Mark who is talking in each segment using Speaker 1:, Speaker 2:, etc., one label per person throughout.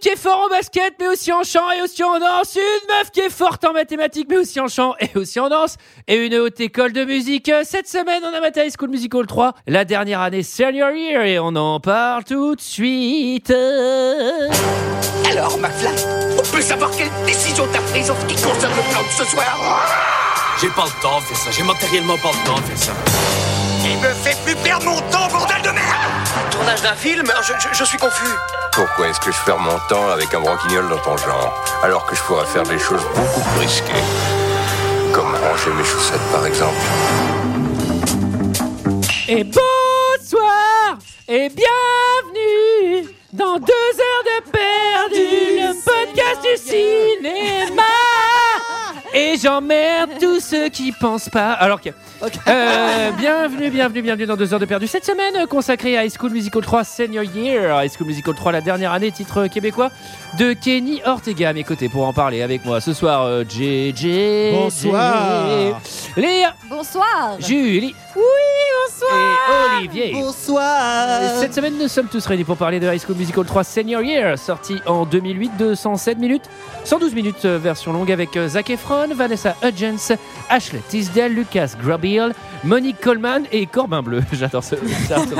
Speaker 1: qui est fort en basket, mais aussi en chant et aussi en danse. Une meuf qui est forte en mathématiques, mais aussi en chant et aussi en danse. Et une haute école de musique. Cette semaine, on a Matai School Musical 3, la dernière année Senior Year, et on en parle tout de suite.
Speaker 2: Alors, McFly, on peut savoir quelle décision t'as prise en ce qui concerne le plan de ce soir
Speaker 3: J'ai pas le temps de faire ça, j'ai matériellement pas le temps de faire ça.
Speaker 2: Il me fait plus perdre mon temps, bordel de merde
Speaker 4: Tournage d'un film je, je- je suis confus.
Speaker 5: Pourquoi est-ce que je perds mon temps avec un branquignol dans ton genre Alors que je pourrais faire des choses beaucoup plus risquées. Comme ranger mes chaussettes par exemple.
Speaker 1: Et bonsoir et bienvenue dans deux heures de perdu, le podcast du cinéma. Et j'emmerde tous ceux qui pensent pas. Alors que. Euh, bienvenue, bienvenue, bienvenue dans deux heures de perdu. Cette semaine euh, consacrée à High School Musical 3 Senior Year. High School Musical 3, la dernière année, titre québécois de Kenny Ortega. À mes côtés pour en parler avec moi ce soir, euh, JJ.
Speaker 6: Bonsoir.
Speaker 1: Léa.
Speaker 7: Bonsoir.
Speaker 1: Julie. Oui, bonsoir. Et Olivier.
Speaker 6: Bonsoir.
Speaker 1: Et Cette semaine, nous sommes tous réunis pour parler de High School Musical 3 Senior Year, sorti en 2008, 207 minutes, 112 minutes euh, version longue avec euh, Zac Efron, Vanessa Hudgens, Ashley Tisdale, Lucas Grabeel, Monique Coleman et Corbin Bleu. J'adore ce. ça ressemble-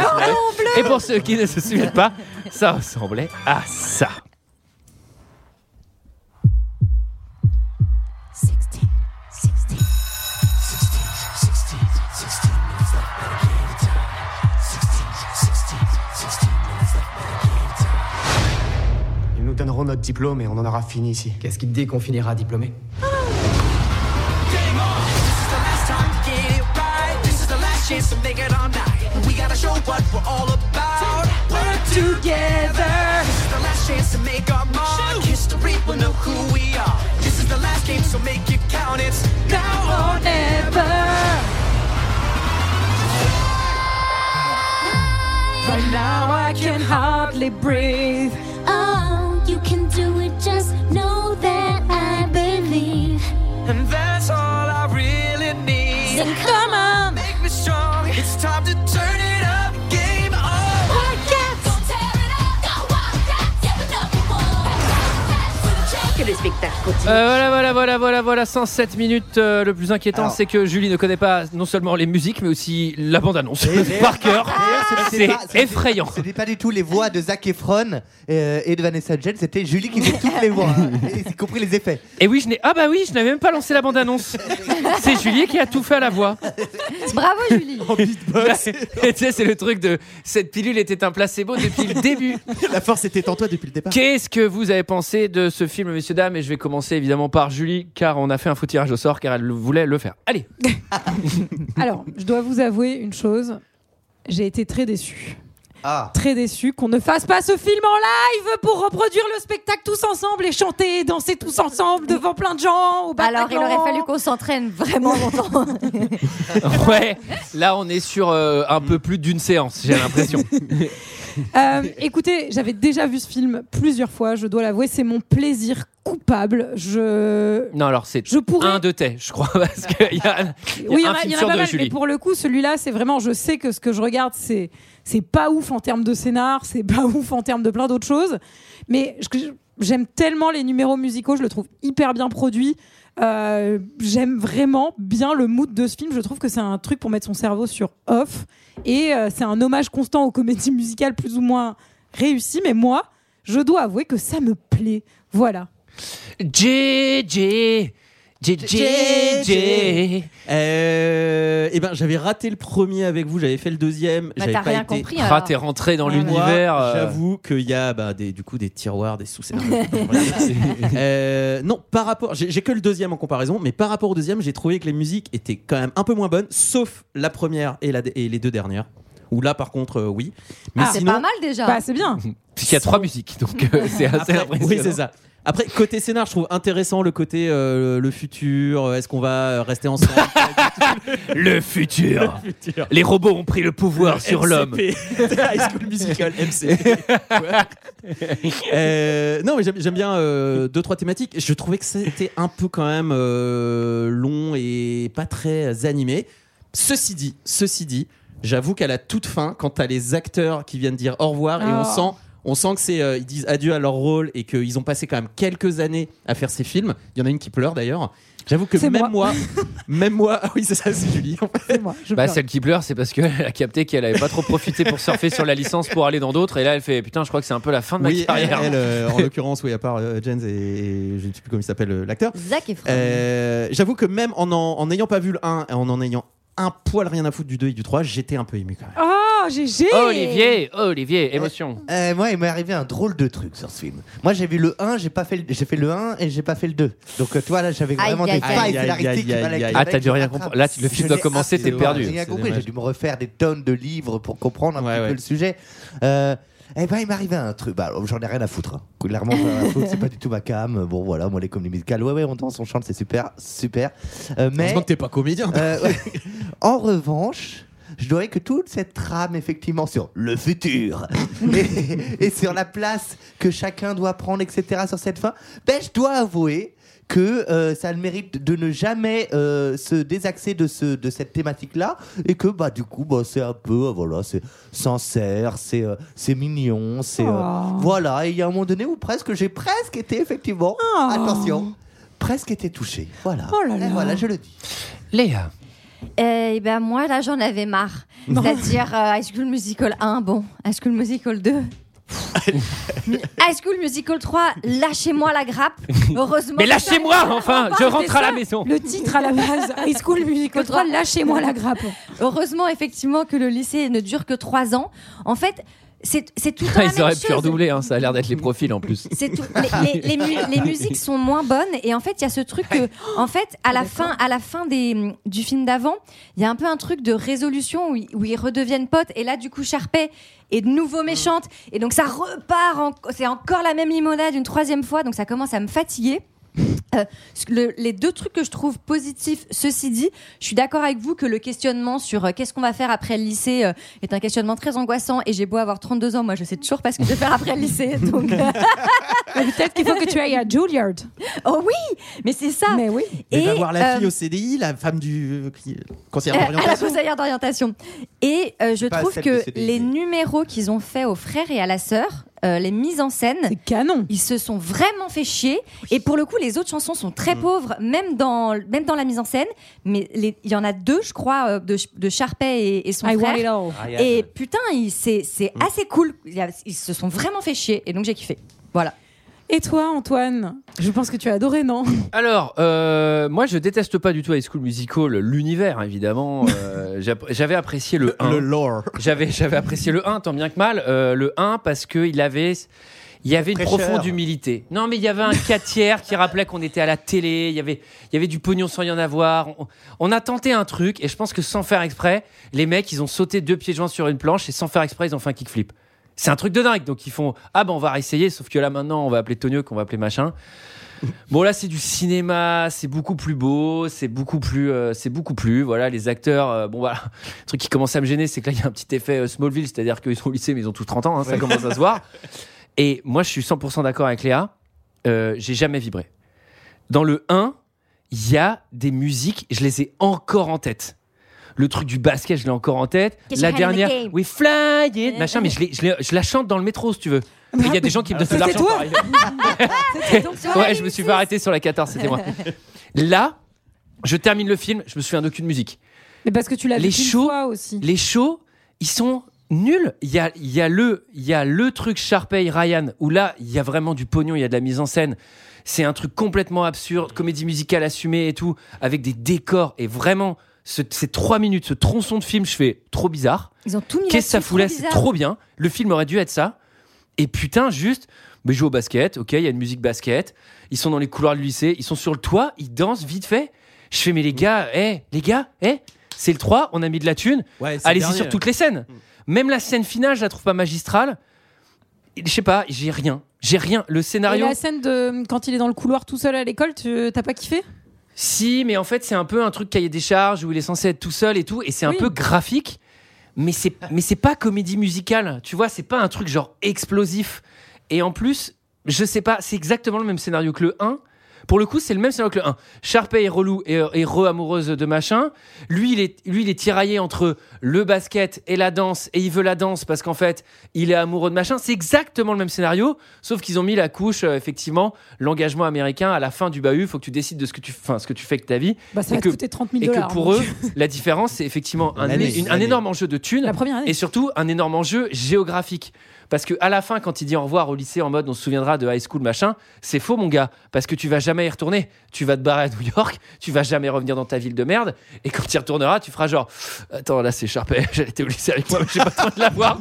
Speaker 1: et pour ceux qui ne se souviennent pas, ça ressemblait à ça.
Speaker 6: Ils nous donneront notre diplôme et on en aura fini ici.
Speaker 4: Qu'est-ce qui te dit qu'on finira diplômé
Speaker 8: Oh, you can do it, just know that I believe. And that's all I really need. So come on. Don't tear it up, don't walk that, you're the number one.
Speaker 7: Que le spectacle continue.
Speaker 1: Euh, voilà, voilà, voilà, voilà, voilà, 107 minutes. euh, le plus inquiétant,
Speaker 6: Alors.
Speaker 1: c'est que Julie ne connaît pas non seulement les musiques, mais aussi la bande-annonce
Speaker 6: Et-
Speaker 1: par cœur. C'est
Speaker 6: pas- c'était-
Speaker 1: effrayant.
Speaker 6: C'était pas du tout les voix de Zac Efron euh, et de Vanessa Hudgens, c'était Julie qui faisait toutes les voix, et- y compris les effets.
Speaker 1: Et oui, je n'ai. Ah bah oui, je n'avais même pas lancé la bande-annonce. C'est Julie qui a tout fait à la voix. Bah,
Speaker 7: Bravo Julie.
Speaker 1: Et tu sais, c'est le truc de. Cette pilule était un placebo depuis le début.
Speaker 6: La force était en toi depuis le départ.
Speaker 1: Qu'est-ce que vous avez pensé de ce film, messieurs, dames Et je vais commencer évidemment par Julie, car on a fait un faux tirage au sort, car elle le- voulait le faire. Allez
Speaker 9: Alors, je dois vous avouer une chose. J'ai été très déçue.
Speaker 6: Ah.
Speaker 9: Très déçue qu'on ne fasse pas ce film en live pour reproduire le spectacle tous ensemble et chanter, et danser tous ensemble devant plein de gens au
Speaker 7: Alors, il
Speaker 9: Bataclan.
Speaker 7: aurait fallu qu'on s'entraîne vraiment longtemps.
Speaker 1: Ouais, là on est sur euh, un peu plus d'une séance, j'ai l'impression.
Speaker 9: Euh, écoutez, j'avais déjà vu ce film plusieurs fois, je dois l'avouer, c'est mon plaisir coupable. Je.
Speaker 1: Non, alors c'est
Speaker 9: Je pourrais.
Speaker 1: un de tes, je crois, parce qu'il y a. Il y a
Speaker 9: oui, il y
Speaker 1: un
Speaker 9: en a, il
Speaker 1: film
Speaker 9: y en a
Speaker 1: sur
Speaker 9: pas
Speaker 1: deux,
Speaker 9: mal,
Speaker 1: Julie.
Speaker 9: mais pour le coup, celui-là, c'est vraiment, je sais que ce que je regarde, c'est c'est pas ouf en termes de scénar, c'est pas ouf en termes de plein d'autres choses, mais je- j'aime tellement les numéros musicaux, je le trouve hyper bien produit. Euh, j'aime vraiment bien le mood de ce film. Je trouve que c'est un truc pour mettre son cerveau sur off. Et euh, c'est un hommage constant aux comédies musicales plus ou moins réussies. Mais moi, je dois avouer que ça me plaît. Voilà.
Speaker 1: JJ JJ
Speaker 10: Euh, eh ben, j'avais raté le premier avec vous, j'avais fait le deuxième.
Speaker 7: Bah,
Speaker 10: j'avais
Speaker 7: t'as
Speaker 10: pas
Speaker 7: rien
Speaker 10: été-
Speaker 7: compris.
Speaker 1: Ah,
Speaker 7: alors.
Speaker 1: t'es rentré dans
Speaker 7: Ouais,
Speaker 1: l'univers.
Speaker 10: Moi,
Speaker 1: euh,
Speaker 10: J'avoue qu'il y a bah, des, du coup des tiroirs, des sous-scénarios. Euh, non, par rapport, j'ai j'ai que le deuxième en comparaison, mais par rapport au deuxième, j'ai trouvé que les musiques étaient quand même un peu moins bonnes, sauf la première et, la, et les deux dernières. Où là, par contre, euh, oui. Mais
Speaker 7: Ah, c'est
Speaker 10: sinon,
Speaker 7: pas mal déjà.
Speaker 9: Bah, c'est bien.
Speaker 1: Puisqu'il y a trois musiques, donc euh, c'est assez
Speaker 10: Après,
Speaker 1: impressionnant.
Speaker 10: Oui, c'est ça. Après, côté scénar, je trouve intéressant le côté euh, le futur. euh, Est-ce qu'on va euh, rester ensemble
Speaker 1: Le futur.
Speaker 10: Le futur.
Speaker 1: Les robots ont pris le pouvoir sur l'homme.
Speaker 10: MCP. High School Musical, MCP. Euh, non, mais j'aime- j'aime bien euh, deux, trois thématiques. Je trouvais que c'était un peu quand même euh, long et pas très animé. Ceci dit, ceci dit, j'avoue qu'à la toute fin, quand t'as les acteurs qui viennent dire au revoir et
Speaker 9: Ah.
Speaker 10: on sent. On sent que c'est euh, ils disent adieu à leur rôle et qu'ils ont passé quand même quelques années à faire ces films. Il y en a une qui pleure d'ailleurs. J'avoue que
Speaker 9: C'est
Speaker 10: même
Speaker 9: moi.
Speaker 10: moi, même moi, ah oui c'est ça, c'est Julie. en fait.
Speaker 9: C'est moi, je
Speaker 1: Bah,
Speaker 9: pleure.
Speaker 1: celle qui pleure, c'est parce qu'elle a capté qu'elle avait pas trop profité pour surfer sur la licence pour aller dans d'autres. Et là, elle fait Putain, je crois que c'est un peu la fin de ma
Speaker 10: Oui, elle,
Speaker 1: carrière.
Speaker 10: elle, euh, en l'occurrence, oui, à part euh, Jens et, et je ne sais plus comment il s'appelle euh, l'acteur.
Speaker 7: Zac Efron.
Speaker 10: Euh, J'avoue que même en en- en n'ayant pas vu le 1 et en en ayant un poil rien à foutre du 2 et du 3, j'étais un peu ému quand même.
Speaker 9: Oh, GG
Speaker 1: Olivier, Olivier, émotion.
Speaker 6: Euh, moi, il m'est arrivé un drôle de truc sur ce film. Moi, j'ai vu le 1, j'ai pas fait le... j'ai fait le 1 et j'ai pas fait le 2. Donc, euh, toi, là, j'avais
Speaker 7: Aïe,
Speaker 6: vraiment
Speaker 7: aïe,
Speaker 6: des
Speaker 7: aïe.
Speaker 6: failles
Speaker 10: Aïe, aïe,
Speaker 6: d'hilarité
Speaker 10: aïe,
Speaker 6: qui
Speaker 10: aïe,
Speaker 6: valaient-
Speaker 10: aïe.
Speaker 6: qui
Speaker 1: Ah,
Speaker 6: valaient
Speaker 1: t'as dû
Speaker 6: que
Speaker 1: rien
Speaker 6: j'attrape.
Speaker 1: comprendre. Là, tu- le
Speaker 6: Je
Speaker 1: film doit
Speaker 6: l'ai
Speaker 1: commencer, t'es
Speaker 6: absolument
Speaker 1: perdu.
Speaker 6: J'ai rien
Speaker 10: C'est
Speaker 6: compris, j'ai
Speaker 10: dommage.
Speaker 6: dû me refaire des tonnes de livres pour comprendre un
Speaker 10: Ouais,
Speaker 6: petit
Speaker 10: ouais.
Speaker 6: peu le sujet. Euh, eh ben, il m'arrivait un truc. Bah, j'en ai rien à foutre. hein. Clairement, j'en ai rien à foutre, c'est pas du tout ma cam. Bon, voilà, moi, les comédies musicales, ouais, ouais, on danse, on chante, c'est super, super. Euh, mais.
Speaker 10: Heureusement que t'es pas comédien.
Speaker 6: Euh, ouais. en revanche, je dois dire que toute cette trame, effectivement, sur le futur et, et sur la place que chacun doit prendre, etc., sur cette fin, ben, je dois avouer que euh, ça a le mérite de ne jamais euh, se désaxer de, ce, de cette thématique-là et que bah, du coup, bah, c'est un peu, euh, voilà, c'est sincère, c'est euh, c'est mignon, c'est... euh,
Speaker 9: Oh.
Speaker 6: Voilà, et il y a un moment donné où presque, j'ai presque été, effectivement,
Speaker 9: Oh.
Speaker 6: attention, presque été touché. Voilà,
Speaker 9: Oh là
Speaker 6: Et
Speaker 9: là.
Speaker 6: voilà, je le dis.
Speaker 1: Léa.
Speaker 7: Eh ben moi là j'en avais marre. C'est-à-dire euh, High School Musical 1, bon, High School Musical 2. High School Musical 3, lâchez-moi la grappe. Heureusement.
Speaker 1: Mais lâchez-moi,
Speaker 7: Ah,
Speaker 1: enfin Je rentre à la
Speaker 9: ça.
Speaker 1: maison.
Speaker 9: Le titre à la base, High School Musical 3, lâchez-moi la grappe.
Speaker 7: Heureusement effectivement que le lycée ne dure que 3 ans. En fait, c'est c'est tout le temps la
Speaker 1: Ils
Speaker 7: même
Speaker 1: auraient pu
Speaker 7: chose.
Speaker 1: redoubler, hein, ça a l'air d'être les profils en plus.
Speaker 7: C'est tout. Les, les- les mu- les musiques sont moins bonnes et en fait il y a ce truc que en fait à la fin à la fin des du film d'avant il y a un peu un truc de résolution où, ils- où ils redeviennent potes et là du coup Sharpay est de nouveau méchante et donc ça repart en- c'est encore la même limonade une troisième fois donc ça commence à me fatiguer. Euh, ce que le- les deux trucs que je trouve positifs, ceci dit, je suis d'accord avec vous que le questionnement sur euh, qu'est-ce qu'on va faire après le lycée euh, est un questionnement très angoissant et j'ai beau avoir 32 ans, moi je sais toujours pas ce que je vais faire après le lycée. Donc, euh,
Speaker 9: Mais Peut-être qu'il faut que tu ailles à Juilliard.
Speaker 7: Oh oui, mais c'est ça.
Speaker 9: Mais oui.
Speaker 10: Et va voir la
Speaker 7: euh,
Speaker 10: fille au CDI, la femme du qui- conseillère
Speaker 7: euh, à la
Speaker 10: d'orientation.
Speaker 7: conseillère d'orientation. Et euh, je
Speaker 6: Pas
Speaker 7: trouve
Speaker 6: celle
Speaker 7: que
Speaker 6: du CDI,
Speaker 7: les
Speaker 6: mais-
Speaker 7: numéros qu'ils ont fait aux frères et à la sœur, euh, les mises en scène,
Speaker 9: C'est canon.
Speaker 7: ils se sont vraiment fait chier. Et pour le coup, les autres chansons sont
Speaker 1: Mm.
Speaker 7: très pauvres, même dans, même dans la mise en scène. Mais les- il y en a deux, je crois, euh, de, de Sharpay et, et son
Speaker 9: I want it
Speaker 7: frère.
Speaker 9: all.
Speaker 7: Et putain, ils- c'est c'est
Speaker 1: Mm.
Speaker 7: assez cool. Il y a- Ils se sont vraiment fait chier. Et donc j'ai kiffé. Voilà.
Speaker 9: Et toi, Antoine Je pense que tu as adoré, non
Speaker 1: Alors, euh, moi, je déteste pas du tout High School Musical, l'univers, évidemment. Euh, j'app- J'avais apprécié le 1.
Speaker 10: Le lore.
Speaker 1: J'avais j'avais apprécié le 1, tant bien que mal. Euh, le 1, parce qu'il avait. Il y avait une
Speaker 6: Prêcheur.
Speaker 1: profonde humilité. Non, mais il y avait un catière qui rappelait qu'on était à la télé. Il y avait, il y avait du pognon sans y en avoir. On, on a tenté un truc, et je pense que sans faire exprès, les mecs, ils ont sauté deux pieds joints sur une planche, et sans faire exprès, ils ont fait un kickflip. C'est un truc de dingue. Donc ils font ah ben on va réessayer, sauf que là maintenant on va appeler Tonio, qu'on va appeler machin. Bon là c'est du cinéma, c'est beaucoup plus beau, c'est beaucoup plus, euh, c'est beaucoup plus. Voilà les acteurs. euh, bon voilà, le truc qui commence à me gêner, c'est que là il y a un petit effet euh, Smallville, c'est-à-dire qu'ils sont au lycée mais ils ont tous 30 ans, hein, ça commence à se voir. Et moi je suis 100% d'accord avec Léa. Euh, j'ai jamais vibré. Dans le 1, il y a des musiques, je les ai encore en tête. Le truc du basket, je l'ai encore en tête.
Speaker 7: Get your
Speaker 1: La
Speaker 7: hand in the
Speaker 1: dernière,
Speaker 7: game.
Speaker 1: We Fly It, machin, mais je, l'ai- je l'ai- je la chante dans le métro si tu veux.
Speaker 2: Ah,
Speaker 1: Et Il y a des gens qui me donnent de
Speaker 9: C'était
Speaker 1: l'argent.
Speaker 9: toi
Speaker 1: par ailleurs.
Speaker 7: Bah,
Speaker 1: ouais, je me suis fait arrêter sur la 14, c'était moi. Là, je termine le film, je me souviens d'aucune musique.
Speaker 9: Mais parce que tu l'as
Speaker 1: Les
Speaker 9: vu une
Speaker 1: shows-
Speaker 9: fois aussi.
Speaker 1: Les shows, ils sont nuls. Il y a, il y, a le- il y a le truc Sharpay Ryan où là, il y a vraiment du pognon, il y a de la mise en scène. C'est un truc complètement absurde, comédie musicale assumée et tout, avec des décors. Et vraiment, ce- ces trois minutes, ce tronçon de film, je fais trop bizarre.
Speaker 7: Ils ont tout mis
Speaker 1: Qu'est-ce que ça
Speaker 7: là-dessus,
Speaker 1: fout là
Speaker 7: trop
Speaker 1: C'est
Speaker 7: bizarre.
Speaker 1: trop bien. Le film aurait dû être ça. Et putain, juste, mais joue au basket, ok, il y a une musique basket. Ils sont dans les couloirs du lycée, ils sont sur le toit, ils dansent vite fait. Je fais, mais les gars, eh, les gars, eh, c'est le 3, on a mis de la thune.
Speaker 10: Ouais, c'est Mm. le
Speaker 1: Allez-y
Speaker 10: dernier.
Speaker 1: sur toutes les scènes. Même la scène finale, je la trouve pas magistrale. Et Je sais pas, j'ai rien. J'ai rien. Le
Speaker 9: Et
Speaker 1: scénario.
Speaker 9: la scène de quand il est dans le couloir tout seul à l'école, tu t'as pas kiffé
Speaker 1: Si, mais en fait, c'est un peu un truc cahier des charges où il est censé être tout seul et tout, et c'est un
Speaker 9: Oui.
Speaker 1: peu graphique, mais c'est mais c'est pas comédie musicale, tu vois, c'est pas un truc genre explosif. Et en plus, je sais pas, c'est exactement le même scénario que le 1, Pour le coup, c'est le même scénario que le 1. Sharpay est relou et, euh, et re-amoureuse de machin. Lui il, est, lui, il est tiraillé entre le basket et la danse, et il veut la danse parce qu'en fait, il est amoureux de machin. C'est exactement le même scénario, sauf qu'ils ont mis la couche, euh, effectivement, l'engagement américain à la fin du bahut. faut que tu décides de ce que tu, enfin, ce que tu fais avec ta vie.
Speaker 9: Bah, ça va
Speaker 1: Et que-
Speaker 9: te coûter 30 000
Speaker 1: Et que
Speaker 9: dollars.
Speaker 1: pour eux, la différence, c'est effectivement un,
Speaker 10: L'année,
Speaker 1: une- un
Speaker 10: l'année.
Speaker 1: énorme enjeu de thunes
Speaker 9: la première année.
Speaker 1: et surtout un énorme enjeu géographique. Parce que à la fin, quand il dit au revoir au lycée en mode on se souviendra de high school machin, c'est faux mon gars, parce que tu vas jamais y retourner. Tu vas te barrer à New York, tu vas jamais revenir dans ta ville de merde, et quand tu y retourneras, tu feras genre attends là c'est Sharpay, j'allais été au lycée avec moi, mais j'ai pas le temps de la voir.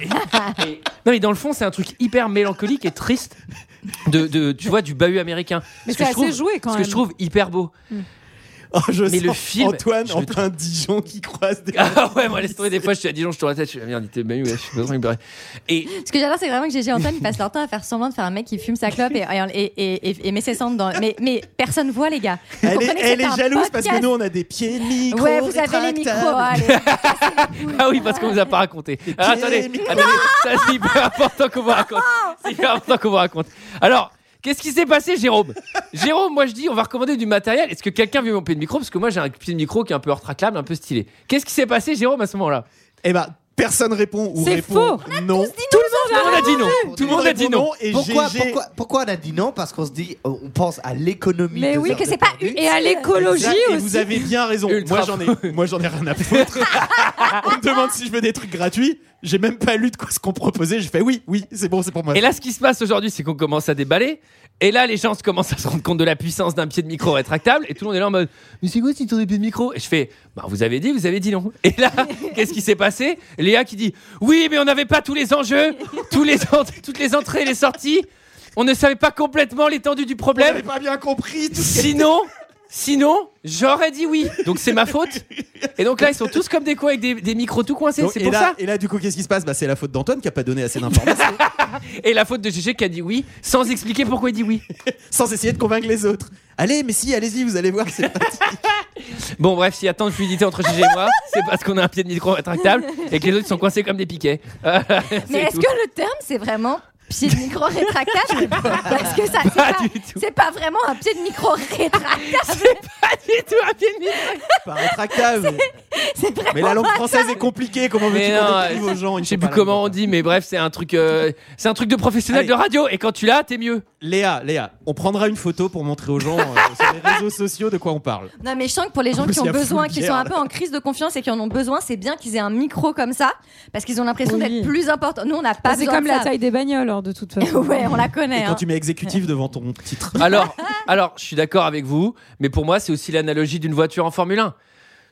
Speaker 1: Et- et- Non mais dans le fond c'est un truc hyper mélancolique et triste de, de- tu vois du bahut américain.
Speaker 9: Mais
Speaker 1: Ce que
Speaker 9: c'est
Speaker 1: je
Speaker 9: assez
Speaker 1: trouve-
Speaker 9: joué quand
Speaker 1: Ce
Speaker 9: même.
Speaker 1: que je trouve hyper beau.
Speaker 10: Oh, je
Speaker 1: Mais le
Speaker 10: sens
Speaker 1: film,
Speaker 10: Antoine
Speaker 1: je
Speaker 10: en
Speaker 1: le
Speaker 10: plein Dijon qui croise des.
Speaker 1: Ah ouais, moi laisse tomber des fois je suis à Dijon, je tourne la tête, je suis la merde, il était bahut, ouais, je suis pas vraiment barré. Et
Speaker 7: Ce que j'adore, c'est vraiment que GG Antoine, il passe leur temps à faire semblant de faire un mec qui fume sa clope et, et, et, et- et met ses cendres dans. Mais, mais personne voit, les gars. Vous
Speaker 10: Elle est,
Speaker 7: comprenez que
Speaker 10: elle
Speaker 7: c'est
Speaker 10: est
Speaker 7: un
Speaker 10: jalouse parce
Speaker 7: podcast.
Speaker 10: que nous on a des pieds de micro.
Speaker 7: Ouais, vous avez les
Speaker 10: rétractables.
Speaker 7: micros, allez.
Speaker 1: Ah oui, parce qu'on vous a pas raconté. Alors, attendez,
Speaker 10: Jérémy.
Speaker 1: attendez, ça c'est hyper important qu'on vous raconte. C'est hyper important qu'on vous raconte. Alors, qu'est-ce qui s'est passé, Jérôme Jérôme, moi je dis, on va recommander du matériel. Est-ce que quelqu'un veut mon pied de micro Parce que moi j'ai un pied de micro qui est un peu retractable, un peu stylé. Qu'est-ce qui s'est passé, Jérôme, à ce moment-là
Speaker 10: Eh ben, personne répond ou
Speaker 9: C'est
Speaker 10: répond non.
Speaker 1: Tout le monde a dit non. Tout le
Speaker 10: Personne
Speaker 1: monde a dit
Speaker 10: répond
Speaker 1: non.
Speaker 10: Et
Speaker 6: Pourquoi,
Speaker 10: GG
Speaker 6: pourquoi, pourquoi on a dit non Parce qu'on se dit, euh, on pense à l'économie.
Speaker 9: Mais
Speaker 6: deux
Speaker 9: oui,
Speaker 6: heures
Speaker 7: que
Speaker 6: de
Speaker 7: c'est pas
Speaker 6: perdu.
Speaker 9: Et à l'écologie
Speaker 10: Exact, Et
Speaker 9: aussi.
Speaker 10: vous avez bien raison.
Speaker 1: Ultra
Speaker 10: moi j'en ai, moi j'en ai rien à foutre. on me demande si je veux des trucs gratuits. J'ai même pas lu de quoi ce qu'on proposait. J'ai fait oui, oui, c'est bon, c'est pour moi.
Speaker 1: Et là, ce qui se passe aujourd'hui, c'est qu'on commence à déballer. Et là, les gens se commencent à se rendre compte de la puissance d'un pied de micro rétractable. Et tout le monde est là en mode Mais c'est quoi ce histoire de pied de micro Et je fais Bah, vous avez dit, vous avez dit non. Et là, qu'est-ce qui s'est passé Léa qui dit Oui, mais on n'avait pas tous les enjeux, tous les en- toutes les entrées et les sorties. On ne savait pas complètement l'étendue du
Speaker 10: Vous
Speaker 1: problème.
Speaker 10: avez pas bien compris. tout ce que-
Speaker 1: Sinon, sinon, j'aurais dit oui. Donc, c'est ma faute. Et donc là, ils sont tous comme des cons avec des, des micros tout coincés.
Speaker 10: Donc,
Speaker 1: C'est
Speaker 10: et
Speaker 1: pour
Speaker 10: là,
Speaker 1: ça.
Speaker 10: Et là, du coup, qu'est-ce qui se passe bah, C'est la faute d'Antoine qui a pas donné assez d'informations
Speaker 1: Et la faute de GG qui a dit oui sans expliquer pourquoi il dit oui.
Speaker 10: sans essayer de convaincre les autres. Allez, mais si, allez-y, vous allez voir. c'est pas-
Speaker 1: Bon, bref, s'il y a tant de fluidité entre GG et moi, c'est parce qu'on a un pied de micro rétractable et que les autres sont coincés comme des piquets.
Speaker 7: Mais est-ce
Speaker 1: tout.
Speaker 7: que le terme, c'est vraiment pied de micro rétractable Parce que ça, c'est
Speaker 1: Pas
Speaker 7: pas,
Speaker 1: du tout.
Speaker 7: c'est pas vraiment un pied de micro rétractable.
Speaker 1: Pas du tout un pied de micro.
Speaker 10: pas rétractable.
Speaker 7: C'est vraiment
Speaker 10: Mais la langue française est compliquée. Comment
Speaker 1: Mais
Speaker 10: veux-tu
Speaker 1: non,
Speaker 10: qu'on décrive aux gens une
Speaker 1: Je sais
Speaker 10: fois
Speaker 1: plus
Speaker 10: par
Speaker 1: comment on
Speaker 10: langue
Speaker 1: dit, mais bref, c'est un truc, euh, c'est un truc de professionnel
Speaker 10: Allez.
Speaker 1: de radio. Et quand tu l'as, t'es mieux.
Speaker 10: Léa, Léa, on prendra une photo pour montrer aux gens euh, sur les réseaux sociaux de quoi on parle.
Speaker 7: Non, mais je sens que pour les gens
Speaker 10: plus,
Speaker 7: qui
Speaker 10: il y
Speaker 7: ont
Speaker 10: a full
Speaker 7: besoin, qui
Speaker 10: bière,
Speaker 7: sont un
Speaker 10: là.
Speaker 7: peu en crise de confiance et qui en ont besoin, c'est bien qu'ils aient un micro comme ça, parce qu'ils ont l'impression
Speaker 9: Oui.
Speaker 7: d'être plus importants. Nous, on n'a pas
Speaker 9: Bah, c'est
Speaker 7: besoin
Speaker 9: comme
Speaker 7: de
Speaker 9: la
Speaker 7: ça.
Speaker 9: taille des bagnoles, alors, de toute façon.
Speaker 7: ouais, on la connaît.
Speaker 10: Et quand
Speaker 7: hein.
Speaker 10: tu mets exécutif devant ton titre.
Speaker 1: Alors, alors, je suis d'accord avec vous, mais pour moi, c'est aussi l'analogie d'une voiture en Formule 1.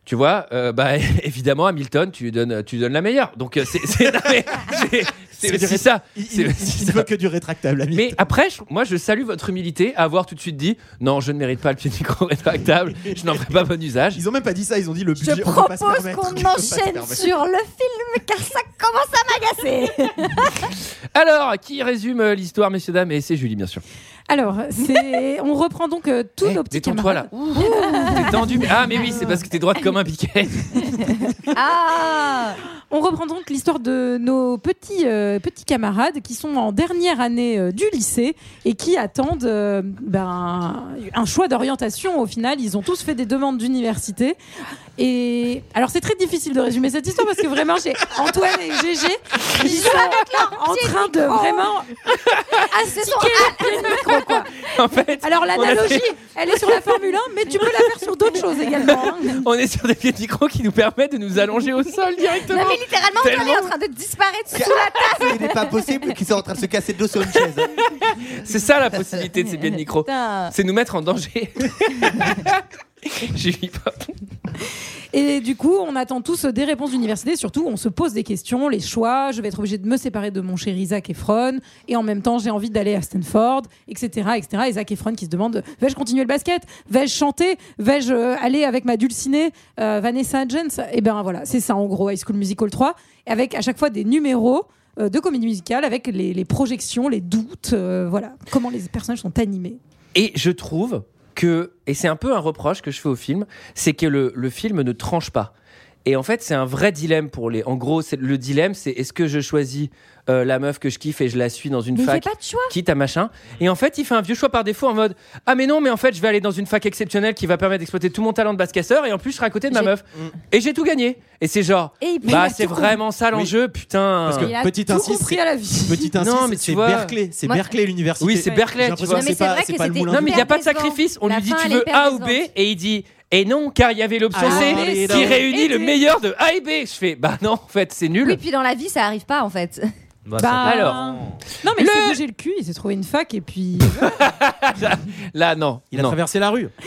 Speaker 1: Tu vois, euh, bah évidemment, Hamilton, tu lui donnes, tu lui donnes la meilleure. Donc euh, c'est, c'est, non, mais c'est- c'est
Speaker 10: C'est
Speaker 1: aussi
Speaker 10: du-
Speaker 1: ça.
Speaker 10: Il,
Speaker 1: C'est
Speaker 10: il-
Speaker 1: aussi
Speaker 10: il
Speaker 1: ça.
Speaker 10: veut que du rétractable, ami.
Speaker 1: Mais après, je- moi, je salue votre humilité à avoir tout de suite dit non, je ne mérite pas le pied de micro rétractable, je n'en ferai pas bon usage.
Speaker 10: Ils ont même pas dit ça, ils ont dit le
Speaker 7: Je
Speaker 10: budget. on peut pas se
Speaker 7: propose
Speaker 10: permettre, on peut
Speaker 7: qu'on
Speaker 10: pas se
Speaker 7: enchaîne
Speaker 10: permettre.
Speaker 7: sur le film, car ça commence à m'agacer.
Speaker 1: Alors, qui résume euh, l'histoire, messieurs, dames Et c'est Julie, bien sûr.
Speaker 9: Alors, c'est- on reprend donc euh, tous
Speaker 1: Eh,
Speaker 9: nos petits
Speaker 1: Détends-toi
Speaker 9: camarades.
Speaker 1: là. T'es tendu. mais- Ah, mais oui, c'est parce que t'es droite comme un piquet.
Speaker 7: Ah
Speaker 9: On reprend donc l'histoire de nos petits, euh, petits camarades qui sont en dernière année euh, du lycée et qui attendent euh, ben, un choix d'orientation. Au final, ils ont tous fait des demandes d'université. Et alors, c'est très difficile de résumer cette histoire parce que vraiment, j'ai Antoine et Gégé qui sont en train de vraiment
Speaker 1: Ah,
Speaker 7: Ce sont-
Speaker 9: tiquer le pied de micro, quoi.
Speaker 1: En fait,
Speaker 9: Alors,
Speaker 1: on, a
Speaker 9: l'analogie,
Speaker 1: fait-
Speaker 9: elle est sur la Formule 1, mais tu peux la faire sur d'autres choses également. hein.
Speaker 1: on est sur des pieds de micro qui nous permettent de nous allonger au sol directement.
Speaker 7: Non mais littéralement, on
Speaker 1: Tellement-
Speaker 7: est en train de disparaître sous la
Speaker 6: Il n'est pas possible qu'ils soient en train de se casser le dos sur une chaise.
Speaker 1: C'est ça la possibilité de ces pieds de micro.
Speaker 7: putain.
Speaker 1: C'est nous mettre en danger. Julie, pardon.
Speaker 9: Et du coup, on attend tous des réponses d'université. Surtout, on se pose des questions, les choix. Je vais être obligé de me séparer de mon cher Isaac Efron. Et en même temps, j'ai envie d'aller à Stanford, etc., etc. Isaac Efron qui se demande vais-je continuer le basket Vais-je chanter Vais-je euh, aller avec ma dulcinée euh, Vanessa Hudgens Et ben voilà, c'est ça en gros, High School Musical 3. Et avec à chaque fois des numéros euh, de comédie musicale avec les, les projections, les doutes, euh, voilà, comment les personnages sont animés.
Speaker 1: Et je trouve que, et c'est un peu un reproche que je fais au film, c'est que le, le film ne tranche pas. Et en fait, c'est un vrai dilemme pour les. En gros, c'est le dilemme, c'est est-ce que je choisis euh, la meuf que je kiffe et je la suis dans une
Speaker 7: Mais il fait
Speaker 1: fac
Speaker 7: pas de choix.
Speaker 1: quitte à machin. Et en fait, il fait un vieux choix par défaut en mode Ah, mais non, mais en fait, je vais aller dans une fac exceptionnelle qui va permettre d'exploiter tout mon talent de basketteur et en plus, je serai à côté de ma
Speaker 7: J'ai- Mm.
Speaker 1: meuf. Et j'ai tout gagné. Et c'est genre
Speaker 7: Et il peut-
Speaker 1: Bah,
Speaker 9: il a
Speaker 1: c'est
Speaker 9: tout
Speaker 1: vraiment ça l'enjeu, putain.
Speaker 10: Parce que-
Speaker 9: Il a
Speaker 10: Petite
Speaker 9: tout
Speaker 10: insiste,
Speaker 9: compris
Speaker 10: c'est-
Speaker 9: à la vie.
Speaker 10: Petit
Speaker 1: Non,
Speaker 10: instinct,
Speaker 1: mais
Speaker 10: c'est
Speaker 1: tu vois-
Speaker 10: Berkeley, c'est
Speaker 7: Moi-
Speaker 10: Berkeley l'université.
Speaker 1: Oui, c'est
Speaker 10: J'ai
Speaker 1: Berkeley, tu
Speaker 10: l'impression
Speaker 1: vois.
Speaker 10: que
Speaker 7: Non, mais
Speaker 10: c'est
Speaker 7: c'est
Speaker 10: pas,
Speaker 7: vrai
Speaker 10: c'est
Speaker 7: que
Speaker 10: pas le
Speaker 7: c'était-
Speaker 10: moulin.
Speaker 1: Non, mais il n'y a
Speaker 7: hyper
Speaker 1: pas de
Speaker 7: décevant.
Speaker 1: sacrifice. On
Speaker 7: La
Speaker 1: lui dit
Speaker 7: fin,
Speaker 1: Tu
Speaker 7: elle est
Speaker 1: veux
Speaker 7: hyper
Speaker 1: A ou B
Speaker 7: décevante.
Speaker 1: Et il dit Et non, car il y avait l'option
Speaker 10: Ah,
Speaker 1: C
Speaker 10: allez,
Speaker 1: qui
Speaker 10: donc.
Speaker 1: réunit le
Speaker 9: Et-
Speaker 1: meilleur de A et B. Je fais Bah non, en fait, c'est nul.
Speaker 7: Oui, puis dans la vie, ça arrive pas en fait.
Speaker 9: Bah,
Speaker 1: alors.
Speaker 9: Non, mais il
Speaker 1: Le-
Speaker 9: s'est bougé le cul, il s'est trouvé une fac et puis.
Speaker 1: Là, non.
Speaker 10: Il a
Speaker 1: non.
Speaker 10: traversé la rue.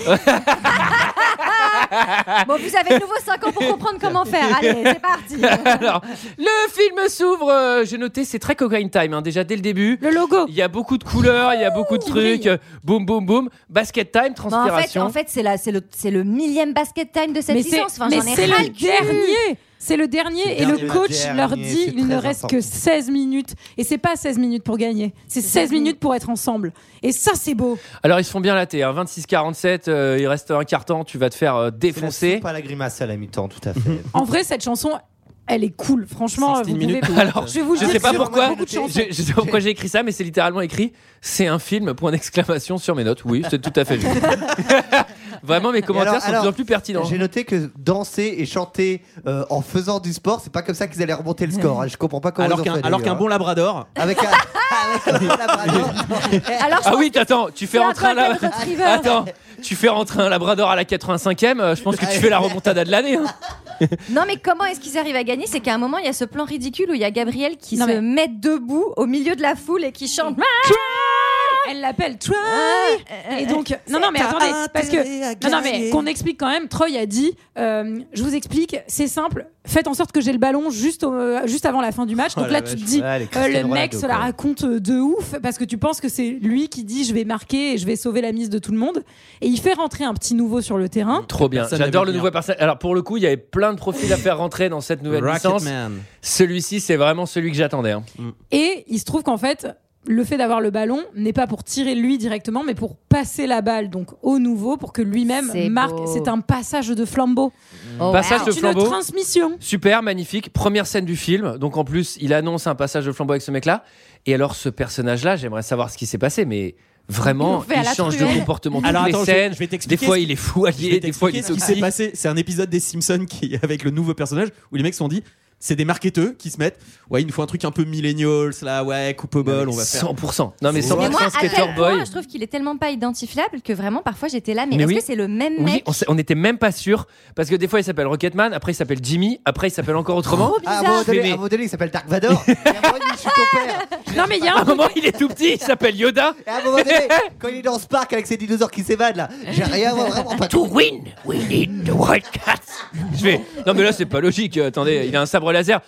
Speaker 7: Bon, vous avez de nouveau 5 ans pour comprendre comment faire. Allez, c'est parti.
Speaker 1: Alors, le film s'ouvre. euh, J'ai noté, c'est très cocaine time, hein, déjà dès le début.
Speaker 9: Le logo.
Speaker 1: Il y a beaucoup de couleurs, il y a beaucoup de
Speaker 7: qui
Speaker 1: trucs.
Speaker 7: brille.
Speaker 1: euh, Boum, boum, boum. Basket time,
Speaker 7: Bon, Bah, en fait,
Speaker 1: transpiration.
Speaker 7: en fait c'est la- c'est le, c'est le millième basket time de cette
Speaker 9: Mais c'est
Speaker 7: licence. Enfin,
Speaker 9: mais
Speaker 7: j'en ai
Speaker 9: c'est
Speaker 7: ras
Speaker 9: le
Speaker 7: le cul.
Speaker 9: dernier. C'est le dernier et
Speaker 6: le
Speaker 9: le
Speaker 6: dernier.
Speaker 9: coach
Speaker 6: Dernier,
Speaker 9: leur dit
Speaker 6: c'est
Speaker 9: il ne
Speaker 6: très
Speaker 9: reste
Speaker 6: important.
Speaker 9: que 16 minutes et c'est pas 16 minutes pour gagner, c'est 16 minutes pour être ensemble. Et ça c'est beau.
Speaker 1: Alors, ils se font bien latter. Hein. 26-47, euh, il reste un quart temps, tu vas te faire euh, défoncer. Mhm.
Speaker 6: Pas la grimace à la mi-temps, tout à fait.
Speaker 9: En vrai cette chanson elle est cool franchement
Speaker 10: 16
Speaker 9: vous pouvez
Speaker 10: minutes.
Speaker 1: Alors,
Speaker 9: je vais vous le
Speaker 1: je
Speaker 9: dire,
Speaker 1: sais pas
Speaker 9: sur-
Speaker 1: pourquoi,
Speaker 9: beaucoup de chansons.
Speaker 1: je, je sais pas pourquoi j'ai écrit ça, mais c'est littéralement écrit c'est un film, point d'exclamation sur mes notes. Oui, c'est tout à fait juste. Vraiment, mes commentaires
Speaker 6: alors-
Speaker 1: sont
Speaker 6: alors,
Speaker 1: de plus en plus pertinents.
Speaker 6: J'ai noté que danser et chanter euh, en faisant du sport, c'est pas comme ça qu'ils allaient remonter le score. hein. Je comprends pas comment
Speaker 10: Alors
Speaker 6: ils ont
Speaker 10: qu'un
Speaker 6: fait,
Speaker 10: alors qu'un
Speaker 6: d'ailleurs,
Speaker 10: bon labrador.
Speaker 6: hein. Avec un. avec un bon labrador.
Speaker 7: Alors, je
Speaker 1: Ah oui, attends, tu fais
Speaker 7: C'est un
Speaker 1: rentrer un
Speaker 7: golden
Speaker 1: lab-
Speaker 7: retriever.
Speaker 1: Attends, tu fais rentrer un labrador à la 85e, euh, je pense que tu fais la remontada de l'année. hein.
Speaker 7: Non, mais comment est-ce qu'ils arrivent à gagner C'est qu'à un moment, il y a ce plan ridicule où il y a Gabriel qui
Speaker 9: Non,
Speaker 7: se
Speaker 9: mais-
Speaker 7: met debout au milieu de la foule et qui chante.
Speaker 9: Elle l'appelle Troy.
Speaker 7: Eh,
Speaker 9: Et donc, non, non, mais attendez, parce que. Non, non, mais qu'on explique quand même, Troy a dit euh, Je vous explique, c'est simple, faites en sorte que j'ai le ballon juste, au- euh, juste avant la fin du match.
Speaker 10: Oh
Speaker 9: Donc là,
Speaker 10: la
Speaker 9: tu te
Speaker 10: vache.
Speaker 9: dis
Speaker 6: Ouais, les
Speaker 9: euh, Le
Speaker 6: Cristiano
Speaker 9: mec
Speaker 6: Ronaldo,
Speaker 9: se la
Speaker 6: quoi.
Speaker 9: raconte euh, de ouf, parce que tu penses que c'est lui qui dit Je vais marquer et je vais sauver la mise de tout le monde. Et il fait rentrer un petit nouveau sur le terrain.
Speaker 1: Trop bien.
Speaker 10: Personne
Speaker 1: J'adore
Speaker 10: n'avait
Speaker 1: le
Speaker 10: dit
Speaker 1: nouveau personnage. Alors pour le coup, il y avait plein de profils à faire rentrer dans cette nouvelle licence.
Speaker 10: Rocketman.
Speaker 1: Celui-ci, c'est vraiment celui que j'attendais. hein.
Speaker 10: Mm.
Speaker 7: Mm.
Speaker 9: Et il se trouve qu'en fait, le fait d'avoir le ballon n'est pas pour tirer lui directement, mais pour passer la balle donc au nouveau pour que lui-même
Speaker 7: C'est
Speaker 9: marque.
Speaker 7: beau.
Speaker 9: C'est un passage de flambeau.
Speaker 7: Oh,
Speaker 1: Passage
Speaker 7: wow.
Speaker 1: de
Speaker 9: C'est une
Speaker 1: flambeau.
Speaker 9: transmission.
Speaker 1: Super, magnifique. Première scène du film. Donc en plus, il annonce un passage de flambeau avec ce mec-là. Et alors ce personnage-là, j'aimerais savoir ce qui s'est passé, mais
Speaker 7: Ils
Speaker 1: vraiment,
Speaker 7: l'ont fait à
Speaker 1: il
Speaker 7: la
Speaker 1: change
Speaker 7: truelle.
Speaker 1: de comportement toutes
Speaker 10: Alors
Speaker 1: les
Speaker 10: attends, je vais-
Speaker 1: scènes.
Speaker 10: je vais
Speaker 1: des
Speaker 10: t'expliquer.
Speaker 1: fois,
Speaker 10: ce-
Speaker 1: il est fou
Speaker 10: Je vais
Speaker 1: allié, des fois, il
Speaker 10: t'expliquer
Speaker 1: est
Speaker 10: ce qui s'est
Speaker 1: toxique.
Speaker 10: passé. C'est un épisode des Simpsons qui est avec le nouveau personnage où les mecs se sont dit c'est des marketeux qui se mettent ouais il nous faut un truc un peu millennials là ouais coupe au bol on va faire
Speaker 1: 100%. Non, mais
Speaker 10: Mais
Speaker 7: Mais moi,
Speaker 1: 100%
Speaker 7: à
Speaker 1: Skater
Speaker 7: quel
Speaker 1: Boy.
Speaker 7: point je trouve qu'il est tellement pas identifiable que vraiment, parfois, j'étais là, mais,
Speaker 1: Mais
Speaker 7: est-ce
Speaker 1: oui.
Speaker 7: que c'est le même
Speaker 1: Oui,
Speaker 7: mec
Speaker 1: on, s'est- on était même pas sûr parce que des fois il s'appelle Rocketman, après il s'appelle Jimmy, après il s'appelle encore autrement.
Speaker 6: Ah, à un moment
Speaker 1: Je fais,
Speaker 6: donné- à un
Speaker 1: mais-
Speaker 6: moment donné, il s'appelle Dark Vador. Et à un moment donné, je suis ton père.
Speaker 9: Non mais il y a
Speaker 1: À
Speaker 9: un
Speaker 1: un moment il est tout petit, il s'appelle Yoda.
Speaker 6: Et à un moment donné, quand il est dans ce parc avec ses dinosaures qui s'évadent là, j'ai rien vraiment pas
Speaker 2: To win, we need the Wildcats.
Speaker 1: Je fais, non mais là c'est pas logique. Euh, attendez, il a un sabre laser.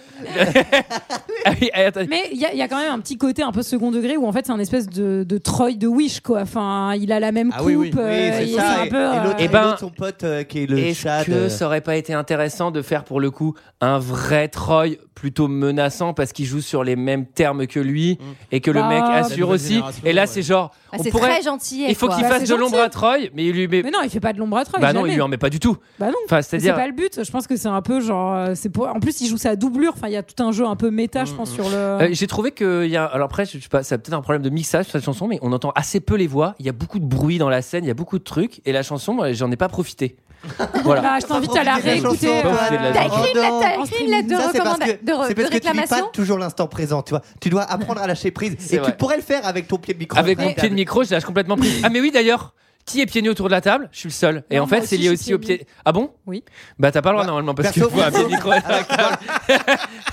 Speaker 1: Ah oui, eh, attendez.
Speaker 9: Mais il y, a- il y a quand même un petit côté un peu second degré où en fait c'est un espèce de, de Troy de Wish quoi. Enfin, il a la même coupe.
Speaker 10: Ah oui, oui.
Speaker 9: euh, il est un
Speaker 6: Et,
Speaker 9: peu,
Speaker 6: et l'autre,
Speaker 9: euh,
Speaker 1: Eh
Speaker 6: et
Speaker 1: ben,
Speaker 6: l'autre, son pote euh, qui est le
Speaker 1: Est-ce
Speaker 6: chat.
Speaker 1: que
Speaker 6: euh,
Speaker 1: ça aurait pas été intéressant de faire pour le coup un vrai Troy plutôt menaçant parce qu'il joue sur les mêmes termes que lui et que le
Speaker 9: Bah,
Speaker 1: mec assure
Speaker 10: nouvelle
Speaker 1: aussi
Speaker 10: génération,
Speaker 1: Et là
Speaker 10: ouais.
Speaker 1: c'est genre,
Speaker 7: Ah,
Speaker 1: on
Speaker 7: C'est
Speaker 1: pourrait-
Speaker 7: très gentil.
Speaker 1: il faut
Speaker 7: quoi.
Speaker 1: qu'il
Speaker 9: Bah,
Speaker 1: fasse
Speaker 9: c'est
Speaker 1: de l'ombre
Speaker 9: gentil.
Speaker 1: à Troy, mais il lui met,
Speaker 9: Mais non, il fait pas de l'ombre à Troy.
Speaker 1: bah non,
Speaker 9: jamais.
Speaker 1: il lui en met pas du tout.
Speaker 9: Bah non.
Speaker 1: Enfin
Speaker 9: C'est
Speaker 1: c'est-à-dire,
Speaker 9: pas le but. Je pense que c'est un peu genre. euh, C'est pour... En plus, il joue sa doublure. Enfin, il y a tout un jeu un peu méta, je pense, sur le.
Speaker 1: Euh, J'ai trouvé que il y a. Alors après, je sais pas, c'est peut-être un problème de mixage sur cette chanson, mais on entend assez peu les voix. Il y a beaucoup de bruit dans la scène, il y a beaucoup de trucs, et la chanson, moi, j'en ai pas profité. voilà.
Speaker 9: Bah, je t'invite à la
Speaker 6: profiter de la
Speaker 9: réécouter.
Speaker 6: chanson,
Speaker 9: euh,
Speaker 1: profiter de la
Speaker 7: T'as
Speaker 1: chanson.
Speaker 7: écrit une lettre,
Speaker 6: Oh,
Speaker 7: t'as
Speaker 9: non.
Speaker 7: écrit une lettre de
Speaker 6: Ça, c'est parce que,
Speaker 7: recommandation.
Speaker 6: c'est parce que tu vis pas toujours l'instant présent, tu vois. Tu dois apprendre à lâcher prise.
Speaker 1: C'est
Speaker 6: Et
Speaker 1: vrai.
Speaker 6: tu pourrais le faire avec ton pied de micro.
Speaker 1: Avec mon
Speaker 6: Formidable.
Speaker 1: pied de micro, je lâche complètement prise. Ah mais oui d'ailleurs. Qui est pied nu autour de la table Je suis le seul. Et
Speaker 9: Non,
Speaker 1: en fait,
Speaker 9: moi
Speaker 1: c'est
Speaker 9: aussi,
Speaker 1: lié
Speaker 9: je
Speaker 1: aussi
Speaker 9: suis
Speaker 1: au
Speaker 9: pied nu.
Speaker 1: pied. Ah bon
Speaker 9: Oui.
Speaker 1: Bah t'as pas le droit
Speaker 6: Bah,
Speaker 1: normalement parce que
Speaker 6: perso,
Speaker 1: tu vois un pied
Speaker 6: perso.
Speaker 1: de micro. à la table.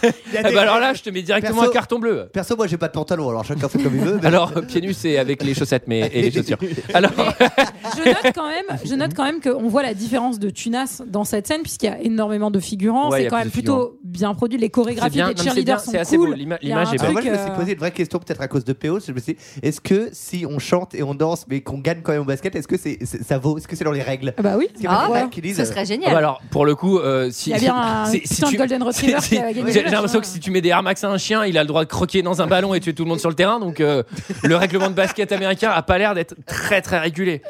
Speaker 6: Il y a
Speaker 1: Ah
Speaker 6: des-
Speaker 1: bah alors là, je te mets directement
Speaker 6: Perso-
Speaker 1: un carton bleu.
Speaker 6: Perso, moi j'ai pas de pantalon, alors chacun fait comme il veut. mais-
Speaker 1: Alors euh, pied nu, c'est avec les chaussettes mais et les chaussures. Alors
Speaker 9: je note quand même, je note quand même qu'on voit la différence de Tunas dans cette scène puisqu'il y a énormément de figurants.
Speaker 1: Ouais, il
Speaker 9: c'est
Speaker 1: y a
Speaker 9: quand
Speaker 1: plus
Speaker 9: même
Speaker 1: de figurants.
Speaker 9: plutôt bien produit. Les
Speaker 1: c'est
Speaker 9: chorégraphies
Speaker 1: bien,
Speaker 9: des
Speaker 1: Non, mais c'est bien,
Speaker 9: cheerleaders
Speaker 1: c'est
Speaker 9: sont
Speaker 1: assez beau.
Speaker 9: cool.
Speaker 1: L'ima-
Speaker 9: Il y a
Speaker 1: L'image
Speaker 9: un
Speaker 1: est
Speaker 9: truc-
Speaker 6: Alors Bah,
Speaker 1: belle.
Speaker 6: moi, je me suis
Speaker 9: euh,
Speaker 6: posé une vraie question, peut-être à cause de PO. Je me suis dit, est-ce que si on chante et on danse, mais qu'on gagne quand même au basket, est-ce que c'est c'est- ça vaut Est-ce que c'est dans les règles
Speaker 9: Ah bah oui.
Speaker 6: Est-ce qu'il y a
Speaker 7: Ah,
Speaker 6: des
Speaker 7: bah,
Speaker 6: règles qui disent, euh,
Speaker 7: ce serait
Speaker 1: Ah
Speaker 7: génial.
Speaker 1: bah alors, pour le coup, euh, si,
Speaker 9: Il y a bien un
Speaker 1: si- si
Speaker 9: putain de
Speaker 1: tu-
Speaker 9: Golden Retriever
Speaker 1: si-
Speaker 9: qui a gagné
Speaker 1: j'ai
Speaker 9: le
Speaker 1: j'ai l'impression que
Speaker 9: match, hein.
Speaker 1: si tu mets des Air Max à un chien, il a le droit de croquer dans un ballon et tuer tout le monde sur le terrain. Donc, euh, le règlement de basket américain a pas l'air d'être très très régulé.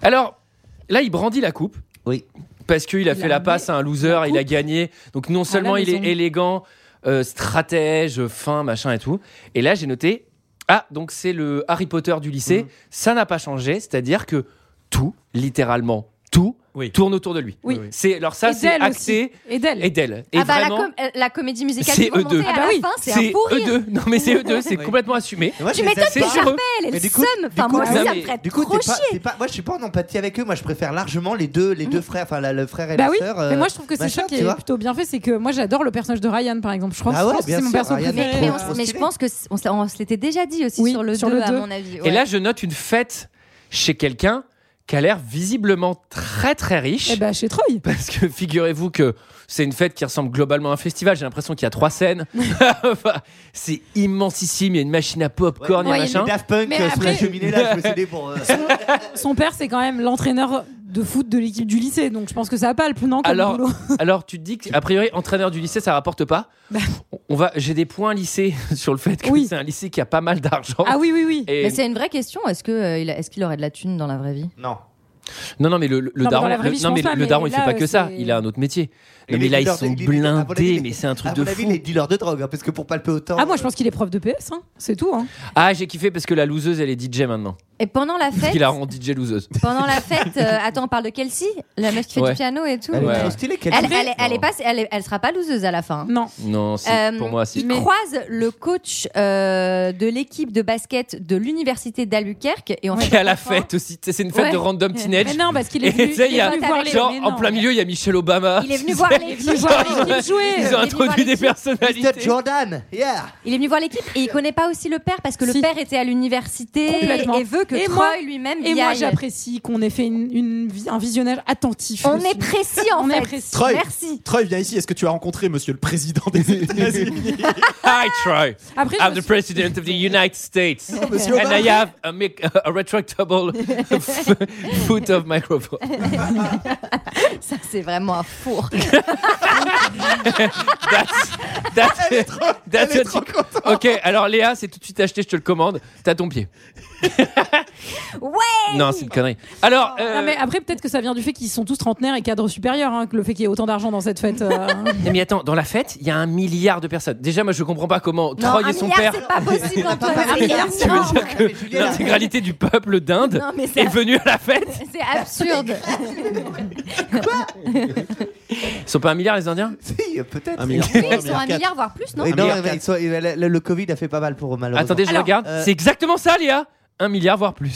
Speaker 1: Alors, là, il brandit la coupe.
Speaker 6: Oui.
Speaker 1: parce qu'il a
Speaker 9: Il
Speaker 1: fait
Speaker 9: a
Speaker 1: la
Speaker 9: mis
Speaker 1: passe à un loser,
Speaker 9: la
Speaker 1: il a gagné. Donc non seulement il
Speaker 9: maison.
Speaker 1: est élégant, euh, stratège, fin, machin et tout. Et là, j'ai noté ah donc c'est le Harry Potter du
Speaker 9: Mhm.
Speaker 1: lycée. Ça n'a pas changé, c'est-à-dire que tout, littéralement tout,
Speaker 10: Oui.
Speaker 1: tourne autour de lui.
Speaker 9: Oui.
Speaker 1: C'est alors
Speaker 9: Et
Speaker 1: ça c'est
Speaker 9: d'elle
Speaker 1: axé
Speaker 9: aussi. Et d'elle.
Speaker 1: et d'elle. Et
Speaker 7: Ah bah la,
Speaker 1: vraiment,
Speaker 7: com- euh, la comédie musicale
Speaker 1: c'est
Speaker 7: qu'ils vont
Speaker 1: eux deux.
Speaker 7: monter à
Speaker 1: Ah
Speaker 9: bah
Speaker 7: la
Speaker 9: oui,
Speaker 7: fin, c'est E un
Speaker 1: c'est
Speaker 7: fou
Speaker 1: eux
Speaker 7: rire.
Speaker 1: deux. Non mais c'est eux deux, c'est
Speaker 10: Oui.
Speaker 1: complètement assumé.
Speaker 6: Moi, je
Speaker 7: Tu
Speaker 6: les
Speaker 7: m'étonnes
Speaker 6: aime
Speaker 1: C'est
Speaker 7: que
Speaker 6: pas.
Speaker 1: sûr.
Speaker 7: Carpel, elle
Speaker 6: Mais du coup-
Speaker 7: somme.
Speaker 6: du
Speaker 7: Enfin,
Speaker 6: coup,
Speaker 7: moi,
Speaker 1: non,
Speaker 7: ça
Speaker 1: mais-
Speaker 7: me ferait
Speaker 6: Du coup,
Speaker 7: trop
Speaker 6: t'es pas,
Speaker 7: chier. Mm.
Speaker 6: t'es pas- moi je suis pas en empathie avec eux, moi je préfère largement les deux, les deux frères, enfin la- le frère et
Speaker 9: Bah
Speaker 6: la
Speaker 9: oui,
Speaker 6: sœur. euh,
Speaker 9: mais moi je trouve que c'est
Speaker 6: machin,
Speaker 9: ça qui
Speaker 6: tu
Speaker 9: est
Speaker 6: vois.
Speaker 9: plutôt bien fait, c'est que moi j'adore le personnage de Ryan par exemple. Je pense,
Speaker 6: Ah ouais,
Speaker 9: je pense que
Speaker 6: bien
Speaker 9: c'est mon
Speaker 6: sûr,
Speaker 9: personnage
Speaker 6: Ryan,
Speaker 9: préféré.
Speaker 7: Mais, mais on
Speaker 6: Ouais.
Speaker 7: s-
Speaker 6: Trop
Speaker 7: mais je
Speaker 6: stylé.
Speaker 7: pense que s- on, s- on se l'était déjà dit aussi
Speaker 9: Oui,
Speaker 7: sur le
Speaker 9: sur
Speaker 7: 2,
Speaker 9: le
Speaker 7: à
Speaker 9: deux.
Speaker 7: mon avis.
Speaker 1: Et
Speaker 7: ouais.
Speaker 1: là, je note une fête chez quelqu'un qui a l'air visiblement très très riche.
Speaker 9: Eh ben chez Troy.
Speaker 1: Parce que figurez-vous que c'est une fête qui ressemble globalement à un festival. J'ai l'impression qu'il y a trois scènes. Enfin, c'est immensissime. Il y a une machine à popcorn,
Speaker 7: Ouais,
Speaker 1: et
Speaker 7: il y a
Speaker 1: machin.
Speaker 7: une
Speaker 6: Daft Punk
Speaker 9: Mais
Speaker 6: euh, sous la
Speaker 9: après-
Speaker 6: cheminée là, je me suis dit bon. euh,
Speaker 9: Son père c'est quand même l'entraîneur de foot de l'équipe du lycée, donc je pense que ça va pas le non comme
Speaker 1: Alors,
Speaker 9: boulot.
Speaker 1: alors, tu te dis qu'a priori, entraîneur du lycée, ça rapporte pas.
Speaker 9: Bah.
Speaker 1: On va, j'ai des points lycée sur le fait que
Speaker 9: Oui.
Speaker 1: c'est un lycée qui a pas mal d'argent.
Speaker 9: Ah oui oui oui.
Speaker 1: Et-
Speaker 7: Mais c'est une vraie question. Est-ce que euh, il a- est-ce qu'il aurait de la thune dans la vraie vie
Speaker 6: non.
Speaker 1: non, non, mais le, le
Speaker 9: mais dans
Speaker 1: daron,
Speaker 9: la vraie
Speaker 1: le-
Speaker 9: vie, je
Speaker 1: non,
Speaker 9: pense
Speaker 1: mais
Speaker 9: pas,
Speaker 1: le
Speaker 9: mais
Speaker 1: daron, il
Speaker 9: là,
Speaker 1: fait pas
Speaker 9: euh,
Speaker 1: que ça.
Speaker 9: c'est-
Speaker 1: Il a un autre métier.
Speaker 6: Et
Speaker 1: Non,
Speaker 6: les
Speaker 1: mais là, ils
Speaker 6: dealers-
Speaker 1: sont
Speaker 6: les dealers- à mon avis,
Speaker 1: blindés,
Speaker 6: les-
Speaker 1: mais c'est un truc
Speaker 6: à
Speaker 1: de
Speaker 6: mon avis,
Speaker 1: fou.
Speaker 6: les dealers de drogue, hein, parce que pour palper autant. euh,
Speaker 9: Ah moi je pense qu'il est prof de PS, hein. c'est tout. Hein.
Speaker 1: Ah, j'ai kiffé parce que la loseuse, elle est DJ maintenant.
Speaker 7: Et pendant la
Speaker 1: Parce
Speaker 7: fête,
Speaker 1: qu'il a rendu DJ loseuse.
Speaker 7: pendant la fête, euh, attends, on parle de Kelsey, la meuf qui fait
Speaker 1: Ouais.
Speaker 7: du piano et tout.
Speaker 6: Elle
Speaker 1: Ouais.
Speaker 6: est trop stylée, quelle
Speaker 7: Elle,
Speaker 6: fille.
Speaker 7: elle, elle est pas, elle, est- elle sera pas loseuse à la fin. hein.
Speaker 9: Non.
Speaker 1: Non, si,
Speaker 7: Euh,
Speaker 1: pour moi, si.
Speaker 7: Il croise le coach euh, de l'équipe de basket de l'université d'Albuquerque et en
Speaker 1: Qui
Speaker 7: fait,
Speaker 1: est à la
Speaker 7: enfin,
Speaker 1: fête aussi. Tu sais, C'est une fête
Speaker 7: Ouais.
Speaker 1: de random teenage.
Speaker 9: Mais non parce qu'il est
Speaker 1: Et
Speaker 9: venu,
Speaker 1: tu sais, il y a-
Speaker 9: il est venu voir les
Speaker 1: Genre,
Speaker 9: mais non.
Speaker 1: en plein milieu, il y a Michel Obama.
Speaker 7: Il est venu voir
Speaker 9: Il est
Speaker 7: l'équipe.
Speaker 9: venu voir l'équipe jouer.
Speaker 1: Ils ont
Speaker 7: Il est venu voir
Speaker 1: introduit des
Speaker 7: l'équipe.
Speaker 1: personnalités.
Speaker 6: Mr. Jordan, yeah.
Speaker 7: Il est venu voir l'équipe et il connaît pas aussi le père parce que le
Speaker 9: Si.
Speaker 7: père était à l'université
Speaker 9: Complètement.
Speaker 7: et veut que
Speaker 9: Et moi-
Speaker 7: Troy lui-même y
Speaker 9: Et moi
Speaker 7: aille.
Speaker 9: j'apprécie qu'on ait fait une, une vi- un visionnage attentif.
Speaker 7: On
Speaker 9: aussi.
Speaker 7: est précis en
Speaker 9: On est
Speaker 7: fait.
Speaker 9: précis.
Speaker 11: Troy.
Speaker 7: Merci.
Speaker 11: Troy, viens ici. Est-ce que tu as rencontré monsieur le président des États-Unis
Speaker 1: Hi Troy,
Speaker 9: Après je
Speaker 1: I'm
Speaker 9: me
Speaker 1: the
Speaker 9: suis-
Speaker 1: president of the United States,
Speaker 11: Monsieur
Speaker 1: and I have a, mic- a retractable f- foot of microphone.
Speaker 7: Ça c'est vraiment un four.
Speaker 1: That's, that's, that's what you- Ok, alors Léa, c'est tout de suite acheté, je te le commande. T'as ton pied.
Speaker 7: Ouais.
Speaker 1: Non, c'est une connerie. Alors, euh,
Speaker 9: Non, mais après peut-être que ça vient du fait qu'ils sont tous trentenaires et cadres supérieurs, hein, que le fait qu'il y ait autant d'argent dans cette fête. euh,
Speaker 1: non, Eh mais attends, dans la fête, il y a un milliard de personnes. Déjà, moi, je comprends pas comment
Speaker 7: Non,
Speaker 1: Troy
Speaker 7: un
Speaker 1: et son père,
Speaker 7: milliard, c'est pas possible Antoine.
Speaker 6: pas
Speaker 7: C'est
Speaker 6: milliard,
Speaker 1: tu veux
Speaker 7: énorme.
Speaker 1: dire que l'intégralité du peuple d'Inde
Speaker 7: Non, mais
Speaker 1: est
Speaker 7: c'est
Speaker 1: venue à la fête
Speaker 7: c'est absurde.
Speaker 1: Ils sont pas un milliard les Indiens
Speaker 6: Si, euh, peut-être.
Speaker 11: Un milliard.
Speaker 7: Oui, ils sont un milliard voire plus, non
Speaker 6: Oui,
Speaker 1: Un
Speaker 6: Eh non,
Speaker 1: milliard
Speaker 6: mais ils sont- et le, le- le Covid a fait pas mal pour eux, malheureusement.
Speaker 1: Attendez, je
Speaker 9: Alors,
Speaker 1: regarde.
Speaker 6: euh,
Speaker 1: C'est exactement ça, Léa. Un milliard, voire plus.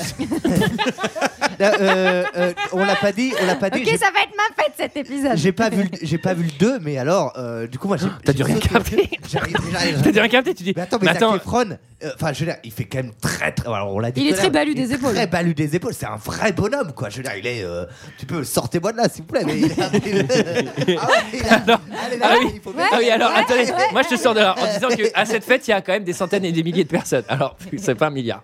Speaker 6: Là, euh, euh, on l'a pas dit, on l'a pas dit.
Speaker 7: Ok,
Speaker 6: j'ai-
Speaker 7: ça va être ma fête cet épisode.
Speaker 6: J'ai pas vu, le- j'ai pas vu le 2 mais alors, euh, du coup moi j'ai.
Speaker 1: t'as
Speaker 6: j'ai
Speaker 1: dû rien
Speaker 6: sauté au
Speaker 1: capter.
Speaker 6: film. J'arrive- j'arrive-
Speaker 1: T'as rien capté, tu dis.
Speaker 6: Mais attends, mais, Zac Efron, euh, enfin je veux dire, il fait quand même très, très alors, on l'a dit.
Speaker 9: Il est
Speaker 6: tout à
Speaker 9: très
Speaker 6: l'heure,
Speaker 9: balu
Speaker 6: il est
Speaker 9: des épaules.
Speaker 6: Très balu des épaules, c'est un vrai bonhomme quoi. Je veux dire, il est, euh, tu peux sortez-moi de là s'il vous plaît. Mais il a- Ah ouais, il a- allez, là,
Speaker 1: Ah oui.
Speaker 6: il faut
Speaker 1: Ah oui, alors
Speaker 7: Ouais,
Speaker 1: attendez,
Speaker 7: ouais.
Speaker 1: moi je te sors de là en disant qu'à cette fête, il y a quand même des centaines et des milliers de personnes. Alors, c'est pas un milliard.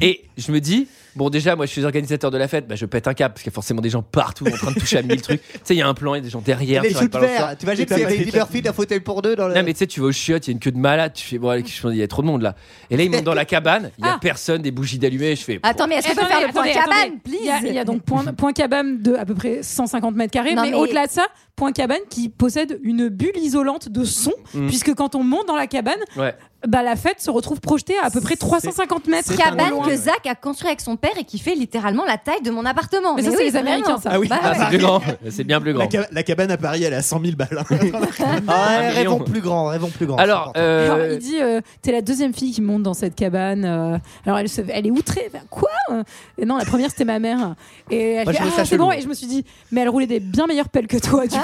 Speaker 1: Et je me dis, bon, déjà, moi je suis organisateur de la fête, bah, je pète un câble parce qu'il y a forcément des gens partout en train de toucher à mille trucs. Tu sais, il y a un plan, il y a des gens derrière.
Speaker 6: les
Speaker 1: tu vois, ils
Speaker 6: shoots
Speaker 1: balancent
Speaker 6: verts, tu imagines s'il y avait une Liverfield à fauteuil pour deux dans le.
Speaker 1: Non, mais tu sais, tu vas au chiottes, il y a une queue de malade, tu fais, bon, allez, je pense, il y a trop de monde là. Et là, ils montent dans la cabane, il y a
Speaker 9: Ah.
Speaker 1: personne, des bougies d'allumées, je fais.
Speaker 7: Attends, mais est-ce qu'on peut faire le point
Speaker 9: attendez,
Speaker 7: cabane,
Speaker 9: attendez. Il y a- Il y, a
Speaker 7: please
Speaker 9: donc point, point cabane de à peu près 150 mètres carrés,
Speaker 7: Non,
Speaker 9: mais,
Speaker 7: mais-
Speaker 9: au-delà de ça, point cabane qui possède une bulle isolante de son, puisque quand on monte dans la cabane,
Speaker 1: Mm. Ouais.
Speaker 9: bah, la fête se retrouve projetée à, à peu près 350 mètres.
Speaker 7: Cabane que Zach a construit avec son père et qui fait littéralement la taille de mon appartement.
Speaker 9: Mais ça,
Speaker 7: oui,
Speaker 9: c'est les
Speaker 7: vraiment.
Speaker 9: Américains, ça.
Speaker 11: Ah oui.
Speaker 7: Bah
Speaker 1: Ah,
Speaker 7: ouais.
Speaker 1: c'est plus grand, c'est bien plus
Speaker 11: la,
Speaker 1: grand.
Speaker 11: ca- la cabane à Paris, elle est à 100 000 balles.
Speaker 6: Ah, ouais,
Speaker 1: Un million.
Speaker 6: rêvons plus grand, rêvons plus grand. c'est
Speaker 1: Alors,
Speaker 6: important.
Speaker 9: Genre,
Speaker 1: euh,
Speaker 9: il dit euh, T'es la deuxième fille qui monte dans cette cabane. euh, alors elle, se- elle est outrée. Ben, quoi et Non, la première c'était ma mère. Et elle
Speaker 6: Moi, je
Speaker 9: fait
Speaker 6: trouve
Speaker 9: Ah,
Speaker 6: ça
Speaker 9: c'est bon.
Speaker 6: chelou.
Speaker 9: Et je me suis dit Mais elle roulait des bien meilleures pelles que toi. du coup.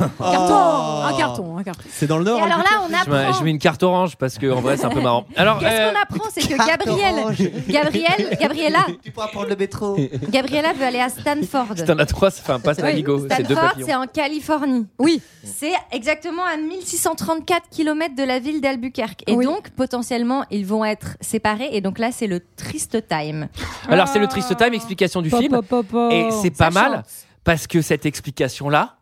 Speaker 9: un, carton, un carton, un carton.
Speaker 11: C'est dans le
Speaker 7: Et
Speaker 11: Nord. hein,
Speaker 7: alors là,
Speaker 1: Oh.
Speaker 7: on
Speaker 1: je mets, je
Speaker 7: apprend.
Speaker 1: mets une carte orange parce que en vrai, c'est un peu marrant. Alors,
Speaker 7: Qu'est-ce
Speaker 1: euh,
Speaker 7: qu'on apprend C'est que
Speaker 6: Carte orange.
Speaker 7: Gabriel, Gabriel, Gabriella,
Speaker 6: tu pourras prendre le métro.
Speaker 7: Gabriella veut aller à Stanford.
Speaker 1: t'en as trois, ça fait un passe
Speaker 9: Oui,
Speaker 1: l'amigo. C'est deux
Speaker 7: Stanford,
Speaker 1: papillons.
Speaker 7: c'est en Californie.
Speaker 9: Oui,
Speaker 7: C'est exactement à 1634 km de la ville d'Albuquerque. Et
Speaker 9: Oui.
Speaker 7: donc, potentiellement, ils vont être séparés. Et donc là, c'est le triste time.
Speaker 1: Alors, c'est le Triste Time, explication du
Speaker 9: Ah. Pop,
Speaker 1: film.
Speaker 9: pop, pop, pop.
Speaker 1: Et c'est pas
Speaker 7: Ça
Speaker 1: mal
Speaker 7: chante.
Speaker 1: parce que cette explication-là,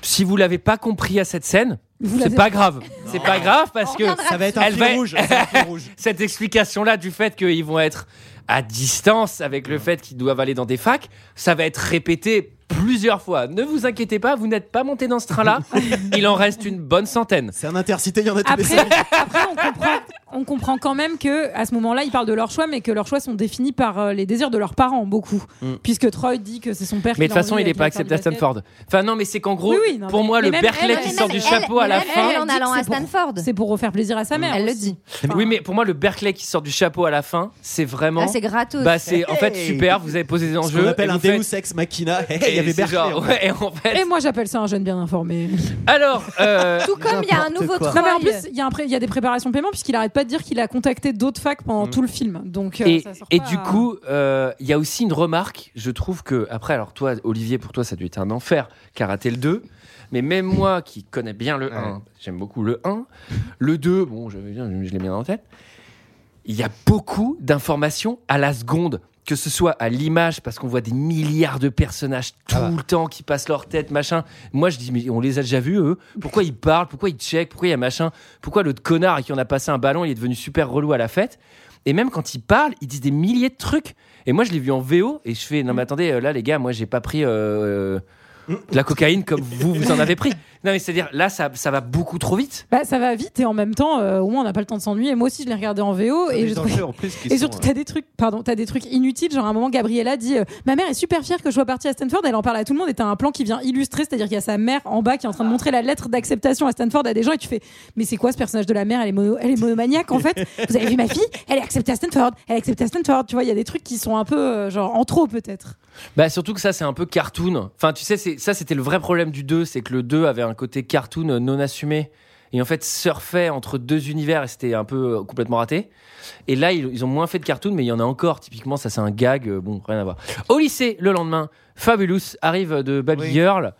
Speaker 1: si vous l'avez pas compris à cette scène,
Speaker 9: Vous
Speaker 1: c'est
Speaker 9: l'avez-
Speaker 1: pas grave. C'est pas grave parce que
Speaker 7: reviendra
Speaker 11: Ça va être un
Speaker 1: Elle
Speaker 11: fil
Speaker 1: va-
Speaker 11: rouge. c'est un fil rouge.
Speaker 1: cette explication-là du fait qu'ils vont être à distance avec le fait qu'ils doivent aller dans des facs, ça va être répété plusieurs fois. Ne vous inquiétez pas, vous n'êtes pas monté dans ce train-là. Il en reste une bonne centaine.
Speaker 11: C'est un intercité, il y en a
Speaker 9: Ah,
Speaker 11: tous
Speaker 1: Après,
Speaker 11: les cinq.
Speaker 9: On comprend quand même que à ce moment-là, ils parlent de leurs choix, mais que leurs choix sont définis par euh, les désirs de leurs parents, beaucoup.
Speaker 1: Mm.
Speaker 9: Puisque Troy dit que c'est son père.
Speaker 1: Mais
Speaker 9: qui
Speaker 1: de toute
Speaker 9: l'a
Speaker 1: façon,
Speaker 9: emmené
Speaker 1: il n'est
Speaker 9: avec
Speaker 1: pas
Speaker 9: la carte
Speaker 1: accepté à
Speaker 9: de basket.
Speaker 1: Stanford. Enfin, non, mais c'est qu'en gros,
Speaker 9: Oui, oui, non,
Speaker 1: pour
Speaker 9: mais-
Speaker 1: moi,
Speaker 9: mais
Speaker 1: le
Speaker 9: même
Speaker 1: Berkeley
Speaker 9: elle,
Speaker 1: qui
Speaker 9: elle,
Speaker 1: sort du
Speaker 9: elle,
Speaker 1: chapeau à la
Speaker 9: elle,
Speaker 1: fin.
Speaker 9: elle,
Speaker 7: en
Speaker 9: dit
Speaker 7: allant
Speaker 9: que
Speaker 7: à
Speaker 9: c'est pour-
Speaker 7: Stanford.
Speaker 9: C'est pour refaire plaisir à sa mère.
Speaker 7: Elle le
Speaker 9: aussi.
Speaker 7: dit.
Speaker 1: Oui, mais pour moi, le Berkeley qui sort du chapeau à la fin, c'est vraiment.
Speaker 7: Ah, c'est gratos.
Speaker 1: Bah, c'est en fait
Speaker 11: Hey.
Speaker 1: super, vous avez posé des
Speaker 11: Ce qu'on
Speaker 1: enjeux.
Speaker 11: appelle
Speaker 1: et
Speaker 11: un
Speaker 1: vous faites-
Speaker 11: Deus Ex Machina. Hey,
Speaker 1: Et
Speaker 11: Il y avait
Speaker 1: c'est
Speaker 11: Berkeley.
Speaker 1: genre,
Speaker 11: en fait.
Speaker 1: ouais, et en fait-
Speaker 9: Et moi, j'appelle ça un jeune bien informé.
Speaker 1: Alors, euh,
Speaker 7: Tout comme il y a un
Speaker 6: N'importe
Speaker 7: nouveau
Speaker 6: quoi.
Speaker 7: Troy.
Speaker 9: Non, mais en plus, il y, a un pré- il y a des préparations paiement, puisqu'il arrête pas de dire qu'il a contacté d'autres facs pendant tout le film. Donc, euh,
Speaker 1: Mm. et,
Speaker 9: ça sort
Speaker 1: et
Speaker 9: pas
Speaker 1: du
Speaker 9: à-
Speaker 1: coup, euh, il y a aussi une remarque. Je trouve que, après, alors toi, Olivier, pour toi, ça a dû être un enfer, raté le 2. Mais même moi qui connais bien le 1, j'aime beaucoup le 1. Le 2, bon, j'avais bien- je, l'ai bien en tête. Il y a beaucoup d'informations à la seconde. Que ce soit à l'image, parce qu'on voit des milliards de personnages tout le temps qui passent leur tête, machin. Moi, je dis, mais on les a déjà vus, eux. Pourquoi ils parlent Pourquoi ils checkent Pourquoi il y a machin Pourquoi l'autre connard à qui on a passé un ballon, il est devenu super relou à la fête et même quand ils parlent, ils disent des milliers de trucs. Et moi, je l'ai vu en VO et je fais non mais attendez euh, là les gars, moi j'ai pas pris euh, de la cocaïne comme vous vous en avez pris. Non mais c'est-à-dire là ça, ça va beaucoup trop vite.
Speaker 9: Bah, ça va vite et en même temps, euh, au moins, on n'a pas le temps de s'ennuyer. Et Moi aussi, je l'ai regardé en VO et je trouvais-
Speaker 11: en plus
Speaker 9: Et surtout,
Speaker 1: euh,
Speaker 9: t'as des trucs, pardon, t'as des trucs inutiles. Genre, à un moment, Gabriella dit euh, Ma mère est super fière que je sois partie à Stanford. Elle en parle à tout le monde. Et t'as un plan qui vient illustrer, c'est-à-dire qu'il y a sa mère en bas qui est en train de montrer la lettre d'acceptation à Stanford à des gens. Et tu fais Mais c'est quoi ce personnage de la mère Elle est, mono- elle est monomaniaque, en fait. Vous avez vu ma fille Elle est acceptée à Stanford. Elle est acceptée à Stanford. Tu vois, il y a des trucs qui sont un peu, euh, genre, en trop, peut-être.
Speaker 1: Bah surtout que ça c'est un peu cartoon. Enfin tu sais c'est ça c'était le vrai problème du 2, c'est que le 2 avait un côté cartoon euh, non assumé. Et en fait, surfait entre deux univers et c'était un peu euh, complètement raté. Et là, ils, ils ont moins fait de cartoon, mais il y en a encore. Typiquement, ça, c'est un gag. euh, bon, rien à voir. Au lycée, le lendemain, Fabulous arrive de Baby
Speaker 6: Oui.
Speaker 1: Girl.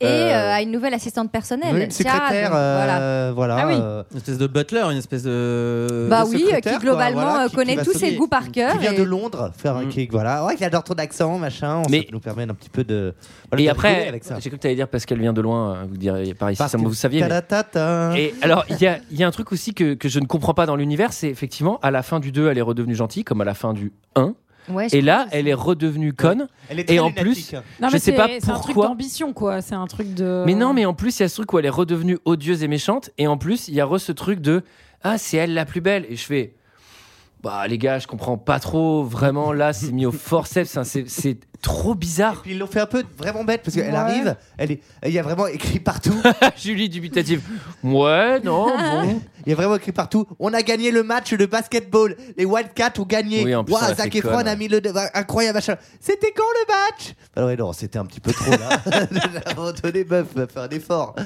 Speaker 7: Et euh,
Speaker 1: Euh,
Speaker 7: à une nouvelle assistante personnelle.
Speaker 6: Oui, une
Speaker 7: Tiara,
Speaker 6: secrétaire,
Speaker 7: donc, voilà.
Speaker 6: euh, voilà.
Speaker 9: Ah oui.
Speaker 6: euh,
Speaker 10: Une espèce de butler, une espèce de.
Speaker 7: Bah
Speaker 6: de
Speaker 7: oui, euh,
Speaker 6: secrétaire,
Speaker 7: qui
Speaker 6: quoi,
Speaker 7: globalement
Speaker 6: voilà,
Speaker 7: euh,
Speaker 6: qui- qui
Speaker 7: connaît
Speaker 6: va
Speaker 7: tous
Speaker 6: sonner,
Speaker 7: ses goûts par cœur.
Speaker 6: qui vient
Speaker 7: et-
Speaker 6: de Londres faire
Speaker 10: Mm.
Speaker 6: un kick, voilà. Ouais, il adore ton accent, machin.
Speaker 1: Mais-
Speaker 6: Mais... Ça nous permet un petit peu de. voilà,
Speaker 1: Et
Speaker 6: de
Speaker 1: après,
Speaker 6: rigoler avec ça.
Speaker 1: j'ai cru que tu allais dire parce qu'elle vient de loin, euh, vous diriez par ici,
Speaker 6: Parce
Speaker 1: ça,
Speaker 6: que-
Speaker 1: vous saviez. mais-
Speaker 6: Tadatata.
Speaker 1: Et alors, il y a, il y a un truc aussi que, que je ne comprends pas dans l'univers, c'est effectivement, à la fin du 2, elle est redevenue gentille, comme à la fin du 1.
Speaker 7: Ouais, je
Speaker 1: Et là, elle est redevenue conne.
Speaker 6: Elle est
Speaker 1: et en
Speaker 6: lunatique.
Speaker 9: Non,
Speaker 1: Je
Speaker 9: mais
Speaker 1: sais
Speaker 9: c'est-
Speaker 1: pas
Speaker 9: C'est un truc
Speaker 1: pourquoi.
Speaker 9: d'ambition, quoi. C'est un truc de.
Speaker 1: Mais non, mais en plus, il y a ce truc où elle est redevenue odieuse et méchante. Et en plus, il y a re ce truc de Ah, c'est elle la plus belle. Et je fais Bah, les gars, je comprends pas trop. Vraiment, là, c'est mis au forceps. hein, c'est- C'est trop bizarre.
Speaker 6: Puis ils l'ont fait un peu vraiment bête parce qu'elle
Speaker 9: Ouais.
Speaker 6: arrive, elle est, il y a vraiment écrit partout,
Speaker 1: Julie dubitative. Ouais, non, bon.
Speaker 6: il y a vraiment écrit partout. On a gagné le match de basketball, les Wildcats ont gagné.
Speaker 1: Oui, en plus,
Speaker 6: Ouah,
Speaker 1: on a fait
Speaker 6: Zac
Speaker 1: conne,
Speaker 6: Efron
Speaker 1: ouais.
Speaker 6: a mis le incroyable machin. C'était quand le match Bah ouais, non, c'était un petit peu trop là. À un moment donné, meuf, va faire un effort.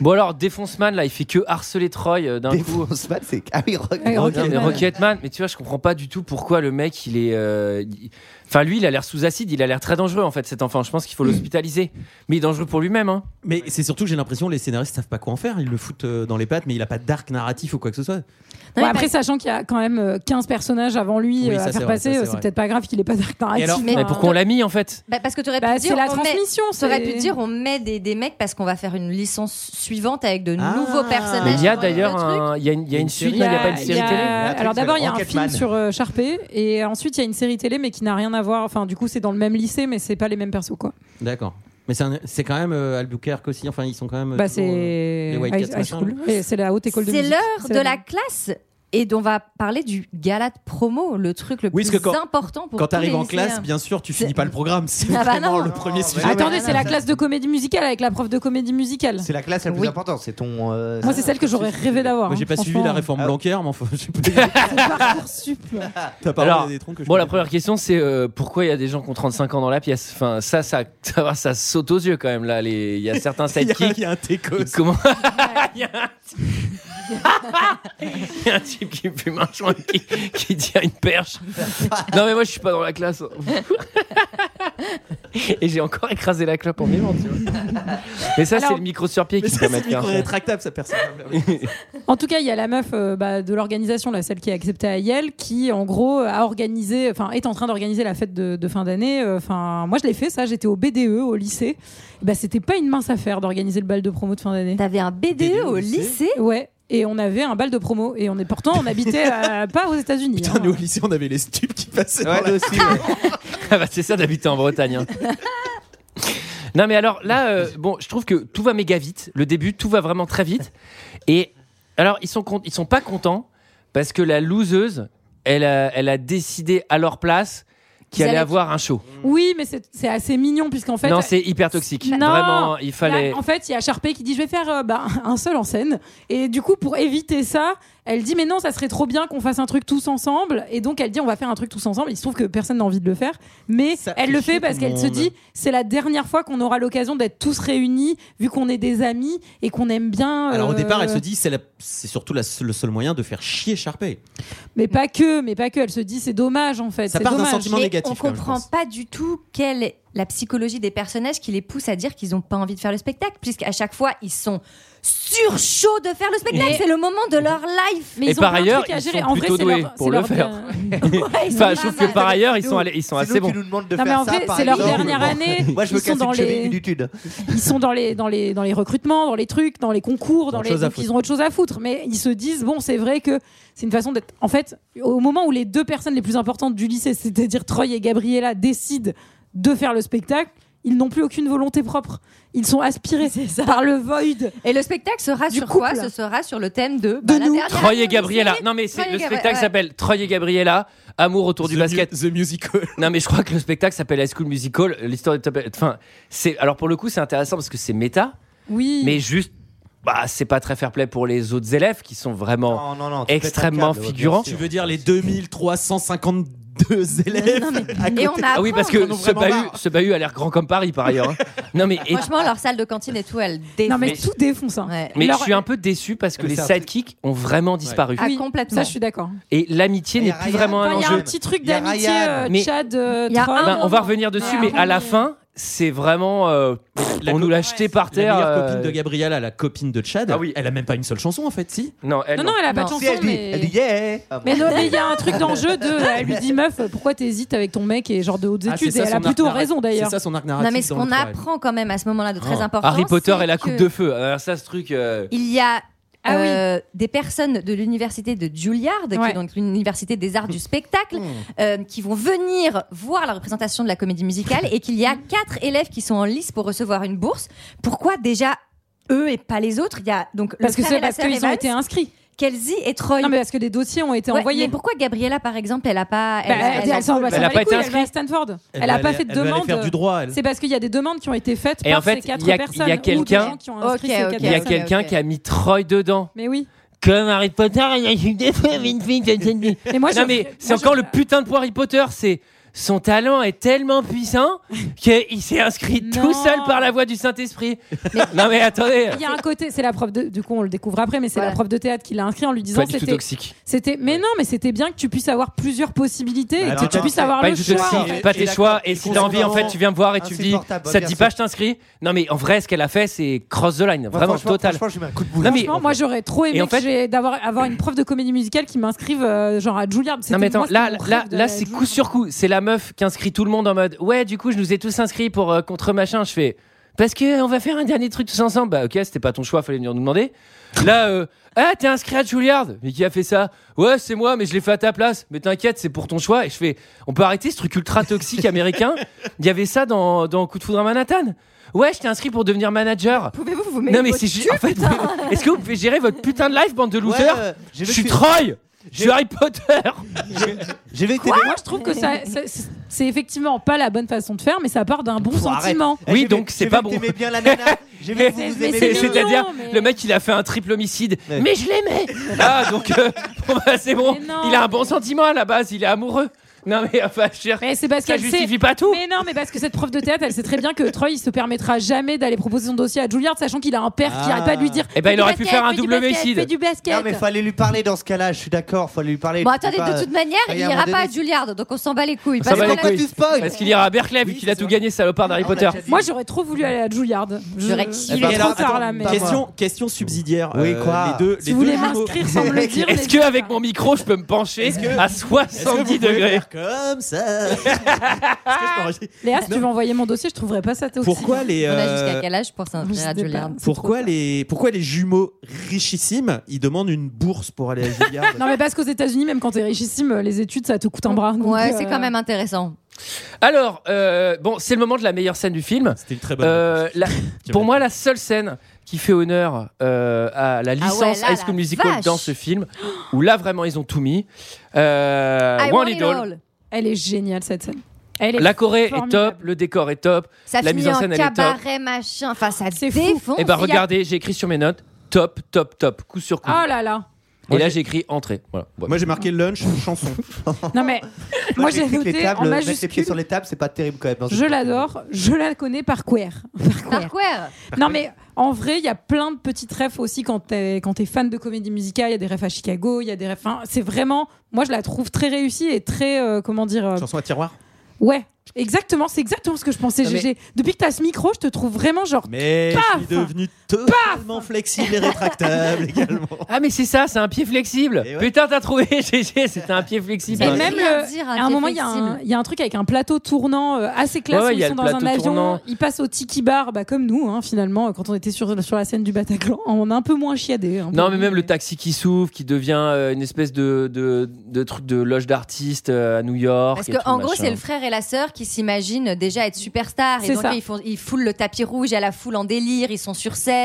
Speaker 1: Bon, alors, Défonceman, là, il fait que harceler Troy euh, d'un coup.
Speaker 6: Défonce pas, c'est ah oui, rock.
Speaker 9: Ouais,
Speaker 1: Non, mais
Speaker 9: Rocketman.
Speaker 1: Rocketman, mais tu vois, je comprends pas du tout pourquoi le mec, il est. euh, il- Enfin, lui, il a l'air sous acide, il a l'air très dangereux en fait, cet enfant. Je pense qu'il faut l'hospitaliser. Mais il est dangereux pour lui-même. Hein.
Speaker 10: Mais c'est surtout, que j'ai l'impression, les scénaristes savent pas quoi en faire. Ils le foutent euh, dans les pattes, mais il a pas d'arc narratif ou quoi que ce soit.
Speaker 9: Bon,
Speaker 7: mais
Speaker 9: après, sachant qu'il y a quand même euh, 15 personnages avant lui
Speaker 10: Oui,
Speaker 9: euh,
Speaker 10: ça,
Speaker 9: à
Speaker 10: c'est
Speaker 9: faire
Speaker 10: vrai,
Speaker 9: passer,
Speaker 10: ça,
Speaker 9: euh,
Speaker 10: c'est
Speaker 9: c'est
Speaker 10: vrai.
Speaker 9: peut-être pas grave qu'il ait pas d'arc narratif.
Speaker 10: alors-
Speaker 7: Mais-
Speaker 1: Mais pourquoi on l'a mis en fait
Speaker 7: Bah, parce que tu aurais
Speaker 9: Bah,
Speaker 7: pu
Speaker 9: c'est
Speaker 7: dire.
Speaker 9: la
Speaker 7: on met-
Speaker 9: transmission.
Speaker 7: T'aurais
Speaker 9: c'est-
Speaker 7: pu dire on met des, des mecs parce qu'on va faire une licence suivante avec de
Speaker 10: Ah.
Speaker 7: nouveaux
Speaker 10: Mais
Speaker 7: personnages.
Speaker 1: Il y a
Speaker 7: dans le
Speaker 1: d'ailleurs
Speaker 7: truc.
Speaker 1: un- il y a une, il y a une
Speaker 10: Une
Speaker 1: suite,
Speaker 10: série.
Speaker 1: non, il n'y a pas une série
Speaker 9: il y a-
Speaker 1: télé.
Speaker 6: un truc
Speaker 9: Alors
Speaker 6: qui
Speaker 9: d'abord, il y a un
Speaker 6: s'appelle
Speaker 9: film
Speaker 6: Rocketman.
Speaker 9: sur euh, Sharpay et ensuite il y a une série télé mais qui n'a rien à voir. Enfin, du coup, c'est dans le même lycée mais c'est pas les mêmes persos quoi.
Speaker 10: D'accord. Mais c'est un- c'est quand même euh, Albuquerque aussi. Enfin, ils sont quand même.
Speaker 9: bah
Speaker 10: toujours, euh,
Speaker 9: c'est ah,
Speaker 10: les White Cats,
Speaker 9: high- high
Speaker 10: machin,
Speaker 9: school. Et c'est la haute école de
Speaker 7: C'est
Speaker 9: musique.
Speaker 7: l'heure de
Speaker 9: la-
Speaker 7: la classe. Et on va parler du gala de promo, le truc le
Speaker 10: Oui, parce
Speaker 7: plus
Speaker 10: que quand-
Speaker 7: important pour
Speaker 10: Quand
Speaker 7: tu
Speaker 10: t'arrives en classe, bien sûr, tu finis pas le programme. C'est
Speaker 7: Ah bah
Speaker 10: vraiment
Speaker 7: non.
Speaker 10: le premier
Speaker 6: Non,
Speaker 10: sujet.
Speaker 6: mais-
Speaker 9: Attendez, c'est la
Speaker 6: Ça-
Speaker 9: classe de comédie musicale avec la prof de comédie musicale.
Speaker 6: C'est la classe la plus
Speaker 7: Oui.
Speaker 6: importante, c'est ton. euh,
Speaker 9: Moi, c'est celle que j'aurais rêvé d'avoir.
Speaker 10: Moi, j'ai pas
Speaker 9: hein,
Speaker 10: suivi la
Speaker 9: franchement.
Speaker 10: réforme Blanquer, mais enfin, j'ai pas.
Speaker 9: Parcoursup.
Speaker 10: T'as parlé
Speaker 1: Alors,
Speaker 10: des troncs que je
Speaker 1: Bon, la
Speaker 10: connais.
Speaker 1: première question, c'est euh, pourquoi il y a des gens qui ont 35 ans dans la pièce Enfin, ça, ça, ça, ça saute aux yeux quand même. Là, les- il y a certains
Speaker 10: Il y a-
Speaker 1: sidekicks.
Speaker 10: Il y a un
Speaker 1: qui
Speaker 10: Técos.
Speaker 1: comment Il y a un type- Il y a un type qui fume un joint qui, qui tient une perche. Non, mais moi, je suis pas dans la classe. Et j'ai encore écrasé la clope en vivant, tu vois. Mais ça,
Speaker 9: Alors-
Speaker 1: c'est le micro sur pied
Speaker 10: Mais
Speaker 1: qui
Speaker 10: ça,
Speaker 1: permet
Speaker 10: c'est
Speaker 1: de faire
Speaker 10: micro
Speaker 1: ça.
Speaker 10: rétractable, ça personne.
Speaker 9: En tout cas, il y a la meuf euh, bah, de l'organisation, là, celle qui est acceptée à Yale, qui en gros a organisé, enfin est en train d'organiser la fête de, de fin d'année. Euh, Enfin, moi je l'ai fait, ça. J'étais au BDE au lycée. Et bah, c'était pas une mince affaire d'organiser le bal de promo de fin d'année.
Speaker 7: T'avais un BDE au lycée
Speaker 9: Ouais. Et on avait un bal de promo. Et on est pourtant, on habitait euh, pas aux États-Unis.
Speaker 10: Putain,
Speaker 9: hein.
Speaker 10: nous au lycée, on avait les stupes qui passaient.
Speaker 6: Ouais,
Speaker 10: dans la-
Speaker 6: nous aussi, ouais.
Speaker 1: Ah bah, c'est ça d'habiter en Bretagne. hein. Non, mais alors là, euh, bon, je trouve que tout va méga vite. Le début, tout va vraiment très vite. Et alors, ils sont, con- ils sont pas contents parce que la loseuse, elle a, elle a décidé à leur place
Speaker 9: Qu'ils
Speaker 1: qu'il allait
Speaker 9: allaient-
Speaker 1: avoir un show.
Speaker 9: Oui, mais c'est c'est assez mignon, puisqu'en fait. euh,
Speaker 1: non, c'est hyper toxique.
Speaker 9: Non.
Speaker 1: Vraiment, il fallait.
Speaker 9: Là, en fait, il y a Sharpay qui dit Je vais faire euh, bah, un seul en scène. Et du coup, pour éviter ça, elle dit Mais non, ça serait trop bien qu'on fasse un truc tous ensemble. Et donc, elle dit On va faire un truc tous ensemble. Il se trouve que personne n'a envie de le faire. Mais elle le fait parce
Speaker 1: tout le
Speaker 9: qu'elle se
Speaker 1: monde.
Speaker 9: dit C'est la dernière fois qu'on aura l'occasion d'être tous réunis, vu qu'on est des amis et qu'on aime bien.
Speaker 10: Alors au
Speaker 9: euh,
Speaker 10: départ, elle se dit c'est la- c'est surtout la- le seul moyen de faire chier Sharpay.
Speaker 9: Mais pas que, mais pas que. Elle se dit C'est dommage en fait.
Speaker 10: Ça
Speaker 9: c'est
Speaker 10: part d'un
Speaker 9: dommage.
Speaker 10: sentiment
Speaker 7: Mais
Speaker 10: négatif,
Speaker 7: on
Speaker 10: quand même, je
Speaker 7: comprend
Speaker 10: pense.
Speaker 7: pas du tout quelle est la psychologie des personnages qui les pousse à dire qu'ils n'ont pas envie de faire le spectacle, puisqu'à chaque fois, ils sont sur chaud de faire le spectacle.
Speaker 9: Et-
Speaker 7: C'est le moment de leur life.
Speaker 1: et par ailleurs, ils sont plutôt doués pour le faire.
Speaker 7: ils
Speaker 1: enfin,
Speaker 7: sont
Speaker 1: je trouve
Speaker 7: pas
Speaker 1: que par
Speaker 7: mal.
Speaker 1: ailleurs, ils sont, allés- ils sont
Speaker 6: C'est
Speaker 1: assez
Speaker 6: nous
Speaker 1: bons.
Speaker 6: qui nous demandent de
Speaker 9: Non, mais
Speaker 6: faire
Speaker 9: en
Speaker 6: ça,
Speaker 9: fait,
Speaker 6: par
Speaker 9: c'est leur
Speaker 6: exemple.
Speaker 9: dernière année.
Speaker 6: Moi, je me
Speaker 9: Ils sont
Speaker 6: casse
Speaker 9: dans
Speaker 6: une cheville
Speaker 9: les-
Speaker 6: du tude.
Speaker 9: ils sont dans les, dans, les, dans les recrutements, dans les trucs, dans les concours, dans
Speaker 10: autre
Speaker 9: les,
Speaker 10: chose à
Speaker 9: donc ils
Speaker 10: foutre.
Speaker 9: ont autre chose à foutre. Mais ils se disent, bon, c'est vrai que c'est une façon d'être. En fait, au moment où les deux personnes les plus importantes du lycée, c'est-à-dire Troy et Gabriella, décident de faire le spectacle, ils n'ont plus aucune volonté propre. Ils sont aspirés par le void.
Speaker 7: Et le spectacle sera
Speaker 9: Du
Speaker 7: sur quoi
Speaker 9: couple.
Speaker 7: Ce sera sur le thème de, bah,
Speaker 9: De
Speaker 7: la
Speaker 9: nous.
Speaker 7: dernière
Speaker 1: Troy et
Speaker 7: année,
Speaker 1: Gabriella.
Speaker 7: c'est-
Speaker 1: Non, mais c'est-
Speaker 7: Troy et
Speaker 1: le
Speaker 7: Gabri-
Speaker 1: spectacle
Speaker 7: ouais.
Speaker 1: s'appelle Troy et Gabriella, Amour autour du
Speaker 11: The
Speaker 1: basket.
Speaker 11: mu- The Musical.
Speaker 1: Non, mais je crois que le spectacle s'appelle High School Musical. L'histoire de. Enfin, c'est. Alors, pour le coup, c'est intéressant parce que c'est méta,
Speaker 9: Oui.
Speaker 1: mais juste. Bah, c'est pas très fair-play pour les autres élèves qui sont vraiment.
Speaker 6: Oh, Non, non, non, tu pètes un
Speaker 1: Extrêmement
Speaker 6: câble,
Speaker 1: figurant.
Speaker 6: bien
Speaker 10: Tu
Speaker 6: sûr.
Speaker 10: veux dire les 2352 élèves à
Speaker 7: Et
Speaker 10: côté-
Speaker 7: on a
Speaker 1: Ah oui,
Speaker 7: apprend.
Speaker 1: parce que ce
Speaker 10: vraiment
Speaker 1: bahut, ce bahut a l'air grand comme Paris par ailleurs. hein. non, mais. et-
Speaker 7: Franchement, leur salle de cantine et tout, elle défonce.
Speaker 9: non, mais,
Speaker 1: mais-
Speaker 9: tout défonce. hein.
Speaker 7: Ouais.
Speaker 1: Mais
Speaker 9: Leur-
Speaker 1: je suis un peu déçu parce que
Speaker 11: Mais
Speaker 1: les
Speaker 11: c'est un truc-
Speaker 1: sidekicks ont vraiment disparu.
Speaker 7: Ah,
Speaker 9: Oui,
Speaker 7: complètement.
Speaker 9: Ça, je suis d'accord.
Speaker 1: Et l'amitié
Speaker 6: Et
Speaker 1: n'est
Speaker 6: Ryan-
Speaker 1: plus vraiment
Speaker 9: Enfin,
Speaker 1: un
Speaker 9: Il y a
Speaker 1: enjeu.
Speaker 9: un petit truc
Speaker 6: Il y a
Speaker 9: d'amitié,
Speaker 6: Ryan.
Speaker 9: euh,
Speaker 1: Mais-
Speaker 9: Chad, euh,
Speaker 7: Il y a
Speaker 9: Troy.
Speaker 7: un
Speaker 1: Ben, on va revenir dessus,
Speaker 7: Ouais,
Speaker 1: mais à la
Speaker 7: revenir.
Speaker 1: fin, c'est vraiment. euh, pff,
Speaker 10: La
Speaker 1: on
Speaker 10: co-
Speaker 1: nous l'a jeté par
Speaker 10: La
Speaker 1: terre.
Speaker 10: meilleure
Speaker 1: euh,
Speaker 10: copine de Gabriella, la copine de Chad,
Speaker 1: Ah oui.
Speaker 10: elle a même pas une seule chanson en fait, si
Speaker 1: Non, elle.
Speaker 9: Non,
Speaker 1: non.
Speaker 9: non, elle a pas de
Speaker 7: Non.
Speaker 9: chanson.
Speaker 6: Si, elle dit,
Speaker 9: mais-
Speaker 6: elle dit yeah Ah
Speaker 9: Mais non, mais il y a un truc d'enjeu de. Elle lui dit meuf, pourquoi t'hésites avec ton mec et genre de hautes
Speaker 10: Ah, c'est
Speaker 9: études
Speaker 10: ça
Speaker 9: Et elle
Speaker 10: son
Speaker 9: a plutôt
Speaker 10: arc narratif.
Speaker 9: raison d'ailleurs.
Speaker 10: C'est ça son arc narratif.
Speaker 7: Non, mais ce
Speaker 10: dans le
Speaker 7: qu'on
Speaker 10: trois, elle.
Speaker 7: apprend quand même à ce moment-là de très
Speaker 1: Oh.
Speaker 7: important.
Speaker 1: Harry Potter
Speaker 7: c'est
Speaker 1: et la coupe
Speaker 7: que
Speaker 1: de feu. Alors ça, ce truc. euh,
Speaker 7: Il y a
Speaker 9: Ah oui.
Speaker 7: euh, des personnes de l'université de Juilliard, qui
Speaker 9: Ouais.
Speaker 7: est donc l'université des arts du spectacle,
Speaker 10: Hmm.
Speaker 7: euh, qui vont venir voir la représentation de la comédie musicale et qu'il y a quatre élèves qui sont en lice pour recevoir une bourse. Pourquoi déjà eux et pas les autres Il y a donc
Speaker 9: Parce que
Speaker 7: le frère
Speaker 9: c'est
Speaker 7: et la
Speaker 9: parce
Speaker 7: sœur
Speaker 9: qu'ils ont
Speaker 7: Evans,
Speaker 9: été inscrits.
Speaker 7: Kelsey et Troy.
Speaker 9: Non, mais parce que des dossiers ont été
Speaker 7: Ouais,
Speaker 9: envoyés.
Speaker 7: mais pourquoi Gabriella, par exemple, elle a pas.
Speaker 9: Bah,
Speaker 7: a-
Speaker 9: elle- elle s'en va-
Speaker 1: elle
Speaker 9: s'en
Speaker 1: a
Speaker 9: va
Speaker 1: pas
Speaker 9: les
Speaker 1: été
Speaker 9: couilles, elle
Speaker 1: inscrite.
Speaker 9: va à Stanford.
Speaker 10: Elle
Speaker 9: Elle
Speaker 10: va
Speaker 9: a pas
Speaker 10: aller-
Speaker 9: fait de
Speaker 10: elle va aller faire du
Speaker 9: demande.
Speaker 10: droit. elle.
Speaker 9: C'est parce qu'il y a des demandes qui ont été faites
Speaker 1: Et
Speaker 9: par
Speaker 1: en fait,
Speaker 9: ces quatre
Speaker 1: il y a-
Speaker 9: personnes.
Speaker 1: il y a
Speaker 9: ou des
Speaker 1: quelqu'un-
Speaker 9: gens qui ont inscrit
Speaker 7: Ok,
Speaker 9: ces
Speaker 7: ok,
Speaker 9: quatre
Speaker 1: Il y a
Speaker 7: ok,
Speaker 9: personnes.
Speaker 1: quelqu'un
Speaker 7: ok.
Speaker 1: qui a mis Troy dedans.
Speaker 9: Mais oui.
Speaker 1: Comme Harry Potter, il y a eu des fois une fille qui a été née.
Speaker 9: Mais moi,
Speaker 1: Non
Speaker 9: je-
Speaker 1: mais
Speaker 9: moi,
Speaker 1: c'est
Speaker 9: je-
Speaker 1: encore le putain de Harry Potter, c'est son talent est tellement puissant qu'il s'est inscrit
Speaker 9: Non.
Speaker 1: tout seul par la voix du Saint-Esprit. non mais attendez,
Speaker 9: Il y a un côté, c'est la prof de, du coup on le découvre après, mais c'est
Speaker 7: Voilà.
Speaker 9: la prof de théâtre qui l'a inscrit en lui disant
Speaker 1: pas du tout
Speaker 9: c'était,
Speaker 1: toxique.
Speaker 9: c'était, mais non, mais c'était bien que tu puisses avoir plusieurs possibilités et
Speaker 6: Bah,
Speaker 9: que tu
Speaker 6: non,
Speaker 9: puisses
Speaker 6: non,
Speaker 9: avoir
Speaker 1: Pas
Speaker 9: le
Speaker 1: du tout
Speaker 9: choix.
Speaker 1: toxique,
Speaker 9: en fait.
Speaker 1: pas tes
Speaker 6: Et
Speaker 1: choix.
Speaker 6: d'accord,
Speaker 1: Et si
Speaker 6: ils
Speaker 1: t'as envie, en fait,
Speaker 6: consomment
Speaker 1: tu viens me voir et tu me dis,
Speaker 6: insupportable,
Speaker 1: ça te
Speaker 6: bien
Speaker 1: dit
Speaker 6: sûr.
Speaker 1: pas, je t'inscris. Non mais en vrai, ce qu'elle a fait, c'est cross the line, vraiment
Speaker 6: Franchement,
Speaker 1: total.
Speaker 6: Franchement, je mets un coup de
Speaker 1: Non,
Speaker 6: boule.
Speaker 1: mais-
Speaker 9: Franchement, moi j'aurais trop aimé
Speaker 1: Et en fait-
Speaker 9: que j'ai- d'avoir avoir une prof de comédie musicale qui m'inscrive euh, genre à Juilliard. C'était-
Speaker 1: Non mais attends,
Speaker 9: moi, c'était
Speaker 1: là,
Speaker 9: mon rêve
Speaker 1: là,
Speaker 9: d'aller à
Speaker 1: là c'est
Speaker 9: Juilliard.
Speaker 1: coup sur coup. C'est la meuf qui inscrit tout le monde en mode ouais, du coup, je nous ai tous inscrits pour euh, contre machin. Je fais parce que on va faire un dernier truc tous ensemble. Bah ok, c'était pas ton choix, fallait venir nous demander. Là, euh, ah t'es inscrit à Juilliard. Mais qui a fait ça Ouais, c'est moi, mais je l'ai fait à ta place. Mais t'inquiète, c'est pour ton choix. Et je fais, on peut arrêter ce truc ultra toxique américain. Il y avait ça dans dans Coup de foudre à Manhattan. Ouais, je t'ai inscrit pour devenir manager.
Speaker 7: Pouvez-vous vous
Speaker 1: Non
Speaker 7: mettre
Speaker 1: mais
Speaker 7: votre
Speaker 1: c'est juste. En fait, est-ce que vous pouvez gérer votre putain de life bande de
Speaker 6: Ouais,
Speaker 1: losers
Speaker 6: euh, j'ai
Speaker 1: Je
Speaker 6: vu
Speaker 1: suis
Speaker 6: que-
Speaker 1: Troy. Je suis
Speaker 6: j'ai-
Speaker 1: Harry Potter.
Speaker 6: J'ai vu que t'es
Speaker 9: Mais moi, je trouve que ça, ça- c'est- c'est effectivement pas la bonne façon de faire, mais ça part d'un bon
Speaker 6: Faut arrêter.
Speaker 9: sentiment.
Speaker 6: Eh,
Speaker 1: Oui,
Speaker 6: j'ai vu-
Speaker 1: donc, c'est
Speaker 6: j'ai vu
Speaker 1: pas
Speaker 6: que
Speaker 1: bon.
Speaker 6: T'aimais bien la nana. J'ai vu que vous
Speaker 9: Mais-
Speaker 6: vous
Speaker 9: mais
Speaker 6: aimez
Speaker 9: c'est
Speaker 6: bien.
Speaker 9: mignon,
Speaker 1: C'est-à-dire,
Speaker 9: mais-
Speaker 1: le mec, il a fait un triple homicide,
Speaker 6: Ouais.
Speaker 1: mais je l'aimais. Ah, donc, euh, bon, bah, c'est bon.
Speaker 9: Mais non.
Speaker 1: Il a un bon sentiment à la base, il est amoureux. Non, mais enfin, je veux dire,
Speaker 9: Mais c'est parce
Speaker 1: ça
Speaker 9: qu'elle sait.
Speaker 1: justifie pas tout.
Speaker 9: Mais non, mais parce que cette prof de théâtre, elle sait très bien que Troy, il se permettra jamais d'aller proposer son dossier à Juilliard, sachant qu'il a un père qui
Speaker 6: Ah.
Speaker 9: arrête pas de lui dire.
Speaker 1: Eh ben,
Speaker 9: Fais
Speaker 1: il
Speaker 9: du
Speaker 1: aurait pu
Speaker 9: basket,
Speaker 1: faire un
Speaker 9: fais du
Speaker 1: double
Speaker 9: basket,
Speaker 1: homicide.
Speaker 9: Fais du basket.
Speaker 6: Non, mais fallait lui parler dans ce cas-là, je suis d'accord, fallait lui parler.
Speaker 7: Bon,
Speaker 6: Tu peux
Speaker 7: attendez,
Speaker 6: pas- Ah,
Speaker 7: de toute manière,
Speaker 6: il y
Speaker 7: il
Speaker 6: a un
Speaker 7: ira
Speaker 6: moment
Speaker 7: pas à
Speaker 6: donné-
Speaker 7: Juilliard, donc on s'en bat les couilles.
Speaker 1: s'en
Speaker 7: Parce
Speaker 1: bat
Speaker 7: que
Speaker 1: les couilles.
Speaker 7: là-
Speaker 6: Pourquoi tu spoil
Speaker 1: Parce qu'il ira à Berkeley, vu qu'il a tout gagné, salopard d'Harry
Speaker 9: Ah,
Speaker 6: On
Speaker 9: bah,
Speaker 6: a
Speaker 1: Potter.
Speaker 6: déjà dit.
Speaker 9: Moi, j'aurais trop voulu aller à Juilliard. Je-
Speaker 7: J'aurais
Speaker 9: Il
Speaker 7: kiffé.
Speaker 9: est
Speaker 10: Eh ben,
Speaker 9: trop
Speaker 10: alors,
Speaker 9: tard
Speaker 10: attends,
Speaker 9: là, mais.
Speaker 10: Question, question subsidiaire.
Speaker 6: Oui,
Speaker 10: euh,
Speaker 6: quoi
Speaker 10: les deux,
Speaker 9: Si
Speaker 10: les
Speaker 9: vous
Speaker 10: deux
Speaker 9: voulez
Speaker 10: jumeaux-
Speaker 9: m'inscrire sans me le dire.
Speaker 1: Est-ce
Speaker 9: n'hésitez
Speaker 1: que avec
Speaker 9: pas.
Speaker 1: mon micro, je peux me pencher
Speaker 10: Est-ce que-
Speaker 1: à
Speaker 10: Est-ce que vous pouvez
Speaker 1: 70 degrés
Speaker 10: faire comme ça Est-ce que je peux enregistrer
Speaker 9: Léa, si tu veux envoyer mon dossier, je trouverai pas ça toxique.
Speaker 10: Pourquoi les
Speaker 7: On a
Speaker 10: euh,
Speaker 7: jusqu'à quel âge pour s'inscrire à
Speaker 9: je sais
Speaker 7: Juilliard
Speaker 9: pas.
Speaker 10: pourquoi les pourquoi les jumeaux richissimes ils demandent une bourse pour aller à Juilliard
Speaker 9: euh, Non, mais parce qu'aux États-Unis, même quand t'es richissime, les études, ça te coûte un bras. donc,
Speaker 7: Ouais,
Speaker 9: euh,
Speaker 7: c'est quand même intéressant.
Speaker 1: Alors, euh, bon, c'est le moment de la meilleure scène du film. C'était une très
Speaker 10: bonne
Speaker 1: pour moi, la seule scène qui fait honneur euh, à la licence
Speaker 7: ouais, là,
Speaker 1: High School
Speaker 7: la
Speaker 1: Musical
Speaker 7: vache.
Speaker 1: dans ce film, où là vraiment ils ont tout mis. Euh,
Speaker 9: I
Speaker 1: Want
Speaker 9: want
Speaker 1: It
Speaker 9: it
Speaker 1: All.
Speaker 9: all. Elle est géniale cette scène. Elle est
Speaker 1: La Corée est
Speaker 9: formidable.
Speaker 1: top, le décor est top,
Speaker 7: Ça
Speaker 1: la
Speaker 7: finit
Speaker 1: mise en scène
Speaker 7: en
Speaker 1: elle est top.
Speaker 7: cabaret, machin. Enfin, ça défonce.
Speaker 1: Et bah
Speaker 7: Il y a-
Speaker 1: regardez, j'ai écrit sur mes notes top, top, top, coup sur coup.
Speaker 9: Oh là là.
Speaker 1: Et là j'ai écrit entrée. Voilà.
Speaker 11: Moi j'ai marqué lunch, chanson.
Speaker 9: Non mais moi j'ai
Speaker 6: J'écris que les
Speaker 9: noté
Speaker 6: tables,
Speaker 9: en
Speaker 6: mettre les pieds
Speaker 9: majuscule.
Speaker 6: sur les tables, c'est pas terrible quand même. dans
Speaker 9: Je
Speaker 6: cette-
Speaker 9: l'adore, je la connais par queer.
Speaker 7: Par quoi
Speaker 9: Non mais en vrai, il y a plein de petites refs aussi quand t'es quand t'es fan de comédie musicale. Il y a des refs à Chicago, il y a des refs. enfin, c'est vraiment, moi je la trouve très réussie et très euh, comment dire. euh,
Speaker 11: Chanson à tiroir.
Speaker 9: ouais, exactement, c'est exactement ce que je pensais.
Speaker 1: Non, mais-
Speaker 9: GG. Depuis que t'as ce micro, je te trouve vraiment genre.
Speaker 11: Mais je suis
Speaker 9: Paf
Speaker 11: devenu totalement flexible et rétractable également.
Speaker 1: Ah mais c'est ça, c'est un pied flexible.
Speaker 11: Et ouais.
Speaker 1: Putain t'as trouvé GG, c'était un pied flexible.
Speaker 9: Et
Speaker 1: Ouais.
Speaker 9: même
Speaker 7: rien
Speaker 9: le-
Speaker 7: dire, un
Speaker 9: Euh, à un
Speaker 7: pied
Speaker 9: moment, il y, a
Speaker 7: flexible.
Speaker 9: un- il y a un truc avec un plateau tournant euh, assez classe
Speaker 1: Ouais, ouais,
Speaker 9: où
Speaker 1: il y
Speaker 9: ils
Speaker 1: a
Speaker 9: sont
Speaker 1: le
Speaker 9: dans un
Speaker 1: plateau
Speaker 9: avion.
Speaker 1: tournant.
Speaker 9: Ils passent au tiki bar, bah, comme nous hein, finalement euh, quand on était sur, sur la scène du Bataclan, on a un peu moins chiadé. hein, un peu
Speaker 1: Non mais
Speaker 9: moins,
Speaker 1: même le taxi qui s'ouvre, qui devient euh, une espèce de, de, de truc de loge d'artistes euh, à New York.
Speaker 7: Parce
Speaker 1: et
Speaker 7: que
Speaker 1: tout,
Speaker 7: en gros,
Speaker 1: machin.
Speaker 7: c'est le frère et la sœur qui s'imaginent déjà être superstars et
Speaker 9: C'est
Speaker 7: donc
Speaker 9: ça.
Speaker 7: ils font ils foulent le tapis rouge, elle a foule en délire, ils sont sur scène.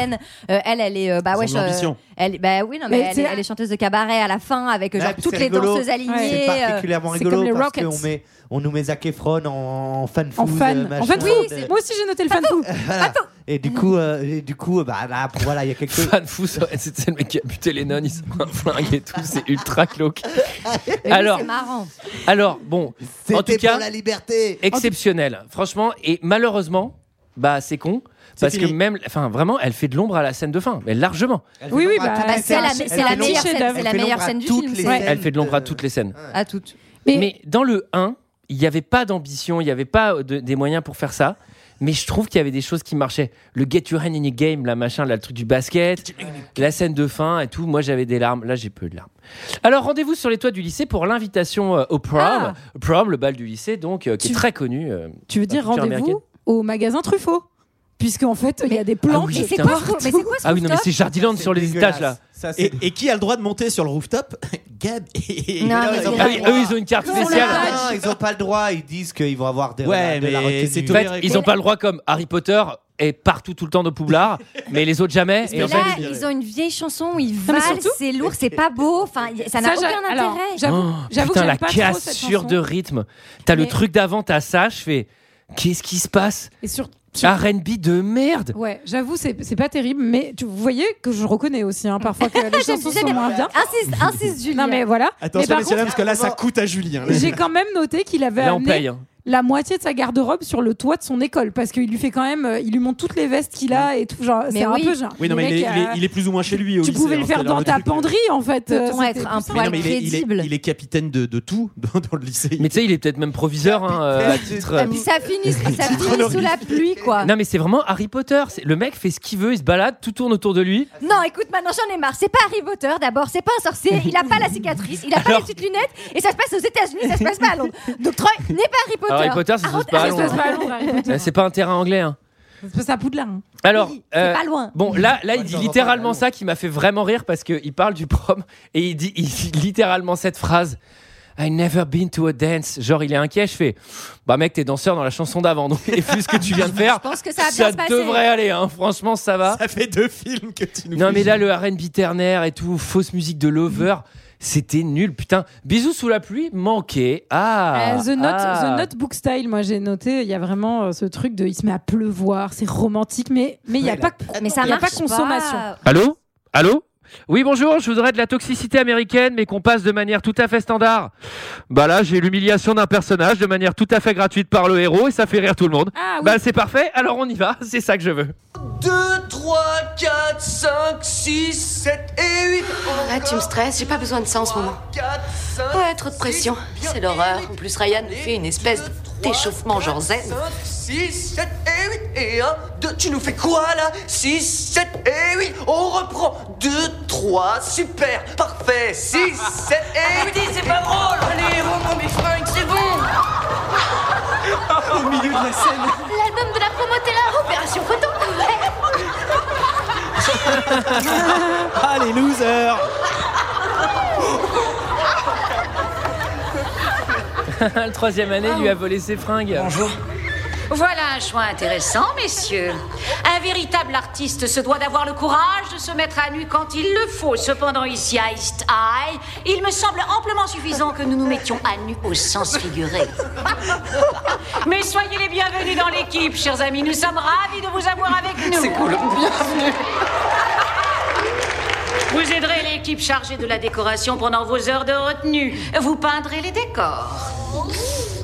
Speaker 7: Euh, elle elle est euh, bah
Speaker 11: Ils
Speaker 7: ouais,
Speaker 11: ont de
Speaker 7: je-
Speaker 11: l'ambition.
Speaker 7: elle bah oui non mais,
Speaker 9: Mais
Speaker 7: elle,
Speaker 9: c'est
Speaker 7: est,
Speaker 9: là-
Speaker 7: elle est chanteuse de cabaret à la fin avec euh,
Speaker 6: Ouais,
Speaker 7: genre
Speaker 6: puis
Speaker 7: toutes
Speaker 6: c'est
Speaker 7: les
Speaker 6: rigolo.
Speaker 7: danseuses
Speaker 6: C'est
Speaker 7: alignées. euh,
Speaker 6: particulièrement
Speaker 9: c'est
Speaker 6: rigolo
Speaker 9: comme les
Speaker 6: parce
Speaker 9: Rockets.
Speaker 6: qu'on met, on nous met Zac Efron en, en fan
Speaker 9: En
Speaker 6: food, euh,
Speaker 9: fan.
Speaker 6: machin.
Speaker 9: En fan
Speaker 7: Oui,
Speaker 9: food.
Speaker 7: c'est-
Speaker 9: Moi aussi j'ai noté le fan food.
Speaker 6: Voilà. Et du coup, euh, et du
Speaker 11: Oh,
Speaker 6: coup, euh, bah là, voilà, il y a quelque chose.
Speaker 1: Fan fou, ça, c'est c'est le mec qui a buté les nonnes, ils sont un flingue et tout, c'est ultra glauque.
Speaker 7: mais oui,
Speaker 1: Alors,
Speaker 7: c'est marrant.
Speaker 1: alors bon, en tout
Speaker 6: C'était
Speaker 1: cas-
Speaker 6: pour la liberté.
Speaker 1: exceptionnel, franchement, et malheureusement, bah c'est con.
Speaker 11: C'est
Speaker 1: Parce que
Speaker 11: fini.
Speaker 1: même, enfin vraiment, elle fait de l'ombre à la scène de fin, mais largement.
Speaker 9: Oui, oui, bah,
Speaker 7: Bah,
Speaker 9: Elle
Speaker 7: c'est
Speaker 9: fait
Speaker 7: la,
Speaker 9: un-
Speaker 7: c'est
Speaker 9: elle fait
Speaker 7: la meilleure
Speaker 9: l'ombre à-
Speaker 7: scène, c'est
Speaker 9: elle
Speaker 7: la
Speaker 6: fait
Speaker 7: meilleure
Speaker 6: l'ombre à
Speaker 7: scène du
Speaker 6: toutes
Speaker 7: film,
Speaker 6: les
Speaker 7: c'est
Speaker 6: scènes.
Speaker 1: Elle fait de l'ombre à
Speaker 6: de-
Speaker 1: toutes les scènes.
Speaker 7: à toutes.
Speaker 9: Mais-
Speaker 1: Mais dans le 1, il n'y avait pas d'ambition, il n'y avait pas de- des moyens pour faire ça. Mais je trouve qu'il y avait des choses qui marchaient. Le Get Your Hand in a Game, là, machin, là, le truc du basket, la scène de fin et tout. Moi, j'avais des larmes. Là, j'ai peu de larmes. Alors, rendez-vous sur les toits du lycée pour l'invitation euh, au prom.
Speaker 9: Ah.
Speaker 1: Prom, le bal du lycée, donc, euh, qui est
Speaker 9: Tu-
Speaker 1: très connu. euh.
Speaker 9: Tu veux dire
Speaker 1: culture américaine.
Speaker 9: rendez-vous au magasin Truffaut Puisqu'en fait, il y a des plantes.
Speaker 1: Ah oui,
Speaker 7: Mais c'est
Speaker 1: putain.
Speaker 7: quoi ce mais c'est quoi ce
Speaker 1: Ah oui, non, mais
Speaker 7: rooftop
Speaker 1: c'est Jardiland sur les étages, là.
Speaker 11: Et, et qui a le droit de monter sur le rooftop Gab et.
Speaker 7: Non,
Speaker 11: Là,
Speaker 7: mais
Speaker 11: ils ont
Speaker 7: c'est
Speaker 11: pas
Speaker 1: Ah
Speaker 11: le
Speaker 1: oui,
Speaker 11: droit.
Speaker 1: eux, ils ont une carte
Speaker 9: Ils ont la
Speaker 1: spéciale.
Speaker 9: vache.
Speaker 7: Ah,
Speaker 6: Non, ils ont pas le droit. Ils disent qu'ils vont avoir des
Speaker 11: Ouais,
Speaker 6: de la
Speaker 11: mais
Speaker 6: retenue.
Speaker 11: c'est
Speaker 1: En fait,
Speaker 11: toléré.
Speaker 1: ils n'ont pas le droit comme Harry Potter est partout tout le temps de Poudlard, mais les autres jamais.
Speaker 7: Mais
Speaker 1: Et en fait,
Speaker 7: là, ils ont une vieille chanson où ils
Speaker 9: mais
Speaker 7: valent,
Speaker 9: surtout-
Speaker 7: c'est lourd, c'est pas beau, enfin, y- ça n'a
Speaker 9: j'a-
Speaker 7: aucun
Speaker 9: alors,
Speaker 7: intérêt.
Speaker 9: J'avoue,
Speaker 1: Oh,
Speaker 9: j'avoue que
Speaker 1: putain,
Speaker 9: j'aime
Speaker 1: la
Speaker 9: pas trop cette
Speaker 1: cassure
Speaker 9: chanson.
Speaker 1: de rythme. T'as le
Speaker 9: Mais-
Speaker 1: truc d'avant, t'as ça, je fais. Qu'est-ce qui se passe
Speaker 9: Et sur- sur-
Speaker 1: RB de merde
Speaker 9: Ouais, j'avoue, c'est c'est pas terrible, mais tu, vous voyez que je reconnais aussi hein, parfois que les chansons
Speaker 7: disais,
Speaker 9: sont
Speaker 7: mais-
Speaker 9: moins bien.
Speaker 7: Insiste, insiste,
Speaker 9: Non
Speaker 7: Julien.
Speaker 9: mais voilà. mais
Speaker 11: Attention,
Speaker 9: par
Speaker 11: messieurs, dames, parce que là, ça
Speaker 6: vraiment-
Speaker 11: coûte à Julien.
Speaker 9: contre, j'ai quand même noté qu'il avait
Speaker 1: Là, on
Speaker 9: amené
Speaker 1: paye. hein.
Speaker 9: la moitié de sa garde-robe sur le toit de son école parce qu'il lui fait quand même, euh, il lui montre toutes les vestes qu'il a et tout genre.
Speaker 7: Mais
Speaker 9: C'est
Speaker 7: oui.
Speaker 9: un peu genre.
Speaker 11: Oui, non,
Speaker 9: le
Speaker 11: mais il est,
Speaker 9: mec,
Speaker 11: il est-
Speaker 9: euh,
Speaker 11: il est plus ou moins chez lui. au
Speaker 9: tu
Speaker 11: lycée,
Speaker 9: pouvais
Speaker 11: hein,
Speaker 9: le
Speaker 11: c'est
Speaker 9: faire dans
Speaker 11: le
Speaker 9: ta
Speaker 11: truc.
Speaker 9: penderie en fait. euh,
Speaker 7: Peut-on
Speaker 9: c'était
Speaker 7: être un
Speaker 9: plus
Speaker 11: Mais
Speaker 7: poil
Speaker 11: non, mais il, est, il est-
Speaker 7: crédible
Speaker 11: il est capitaine de, de tout dans, dans le lycée. Ah,
Speaker 1: Mais tu sais, il est peut-être même proviseur hein, euh, à titre.
Speaker 9: Ah,
Speaker 1: euh,
Speaker 7: Puis ça finit, ça finit sous la pluie, quoi.
Speaker 1: Non, mais c'est vraiment Harry Potter. C'est- Le mec fait ce qu'il veut, il se balade, tout tourne autour de
Speaker 9: Ah,
Speaker 1: lui.
Speaker 7: Non, écoute, maintenant j'en ai marre. C'est pas Harry Potter d'abord, c'est pas un sorcier, il a pas la cicatrice, il a pas les petites lunettes, et ça se passe aux États-Unis, ça se passe pas à Londres. Donc Troy n'est pas Harry Potter. Ah,
Speaker 1: Harry Potter, ça se passe pas à
Speaker 9: Ça se
Speaker 1: Londres.
Speaker 9: passe pas à Londres, Harry Potter.
Speaker 1: Euh, C'est pas un terrain anglais. hein.
Speaker 9: Ça se passe à Poudlard. hein.
Speaker 1: Alors,
Speaker 7: Oui,
Speaker 1: euh,
Speaker 7: C'est pas loin.
Speaker 1: Bon, là, là il
Speaker 6: Ouais,
Speaker 1: dit
Speaker 6: j'en entends
Speaker 1: littéralement
Speaker 6: parler.
Speaker 1: ça qui m'a fait vraiment rire parce qu'il parle du prom et il dit, il dit littéralement cette phrase. I never been to a dance. Genre, il est inquiet. Je fais, bah mec, t'es danseur dans la chanson d'avant. Donc, et vu ce que tu viens de faire,
Speaker 7: Je pense que ça va bien se passer.
Speaker 1: devrait aller. hein. Franchement, ça va.
Speaker 11: Ça fait deux films que tu nous
Speaker 1: Non,
Speaker 11: fais
Speaker 1: mais là,
Speaker 11: chier.
Speaker 1: le RB ternaire et tout, fausse musique de Lover, c'était nul. Putain, bisous sous la pluie, manqué. Ah,
Speaker 9: Euh, the, Not-
Speaker 1: ah.
Speaker 9: The Notebook Style, moi j'ai noté, il y a vraiment euh, ce truc de il se met à pleuvoir, c'est romantique, mais mais il n'y a
Speaker 6: Ouais,
Speaker 9: pas
Speaker 7: Mais ça
Speaker 9: il y a pas
Speaker 7: marche
Speaker 9: consommation.
Speaker 1: Allô Allô Oui, bonjour, je voudrais de la toxicité américaine, mais qu'on passe de manière tout à fait standard. Bah là, j'ai l'humiliation d'un personnage de manière tout à fait gratuite par le héros et ça fait rire tout le monde.
Speaker 9: Ah oui.
Speaker 1: Bah c'est parfait, alors on y va, c'est ça que je veux.
Speaker 2: 2, 3, 4, 5, 6, 7 et 8.
Speaker 8: Ah, tu me stresses, j'ai pas besoin de ça en ce moment.
Speaker 2: 4, 5.
Speaker 8: Ouais, trop de pression, c'est l'horreur. En plus, Ryan fait une espèce d'échauffement genre zen.
Speaker 2: 6, 7 et 8 eh et 1, 2, tu nous fais quoi là 6, 7 et 8, on reprend 2, 3, super, parfait 6, 7 et 8 c'est pas drôle Allez, reprends mes fringues, c'est bon
Speaker 11: au milieu de la scène.
Speaker 8: L'album de la promo Taylor, opération photo.
Speaker 11: Ah, les losers
Speaker 1: le troisième année lui a volé ses fringues. Bonjour.
Speaker 12: Voilà un choix intéressant, messieurs. Un véritable artiste se doit d'avoir le courage de se mettre à nu quand il le faut. Cependant, ici à East High, il me semble amplement suffisant que nous nous mettions à nu au sens figuré. Mais soyez les bienvenus dans l'équipe, chers amis. Nous sommes ravis de vous avoir avec nous. C'est cool. Bienvenue. Vous aiderez l'équipe chargée de la décoration pendant vos heures de retenue. Vous peindrez les décors.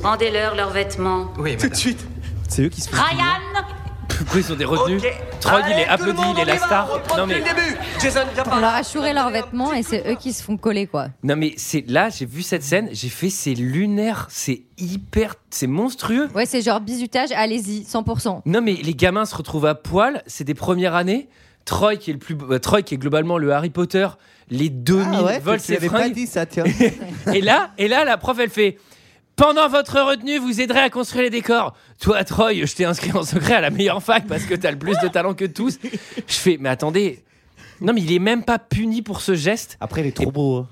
Speaker 12: Rendez-leur leurs vêtements.
Speaker 1: Oui, tout de suite.
Speaker 10: C'est eux qui se
Speaker 12: Ryan,
Speaker 1: Pourquoi ils ont des retenues Troll, il est applaudi, il est la star. Non mais,
Speaker 2: Jason,
Speaker 7: On leur a chouré leurs vêtements et c'est eux qui se font coller quoi.
Speaker 1: non mais c'est là, j'ai vu cette scène, j'ai fait c'est lunaire, c'est hyper, c'est monstrueux.
Speaker 7: Ouais, c'est genre bizutage, allez-y, 100%.
Speaker 1: Non mais les gamins se retrouvent à poil, c'est des premières années. Troy qui est le plus, bah, Troy qui est globalement le Harry Potter, les 2000
Speaker 6: Ah ouais,
Speaker 1: volent
Speaker 6: tu
Speaker 1: ses
Speaker 6: l'avais pas
Speaker 1: fringues.
Speaker 6: dit ça, tiens.
Speaker 1: Et là, et là, la prof, elle fait Pendant votre retenue, vous aiderez à construire les décors. Toi, Troy, je t'ai inscrit en secret à la meilleure fac parce que t'as le plus de talent que tous. Je fais Mais attendez, non, mais il est même pas puni pour ce geste.
Speaker 6: Après, il est trop beau. hein.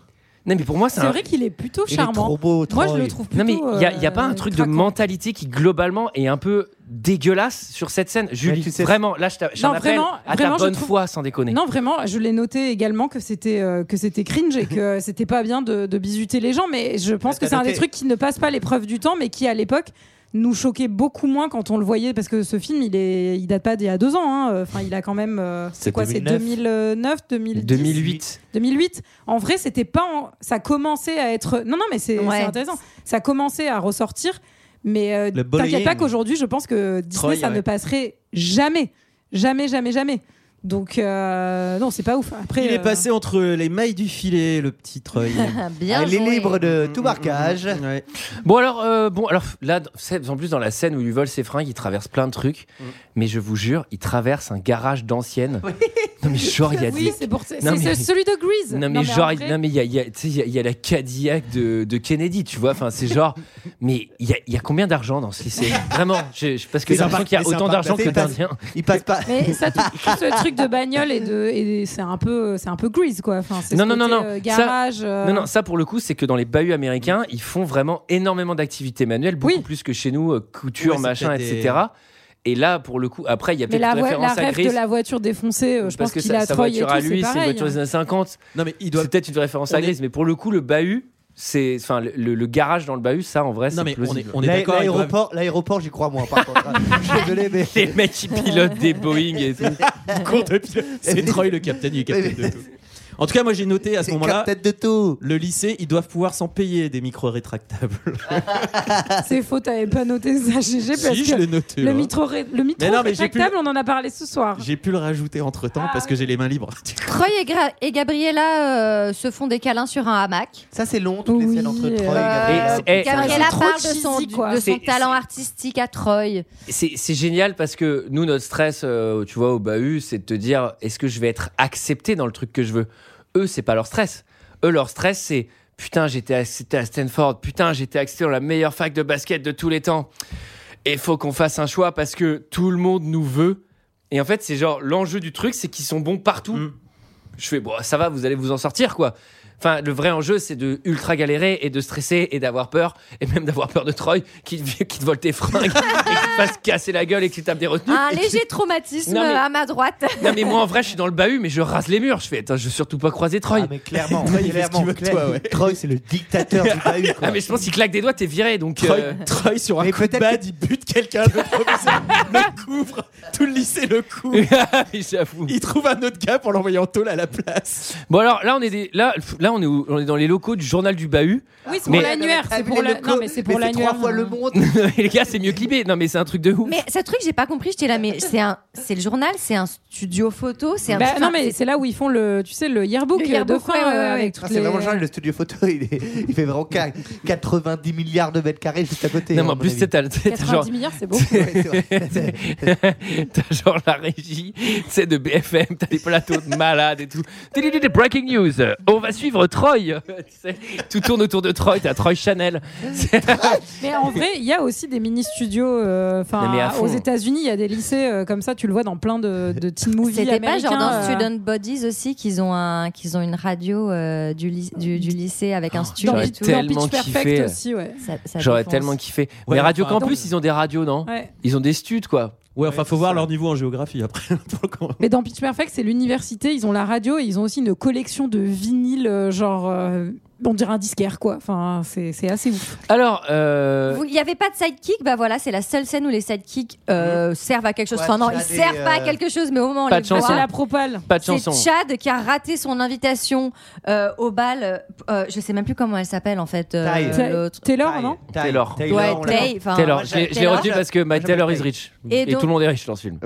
Speaker 1: Non, mais pour moi, c'est
Speaker 9: C'est
Speaker 1: un-
Speaker 9: vrai qu'il est plutôt
Speaker 6: Il est
Speaker 9: charmant.
Speaker 6: trop beau,
Speaker 9: Moi, je
Speaker 6: Troy.
Speaker 9: le trouve
Speaker 1: Non,
Speaker 9: plutôt.
Speaker 1: mais il n'y a, y a pas un
Speaker 9: euh,
Speaker 1: truc de
Speaker 9: craquant.
Speaker 1: mentalité qui, globalement, est un peu dégueulasse sur cette scène. Julie,
Speaker 6: tu sais-
Speaker 1: vraiment, là, je t'a- je t'en
Speaker 9: Non,
Speaker 1: appelle
Speaker 9: vraiment,
Speaker 1: à
Speaker 9: vraiment,
Speaker 1: ta
Speaker 9: je
Speaker 1: bonne
Speaker 9: trouve-
Speaker 1: foi, sans déconner.
Speaker 9: Non, vraiment, je l'ai noté également que c'était euh, que c'était cringe et que c'était pas bien de, de bisuter les gens, mais je pense
Speaker 6: Ah,
Speaker 9: que
Speaker 6: t'as
Speaker 9: c'est un
Speaker 6: noté.
Speaker 9: des trucs qui ne passe pas l'épreuve du temps, mais qui à l'époque nous choquait beaucoup moins quand on le voyait parce que ce film il est il date pas d'il y a deux ans, hein. enfin il a quand même euh,
Speaker 6: C'est
Speaker 9: c'est quoi c'est
Speaker 6: 2009.
Speaker 9: 2009 2010
Speaker 1: 2008.
Speaker 9: 2008. En vrai, c'était pas. en- Ça commençait à être. Non, non, mais c'est
Speaker 7: Ouais.
Speaker 9: c'est intéressant. Ça commençait à ressortir. Mais euh,
Speaker 11: Le
Speaker 9: t'inquiète
Speaker 11: bullying.
Speaker 9: pas qu'aujourd'hui, je pense que
Speaker 11: Troy,
Speaker 9: Disney, ça
Speaker 11: ouais.
Speaker 9: ne passerait jamais. Jamais, jamais, jamais. Donc, euh, non, c'est pas ouf. Après,
Speaker 11: Il est
Speaker 9: euh,
Speaker 11: passé entre les mailles du filet, le petit Troy. Ah,
Speaker 7: bien
Speaker 6: il est
Speaker 7: joué.
Speaker 6: libre
Speaker 9: Mm,
Speaker 11: Mm,
Speaker 6: de tout marquage.
Speaker 11: Ouais.
Speaker 1: Bon alors, euh, bon alors là, c'est- en plus dans la scène où il vole ses fringues, il traverse plein de trucs.
Speaker 6: Mm.
Speaker 1: Mais je vous jure, il traverse un garage d'anciennes. Non mais genre il y a
Speaker 9: euh, Oui,
Speaker 1: des-
Speaker 9: c'est pour c'est
Speaker 1: Non,
Speaker 9: c'est
Speaker 1: mais-
Speaker 9: celui de Grease.
Speaker 1: Non mais, genre,
Speaker 9: en
Speaker 1: il-
Speaker 9: vrai,
Speaker 1: non mais il y a, il y a- tu sais, il y a- il y a la Cadillac de, de Kennedy, tu vois. Enfin c'est genre, mais il y a, il y a combien d'argent dans ce lycée Vraiment, je, je- parce que
Speaker 11: Mais c'est
Speaker 1: j'ai
Speaker 11: un
Speaker 1: l'impression qu'il y a
Speaker 11: parc- mais c'est
Speaker 1: autant
Speaker 11: un parc
Speaker 1: d'argent que
Speaker 6: d'affaires.
Speaker 1: d'Indiens.
Speaker 6: Il passe pas.
Speaker 9: Mais ça, tout, tout ce truc de bagnole et de, et c'est un peu, c'est un peu Grease quoi. Enfin, c'est
Speaker 1: Non,
Speaker 9: ce
Speaker 1: non, non,
Speaker 9: côté,
Speaker 1: non.
Speaker 9: euh,
Speaker 1: Ça-
Speaker 9: garage. euh,
Speaker 1: Non non, ça pour le coup, c'est que dans les bahuts américains, ils font vraiment énormément d'activités manuelles, beaucoup
Speaker 9: Oui.
Speaker 1: plus que chez nous, euh, couture,
Speaker 11: Ouais, c'est
Speaker 1: machin,
Speaker 11: peut-être des-
Speaker 1: etc. Et là, pour le coup, après, il y a
Speaker 9: mais
Speaker 1: peut-être
Speaker 9: la,
Speaker 1: une
Speaker 9: voie- la
Speaker 1: référence à
Speaker 9: rêve de
Speaker 1: Grease.
Speaker 9: la voiture défoncée, euh, je pense
Speaker 1: Parce que
Speaker 9: qu'il
Speaker 1: sa-
Speaker 9: a
Speaker 1: sa
Speaker 9: Troy et
Speaker 1: voiture
Speaker 9: tout,
Speaker 1: à
Speaker 9: c'est
Speaker 1: lui, c'est une
Speaker 9: pareil. hein.
Speaker 1: voiture des années 50.
Speaker 11: Non, mais il doit.
Speaker 1: C'est peut-être une référence
Speaker 11: On
Speaker 1: à
Speaker 11: est-
Speaker 1: Grise, mais pour le coup, le bahut, c'est. Enfin, le, le- le garage dans le bahut, ça, en vrai, c'est
Speaker 11: Non, mais on est,
Speaker 1: plausible.
Speaker 11: on est
Speaker 6: L'a-
Speaker 11: d'accord. il doit-
Speaker 6: L'aéroport, l'aéroport, j'y crois moins. Par contre, hein. je suis désolé, mais
Speaker 1: Les mecs qui pilotent des Boeing et tout.
Speaker 11: mm, C'est Troy le capitaine, il est capitaine de tout. En tout cas, moi j'ai noté à ce
Speaker 6: c'est
Speaker 11: moment-là,
Speaker 6: tête de tout.
Speaker 11: le lycée, ils doivent pouvoir s'en payer des micros rétractables.
Speaker 9: C'est faux, t'avais pas noté ça, GG, parce
Speaker 11: si, je
Speaker 9: que
Speaker 11: l'ai noté.
Speaker 9: le
Speaker 11: hein.
Speaker 9: micro, ré- le micro
Speaker 11: Mais non, mais j'ai
Speaker 9: rétractable, on en a parlé ce soir.
Speaker 11: J'ai pu le rajouter entre
Speaker 9: Ah
Speaker 11: temps parce que j'ai les mains libres.
Speaker 7: Troy et, Gra- et Gabriella euh, se font des câlins sur un hamac.
Speaker 6: Ça, c'est long, toutes les
Speaker 9: Oui,
Speaker 6: scènes entre
Speaker 9: euh,
Speaker 6: Troy et
Speaker 7: Euh,
Speaker 6: Gabriel.
Speaker 1: Et- et-
Speaker 7: Gabriella
Speaker 9: c'est trop
Speaker 7: parle de son,
Speaker 9: cheesy, quoi.
Speaker 7: de son
Speaker 1: C'est-
Speaker 7: talent
Speaker 1: c'est-
Speaker 7: artistique à Troy.
Speaker 1: C'est c'est génial parce que nous, notre stress, euh, tu vois, au bahut, c'est de te dire est-ce que je vais être accepté dans le truc que je veux Eux, c'est pas leur stress. Eux, leur stress, c'est putain, j'étais accepté à Stanford, putain, j'étais accepté dans la meilleure fac de basket de tous les temps. Et faut qu'on fasse un choix parce que tout le monde nous veut. Et en fait, c'est genre l'enjeu du truc, c'est qu'ils sont bons partout.
Speaker 11: Mm.
Speaker 1: Je fais, bon, ça va, vous allez vous en sortir, quoi. Enfin, le vrai enjeu, c'est de ultra galérer et de stresser et d'avoir peur, et même d'avoir peur de Troy qui, te- qui te vole tes fringues et qui te fasse casser la gueule et qui te tape des retenues.
Speaker 7: Un
Speaker 1: Et tu-
Speaker 7: léger traumatisme ah,
Speaker 1: Non, mais-
Speaker 7: à ma droite.
Speaker 1: Non, mais moi, en vrai, je suis dans le bahut, mais je rase les murs. Je fais, attends, je veux surtout pas croiser Troy.
Speaker 6: Ah, mais clairement,
Speaker 11: Troy, il fait ce
Speaker 6: clairement,
Speaker 11: qu'il veut de
Speaker 6: clair-
Speaker 11: toi, ouais.
Speaker 6: Troy, c'est le dictateur du bahut. quoi.
Speaker 1: Ah, mais je pense qu'il claque des doigts, t'es viré, donc.
Speaker 11: Troy,
Speaker 1: euh,
Speaker 11: Troy, sur un
Speaker 6: Mais
Speaker 11: coup de
Speaker 6: peut-être
Speaker 11: bad, il bute quelqu'un. Le professeur le couvre. Tout le lycée le couvre.
Speaker 1: Ah J'avoue.
Speaker 11: Il trouve un autre gars pour l'envoyer en tôle à la place.
Speaker 1: Bon, alors là, on est, des- là, là on, est où on est dans les locaux du journal du bahut.
Speaker 9: Oui, c'est
Speaker 1: Mais-
Speaker 9: pour l'annuaire.
Speaker 6: Ah,
Speaker 9: C'est
Speaker 6: mais
Speaker 9: pour
Speaker 6: les
Speaker 9: la-
Speaker 6: locaux,
Speaker 9: Non, mais c'est pour l'annuaire.
Speaker 6: trois fois le monde.
Speaker 1: les gars, c'est mieux clippé. Non, mais c'est un truc de ouf.
Speaker 7: Mais ce truc, j'ai pas compris. J'étais là, mais c'est un, c'est le journal, c'est un studio photo, c'est un.
Speaker 9: Bah, non,
Speaker 7: enfin,
Speaker 9: mais
Speaker 7: c'est-
Speaker 9: c'est là où ils font le, tu sais, le yearbook,
Speaker 7: Le yearbook,
Speaker 9: de fin
Speaker 7: ouais, ouais,
Speaker 9: euh,
Speaker 7: ouais.
Speaker 9: avec
Speaker 6: Ah,
Speaker 9: toutes
Speaker 6: c'est
Speaker 9: les.
Speaker 6: vraiment genre le studio photo, il, est- il fait vraiment qu'à 90 milliards de mètres carrés juste à côté.
Speaker 1: non,
Speaker 6: hein,
Speaker 1: mais
Speaker 6: à
Speaker 1: en
Speaker 6: mon
Speaker 1: plus,
Speaker 6: avis.
Speaker 1: t'as t'as- t'as genre,
Speaker 9: 90 milliards, c'est beau.
Speaker 6: Ouais, c'est vrai.
Speaker 1: t'as genre la régie, tu sais, de BFM, t'as des plateaux de malades et tout. Tidididi, Breaking news, euh, on va suivre Troy. Tu sais, tout tourne autour de Troy, t'as Troy Chanel.
Speaker 9: Mais en vrai, il y a aussi des mini studios. euh, Enfin,
Speaker 1: Non, mais à fond.
Speaker 9: aux États-Unis, il y a des lycées euh, comme ça. Tu le vois dans plein de, de teen movie
Speaker 7: C'était pas
Speaker 9: américain,
Speaker 7: genre dans
Speaker 9: euh,
Speaker 7: Student Bodies aussi qu'ils ont, un, qu'ils ont une radio euh, du, lyc- du, du lycée avec un studio
Speaker 1: Oh, J'aurais
Speaker 7: et tout.
Speaker 1: tellement kiffé.
Speaker 7: Ça- ça
Speaker 1: J'aurais
Speaker 7: défonce.
Speaker 1: tellement kiffé.
Speaker 10: Ouais,
Speaker 1: mais Radio
Speaker 10: enfin,
Speaker 1: Campus, ils ont des radios, non
Speaker 9: Ouais.
Speaker 1: Ils ont des studs, quoi.
Speaker 10: Ouais, enfin, faut voir leur niveau en géographie après.
Speaker 9: Mais dans Pitch Perfect, c'est l'université, ils ont la radio et ils ont aussi une collection de vinyles, euh, genre, euh, on dirait un disquaire, quoi. Enfin, c'est c'est assez ouf.
Speaker 1: Alors, euh,
Speaker 7: Vous- Il n'y avait pas de sidekick, bah voilà, c'est la seule scène où les sidekicks euh, servent à quelque chose.
Speaker 1: Mm-hmm. Ouais,
Speaker 7: Enfin, non,
Speaker 1: Chad
Speaker 7: ils
Speaker 1: et,
Speaker 7: servent pas à
Speaker 1: euh,
Speaker 7: quelque chose, mais au moment où on
Speaker 1: pas
Speaker 7: les
Speaker 1: de chanson.
Speaker 7: voit-
Speaker 1: C'est la
Speaker 9: propale.
Speaker 1: Pas de
Speaker 7: C'est
Speaker 1: chanson.
Speaker 7: Chad qui a raté son invitation euh, au bal. euh, Je je sais même plus comment elle s'appelle en fait. euh,
Speaker 1: Taille. Taille.
Speaker 7: l'autre.
Speaker 9: Taylor, non
Speaker 1: Taylor.
Speaker 7: Taylor, Ouais, on l'appelle. Tay, enfin,
Speaker 1: Taylor.
Speaker 7: moi,
Speaker 1: Je l'ai- je l'ai
Speaker 7: Taylor.
Speaker 1: retenu parce que ma Taylor is rich.
Speaker 7: Et
Speaker 1: Et,
Speaker 7: donc-
Speaker 1: tout le monde est riche dans ce film.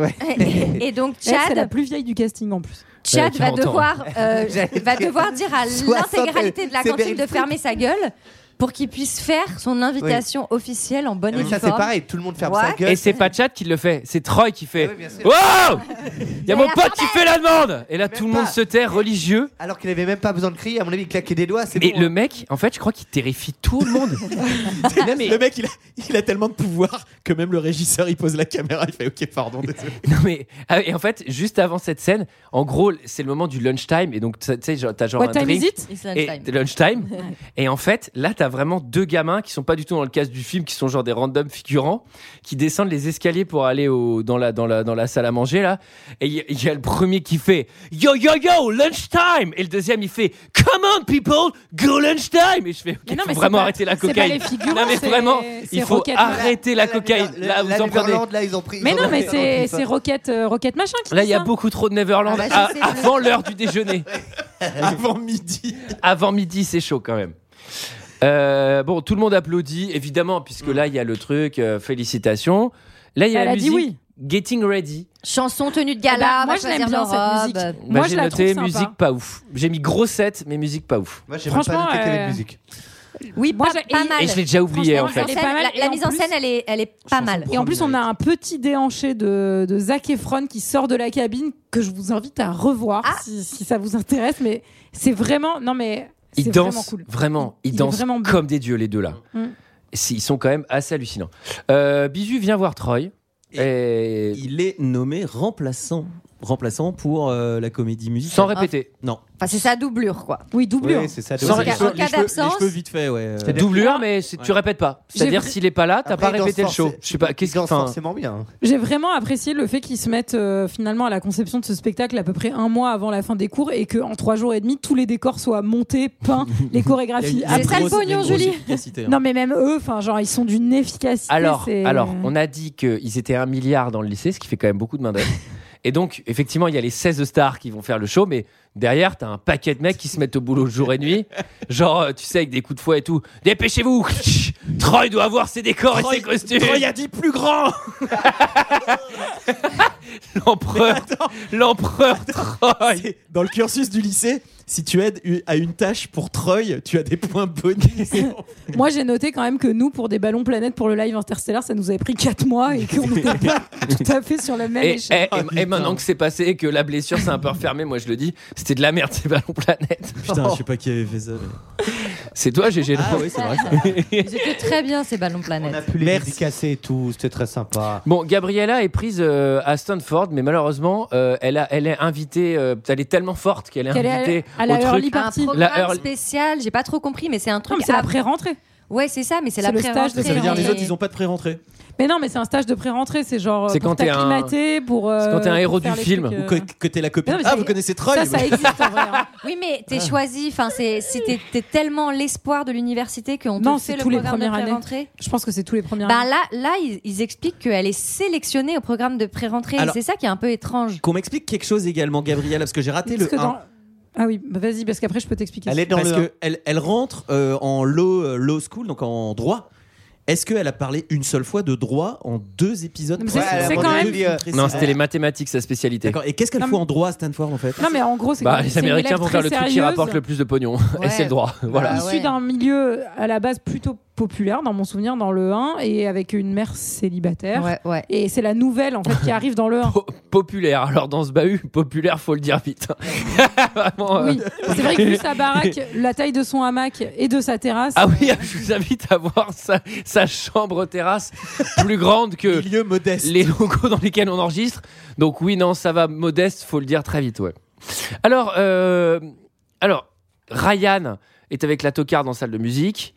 Speaker 7: Et donc
Speaker 9: Elle, c'est la
Speaker 7: Chad,
Speaker 9: plus vieille du casting en plus.
Speaker 7: Chad
Speaker 1: Elle a
Speaker 7: va
Speaker 1: 40 ans.
Speaker 7: devoir, euh,
Speaker 1: J'allais
Speaker 7: va
Speaker 1: dire-
Speaker 7: devoir dire à
Speaker 1: 60,
Speaker 7: l'intégralité de la
Speaker 1: c'est
Speaker 7: cantine
Speaker 1: Meryl
Speaker 7: de
Speaker 1: Streep.
Speaker 7: fermer sa gueule pour qu'il puisse faire son invitation officielle en bonne et
Speaker 1: Oui,
Speaker 7: due
Speaker 1: ça, c'est
Speaker 7: forme.
Speaker 1: pareil,
Speaker 6: tout le monde
Speaker 7: ferme sa Ouais. gueule.
Speaker 1: Et c'est pas Chad qui le fait, c'est Troy qui fait.
Speaker 6: sûr.
Speaker 1: Wow Il y
Speaker 6: Mais
Speaker 1: a mon
Speaker 6: la
Speaker 1: pote qui fait la demande Et là, tout le monde se tait, religieux.
Speaker 6: Alors qu'il avait même pas besoin de crier, à mon avis, il claquait des doigts. c'est
Speaker 1: Et
Speaker 6: bon, hein.
Speaker 1: le mec, en fait, je crois qu'il terrifie tout le monde.
Speaker 10: Le mec, il a, il a tellement de pouvoir que même le régisseur, il pose la caméra, il fait OK, pardon. désolé.
Speaker 1: Non mais ah, et en fait juste avant cette scène, en gros c'est le moment du lunchtime et donc tu sais genre, t'as genre
Speaker 9: What
Speaker 1: un
Speaker 9: time
Speaker 1: drink
Speaker 9: is it It's
Speaker 1: et
Speaker 9: lunchtime.
Speaker 1: t'es lunchtime
Speaker 9: Ouais.
Speaker 1: et en fait là t'as vraiment deux gamins qui sont pas du tout dans le casque du film qui sont genre des random figurants qui descendent les escaliers pour aller au dans la dans la dans la salle à manger là et il y a- il y, a le premier qui fait yo yo yo lunchtime et le deuxième il fait come on people go lunchtime et je fais
Speaker 9: Mais non, mais
Speaker 1: ok faut
Speaker 9: c'est
Speaker 1: vraiment
Speaker 9: pas-
Speaker 1: arrêter la
Speaker 9: c'est pas
Speaker 1: cocaïne
Speaker 9: les figurants,
Speaker 1: non mais
Speaker 9: c'est-
Speaker 1: vraiment
Speaker 9: c'est
Speaker 1: il faut
Speaker 9: Rocketman.
Speaker 1: arrêter la cocaïne là Ah, vous
Speaker 6: la
Speaker 1: en prenez
Speaker 6: Neverland, là, ils ont pris. ils
Speaker 9: Mais
Speaker 6: ont
Speaker 9: non,
Speaker 6: pris
Speaker 9: mais
Speaker 6: un
Speaker 9: c'est
Speaker 6: petit peu.
Speaker 9: c'est Rocket, euh, Rocket Machin qui
Speaker 1: Là,
Speaker 9: fait
Speaker 1: il y a
Speaker 9: ça.
Speaker 1: beaucoup trop de Neverland
Speaker 9: Ah bah, je
Speaker 1: à-
Speaker 9: sais, je-
Speaker 1: avant l'heure du déjeuner. avant midi. Avant midi, c'est chaud quand même. Euh, bon, tout le monde applaudit, évidemment, puisque là, il y a le truc, euh, félicitations. Là, il y a
Speaker 7: Elle
Speaker 1: la
Speaker 7: a dit
Speaker 1: musique.
Speaker 7: oui.
Speaker 1: Getting ready.
Speaker 7: Chanson tenue de
Speaker 9: Eh ben,
Speaker 7: gala,
Speaker 9: moi,
Speaker 7: va
Speaker 9: je l'aime
Speaker 7: choisir
Speaker 9: bien,
Speaker 7: nos
Speaker 9: cette
Speaker 7: robes.
Speaker 9: musique.
Speaker 1: Moi,
Speaker 9: Moi,
Speaker 1: j'ai
Speaker 9: je la
Speaker 1: noté
Speaker 9: trouve sympa.
Speaker 1: musique pas ouf. J'ai mis grossette, mais musique pas ouf.
Speaker 6: Moi,
Speaker 9: j'ai même pas Franchement, noté qu'il y avait de euh, musique. Oui, moi, j'ai-
Speaker 7: Pas mal.
Speaker 1: Et je l'ai déjà oublié, en
Speaker 7: Franchement,
Speaker 1: fait.
Speaker 7: La, scène- la- la mise en scène, elle est, elle est pas mal.
Speaker 9: Et en plus, on a un petit déhanché de, de Zac Efron qui sort de la cabine que je vous invite à revoir
Speaker 7: Ah.
Speaker 9: si, si ça vous intéresse. Mais c'est vraiment. Non, mais.
Speaker 1: Ils
Speaker 9: c'est vraiment
Speaker 1: dansent,
Speaker 9: cool.
Speaker 1: vraiment, ils
Speaker 9: Il est
Speaker 1: dansent
Speaker 9: vraiment beau.
Speaker 1: comme des dieux, les deux là.
Speaker 9: Mm.
Speaker 1: Si, Ils sont quand même assez hallucinants. Euh, Bijou vient voir Troy. Et...
Speaker 10: Il est nommé remplaçant. Remplaçant pour euh, la comédie musicale. Ah,
Speaker 1: Sans répéter.
Speaker 10: Non.
Speaker 7: Enfin, c'est sa doublure, quoi.
Speaker 9: Oui,
Speaker 10: doublure.
Speaker 6: Oui, c'est ça,
Speaker 10: Sans
Speaker 7: doublure.
Speaker 10: les
Speaker 7: En
Speaker 10: cheveux-
Speaker 7: cas
Speaker 10: les cheveux-
Speaker 7: d'absence-
Speaker 10: les cheveux vite fait, ouais. euh.
Speaker 1: Doublure, mais c'est- tu répètes pas. C'est-à-dire,
Speaker 9: J'ai-
Speaker 1: s'il est pas là, t'as
Speaker 9: Après,
Speaker 1: pas
Speaker 9: il danse
Speaker 1: répété le show.
Speaker 6: forcé-
Speaker 1: Je sais pas, qu'est-ce que. enfin,
Speaker 6: forcément bien.
Speaker 9: J'ai vraiment apprécié le fait qu'ils se mettent euh, finalement à la conception de ce spectacle à peu près un mois avant la fin des cours et qu'en trois jours et demi, tous les décors soient montés, peints, les
Speaker 1: Il y
Speaker 9: chorégraphies.
Speaker 1: a une- C'est
Speaker 9: apprises.
Speaker 1: ça le pognon, Il y a une grosse Julie. efficacité, hein.
Speaker 9: Non, mais même eux, enfin, genre, ils sont d'une efficacité.
Speaker 1: Alors,
Speaker 9: c'est-
Speaker 1: alors, on a dit qu'ils étaient un milliard dans le lycée, ce qui fait quand même beaucoup de main-d'œuvre. Et donc, effectivement, il y a les 16 stars qui vont faire le show, mais derrière, t'as un paquet de mecs qui se mettent au boulot jour et nuit. Genre, euh, tu sais, avec des coups de fouet et tout. Dépêchez-vous Troy doit avoir ses décors
Speaker 10: Troy-
Speaker 1: et ses costumes
Speaker 10: Troy a dit plus grand
Speaker 1: L'empereur L'empereur Troy
Speaker 10: Dans le cursus du lycée, si tu aides u- à une tâche pour Troy, tu as des points bonus.
Speaker 9: Moi, j'ai noté quand même que nous, pour des ballons planètes pour le live interstellaire, ça nous avait pris 4 mois et qu'on n'était pas tout à fait sur la même
Speaker 1: Et,
Speaker 9: échelle.
Speaker 10: Oh,
Speaker 1: et- et- et maintenant que c'est passé et que la blessure s'est un peu refermée, moi je le dis, c'était de la merde ces ballons planète.
Speaker 10: Putain, je sais pas qui avait fait ça.
Speaker 1: C'est toi, GG.
Speaker 10: Ah oui, c'est vrai. ça.
Speaker 7: C'était très bien ces ballons planètes.
Speaker 6: Puis les dédicacés et tout, c'était très sympa.
Speaker 1: Bon, Gabriella est prise euh, à Stanford, mais malheureusement, euh, elle, a, elle est invitée, euh, elle est tellement forte qu'elle est
Speaker 7: Qu'elle est
Speaker 1: invitée
Speaker 7: à
Speaker 1: au
Speaker 7: la
Speaker 1: truc.
Speaker 7: early party. Un
Speaker 1: La
Speaker 7: programme
Speaker 1: early-
Speaker 7: spécial, j'ai pas trop compris, mais c'est un truc.
Speaker 9: mais c'est la
Speaker 7: av-
Speaker 9: pré-rentrée.
Speaker 7: Ouais, c'est ça, mais c'est
Speaker 9: C'est
Speaker 7: la
Speaker 9: le
Speaker 7: pré-rentrée.
Speaker 9: stage de Ça veut
Speaker 10: dire les
Speaker 7: mais-
Speaker 10: autres, ils ont pas de pré-rentrée.
Speaker 9: Mais non, mais c'est un stage de pré-rentrée. C'est genre euh,
Speaker 10: C'est
Speaker 9: pour
Speaker 10: quand t'es un-
Speaker 9: t'acclimater, pour. euh,
Speaker 10: C'est quand t'es un
Speaker 9: pour
Speaker 10: héros du
Speaker 9: faire les
Speaker 10: film.
Speaker 9: trucs, euh,
Speaker 10: Ou que, que t'es la copine.
Speaker 9: Mais non, mais
Speaker 10: ah,
Speaker 9: ça-
Speaker 10: vous connaissez Troy
Speaker 9: ça, ça existe en vrai. hein.
Speaker 7: Oui, mais t'es choisi. Enfin, c'est si t'es t'es tellement l'espoir de l'université
Speaker 1: eh,
Speaker 7: qu'on
Speaker 9: Non,
Speaker 7: te fait
Speaker 9: c'est
Speaker 7: le
Speaker 9: tous les
Speaker 7: programme de
Speaker 9: premières
Speaker 7: pré-rentrée.
Speaker 9: années. Je pense que c'est tous les premières
Speaker 7: Bah
Speaker 9: années.
Speaker 7: là, là, ils, ils expliquent qu'elle est sélectionnée au programme de pré-rentrée. et
Speaker 10: Alors-
Speaker 7: C'est ça qui est un peu étrange.
Speaker 10: Qu'on m'explique quelque chose également, Gabriel, parce que j'ai raté
Speaker 9: Parce
Speaker 10: le
Speaker 9: que
Speaker 10: 1.
Speaker 9: dans- Ah oui, bah vas-y, parce qu'après, je peux t'expliquer.
Speaker 10: Elle est parce que elle, elle rentre euh, en law, euh, law school, donc en droit. Est-ce qu'elle a parlé une seule fois de droit en deux épisodes
Speaker 9: Mais c'est-
Speaker 10: précis
Speaker 9: c'est quand même-
Speaker 1: Non, c'était les mathématiques, sa spécialité.
Speaker 10: D'accord. Et qu'est-ce qu'elle
Speaker 9: Non,
Speaker 10: fout en droit à Stanford en fait
Speaker 9: Non, mais en gros, c'est
Speaker 1: Bah,
Speaker 9: que-
Speaker 1: les
Speaker 9: c'est une
Speaker 1: Américains
Speaker 9: élève
Speaker 1: vont faire
Speaker 9: très
Speaker 1: le truc qui
Speaker 9: sérieuse.
Speaker 1: rapporte le plus de pognon.
Speaker 7: Bah
Speaker 9: Ouais. hein.
Speaker 1: Et c'est le droit. Voilà.
Speaker 9: Issu d'un milieu à la base plutôt populaire dans mon souvenir dans le 1 et avec une mère célibataire. Et c'est la nouvelle en fait qui arrive dans le 1.
Speaker 1: Populaire. Alors dans ce bahut, populaire, faut le dire vite. Vraiment, euh,
Speaker 9: C'est vrai que vu sa baraque, la taille de son hamac et de sa terrasse.
Speaker 1: Ah oui, je vous invite à voir sa, sa chambre terrasse plus grande que les locaux dans lesquels on enregistre. Donc oui, non, ça va modeste, faut le dire très vite, ouais. Alors, euh, alors Ryan est avec la tocarde en salle de musique.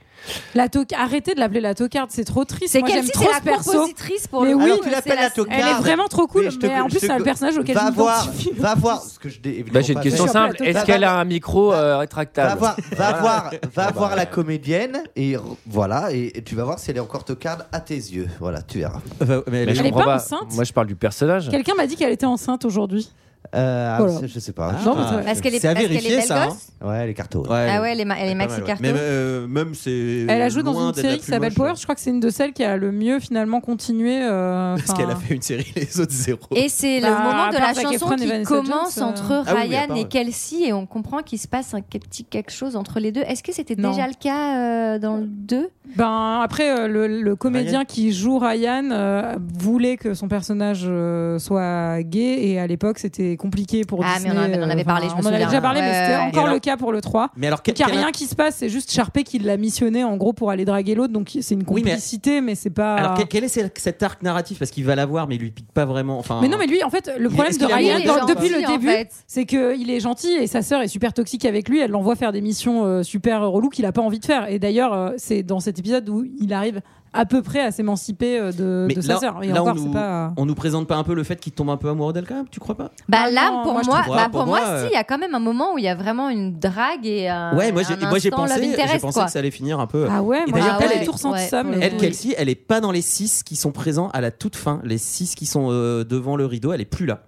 Speaker 9: La toc- Arrêtez de l'appeler la tocarde, c'est trop triste.
Speaker 7: C'est
Speaker 9: Moi,
Speaker 7: quelle-
Speaker 9: j'aime
Speaker 7: si,
Speaker 9: trop
Speaker 7: c'est la
Speaker 9: ce perso.
Speaker 7: compositrice pour
Speaker 9: mais
Speaker 7: le
Speaker 9: oui,
Speaker 7: coup, Alors, tu c'est l'appelles la la tocarde.
Speaker 9: Elle est vraiment trop cool.
Speaker 6: je te-
Speaker 9: Mais en
Speaker 6: je
Speaker 9: plus,
Speaker 6: te-
Speaker 9: c'est un personnage auquel
Speaker 6: va
Speaker 9: je
Speaker 6: voir,
Speaker 9: m'identifie.
Speaker 6: va voir ce que je dé-
Speaker 1: Bah, j'ai une
Speaker 6: pas
Speaker 1: question
Speaker 6: fait.
Speaker 1: simple. Est-ce qu'elle a un micro euh,
Speaker 9: Ah
Speaker 1: rétractable
Speaker 9: bah.
Speaker 6: Va voir, va
Speaker 1: Voilà.
Speaker 6: voir, va
Speaker 1: Ah bah,
Speaker 6: voir la comédienne et re- voilà et, et tu vas voir si elle est encore tocarde à tes yeux. Voilà, tu verras.
Speaker 9: elle est-
Speaker 1: je
Speaker 9: Elle est
Speaker 1: comprends
Speaker 9: pas enceinte
Speaker 1: Moi, je parle du personnage.
Speaker 9: Quelqu'un m'a dit qu'elle était enceinte aujourd'hui.
Speaker 6: Euh, ah,
Speaker 9: Voilà.
Speaker 6: c'est- Je sais pas.
Speaker 9: Non, mais c'est vrai.
Speaker 7: Parce qu'elle est- C'est à parce qu'elle vérifier, est belle ça, gosse
Speaker 6: hein. Ouais, les cartos.
Speaker 7: Ah ouais, elle est, ma- elle est maxi carto.
Speaker 10: Mais euh, même c'est.
Speaker 9: Elle a joué dans
Speaker 10: loin
Speaker 9: une
Speaker 10: d'être la
Speaker 9: série qui
Speaker 10: plus
Speaker 9: s'appelle
Speaker 10: moche.
Speaker 9: Power. Je crois que c'est une de celles qui a le mieux finalement continué. euh,
Speaker 10: Parce
Speaker 9: enfin-
Speaker 10: qu'elle a fait une série, les autres zéro.
Speaker 7: Et c'est le
Speaker 9: Bah,
Speaker 7: moment de la
Speaker 9: Zac Efron
Speaker 7: chanson
Speaker 9: et
Speaker 7: qui
Speaker 9: Vanessa
Speaker 7: commence
Speaker 9: Jones, euh.
Speaker 7: entre
Speaker 10: Ah oui, oui, à
Speaker 7: Ryan
Speaker 10: part,
Speaker 7: et
Speaker 10: ouais.
Speaker 7: Kelsey et on comprend qu'il se passe un petit quelque chose entre les deux. Est-ce que c'était
Speaker 9: Non.
Speaker 7: déjà le cas euh, dans le 2
Speaker 9: Ben, après, euh, le, le comédien
Speaker 7: Ryan.
Speaker 9: qui joue Ryan euh, voulait que son personnage euh, soit gay et à l'époque c'était compliqué pour
Speaker 7: Ah, mais
Speaker 9: Disney.
Speaker 7: on en avait- on en avait
Speaker 9: euh,
Speaker 7: parlé,
Speaker 9: enfin,
Speaker 7: je me
Speaker 9: On en avait
Speaker 7: souviens.
Speaker 9: déjà parlé,
Speaker 7: Ouais,
Speaker 9: mais c'était
Speaker 7: ouais, ouais.
Speaker 9: encore
Speaker 10: Et alors-
Speaker 9: le cas pour le 3.
Speaker 10: Mais alors,
Speaker 9: Donc il n'y a
Speaker 10: quel- quel-
Speaker 9: rien qui se passe, c'est juste Sharpay qui l'a missionné en gros pour aller draguer l'autre, donc c'est une
Speaker 10: Oui, mais-
Speaker 9: complicité, mais, c'est pas.
Speaker 10: Alors, quel, quel est ce- cet arc narratif Parce qu'il va l'avoir, mais il lui pique pas vraiment. Enfin,
Speaker 9: Mais non, mais lui, en fait, le
Speaker 10: Mais
Speaker 9: problème
Speaker 10: est-ce
Speaker 9: de
Speaker 10: qu'il a
Speaker 9: Ryan
Speaker 10: menti,
Speaker 9: dans-
Speaker 10: en
Speaker 9: depuis
Speaker 10: fait
Speaker 9: le début, c'est qu'il est gentil et sa sœur est super toxique avec lui. Elle l'envoie faire des missions euh, super reloues qu'il a pas envie de faire. Et d'ailleurs, euh, c'est dans cet épisode où il arrive à peu près à s'émanciper euh, de,
Speaker 10: Mais
Speaker 9: de
Speaker 10: là,
Speaker 9: sa sœur. Et
Speaker 10: là,
Speaker 9: encore,
Speaker 10: on, nous,
Speaker 9: c'est pas.
Speaker 10: on nous présente pas un peu le fait qu'il tombe un peu amoureux d'elle quand même, tu crois pas
Speaker 7: Bah là,
Speaker 9: Ah non,
Speaker 7: pour
Speaker 9: moi,
Speaker 7: moi,
Speaker 9: je
Speaker 10: trouve-
Speaker 7: bah,
Speaker 10: Ouais,
Speaker 7: pour
Speaker 10: pour moi,
Speaker 7: moi, si,
Speaker 10: euh,
Speaker 7: il y a quand même un moment où il y a vraiment une drague et un.
Speaker 10: Ouais, moi j'ai,
Speaker 7: Euh, un
Speaker 10: moi, j'ai
Speaker 7: instant love
Speaker 10: pensé, j'ai
Speaker 7: interest,
Speaker 10: pensé
Speaker 7: quoi.
Speaker 10: que ça allait finir un peu.
Speaker 9: Ah ouais,
Speaker 10: Et
Speaker 9: moi,
Speaker 10: d'ailleurs,
Speaker 7: j'ai
Speaker 10: elle,
Speaker 7: pas
Speaker 10: est-
Speaker 7: du tout ressenti
Speaker 10: ouais,
Speaker 7: ça, mais-
Speaker 10: elle,
Speaker 7: oui.
Speaker 10: Kelsey, elle est pas dans les 6 qui sont présents à la toute fin. Les 6 qui sont euh, devant le rideau, elle est plus là.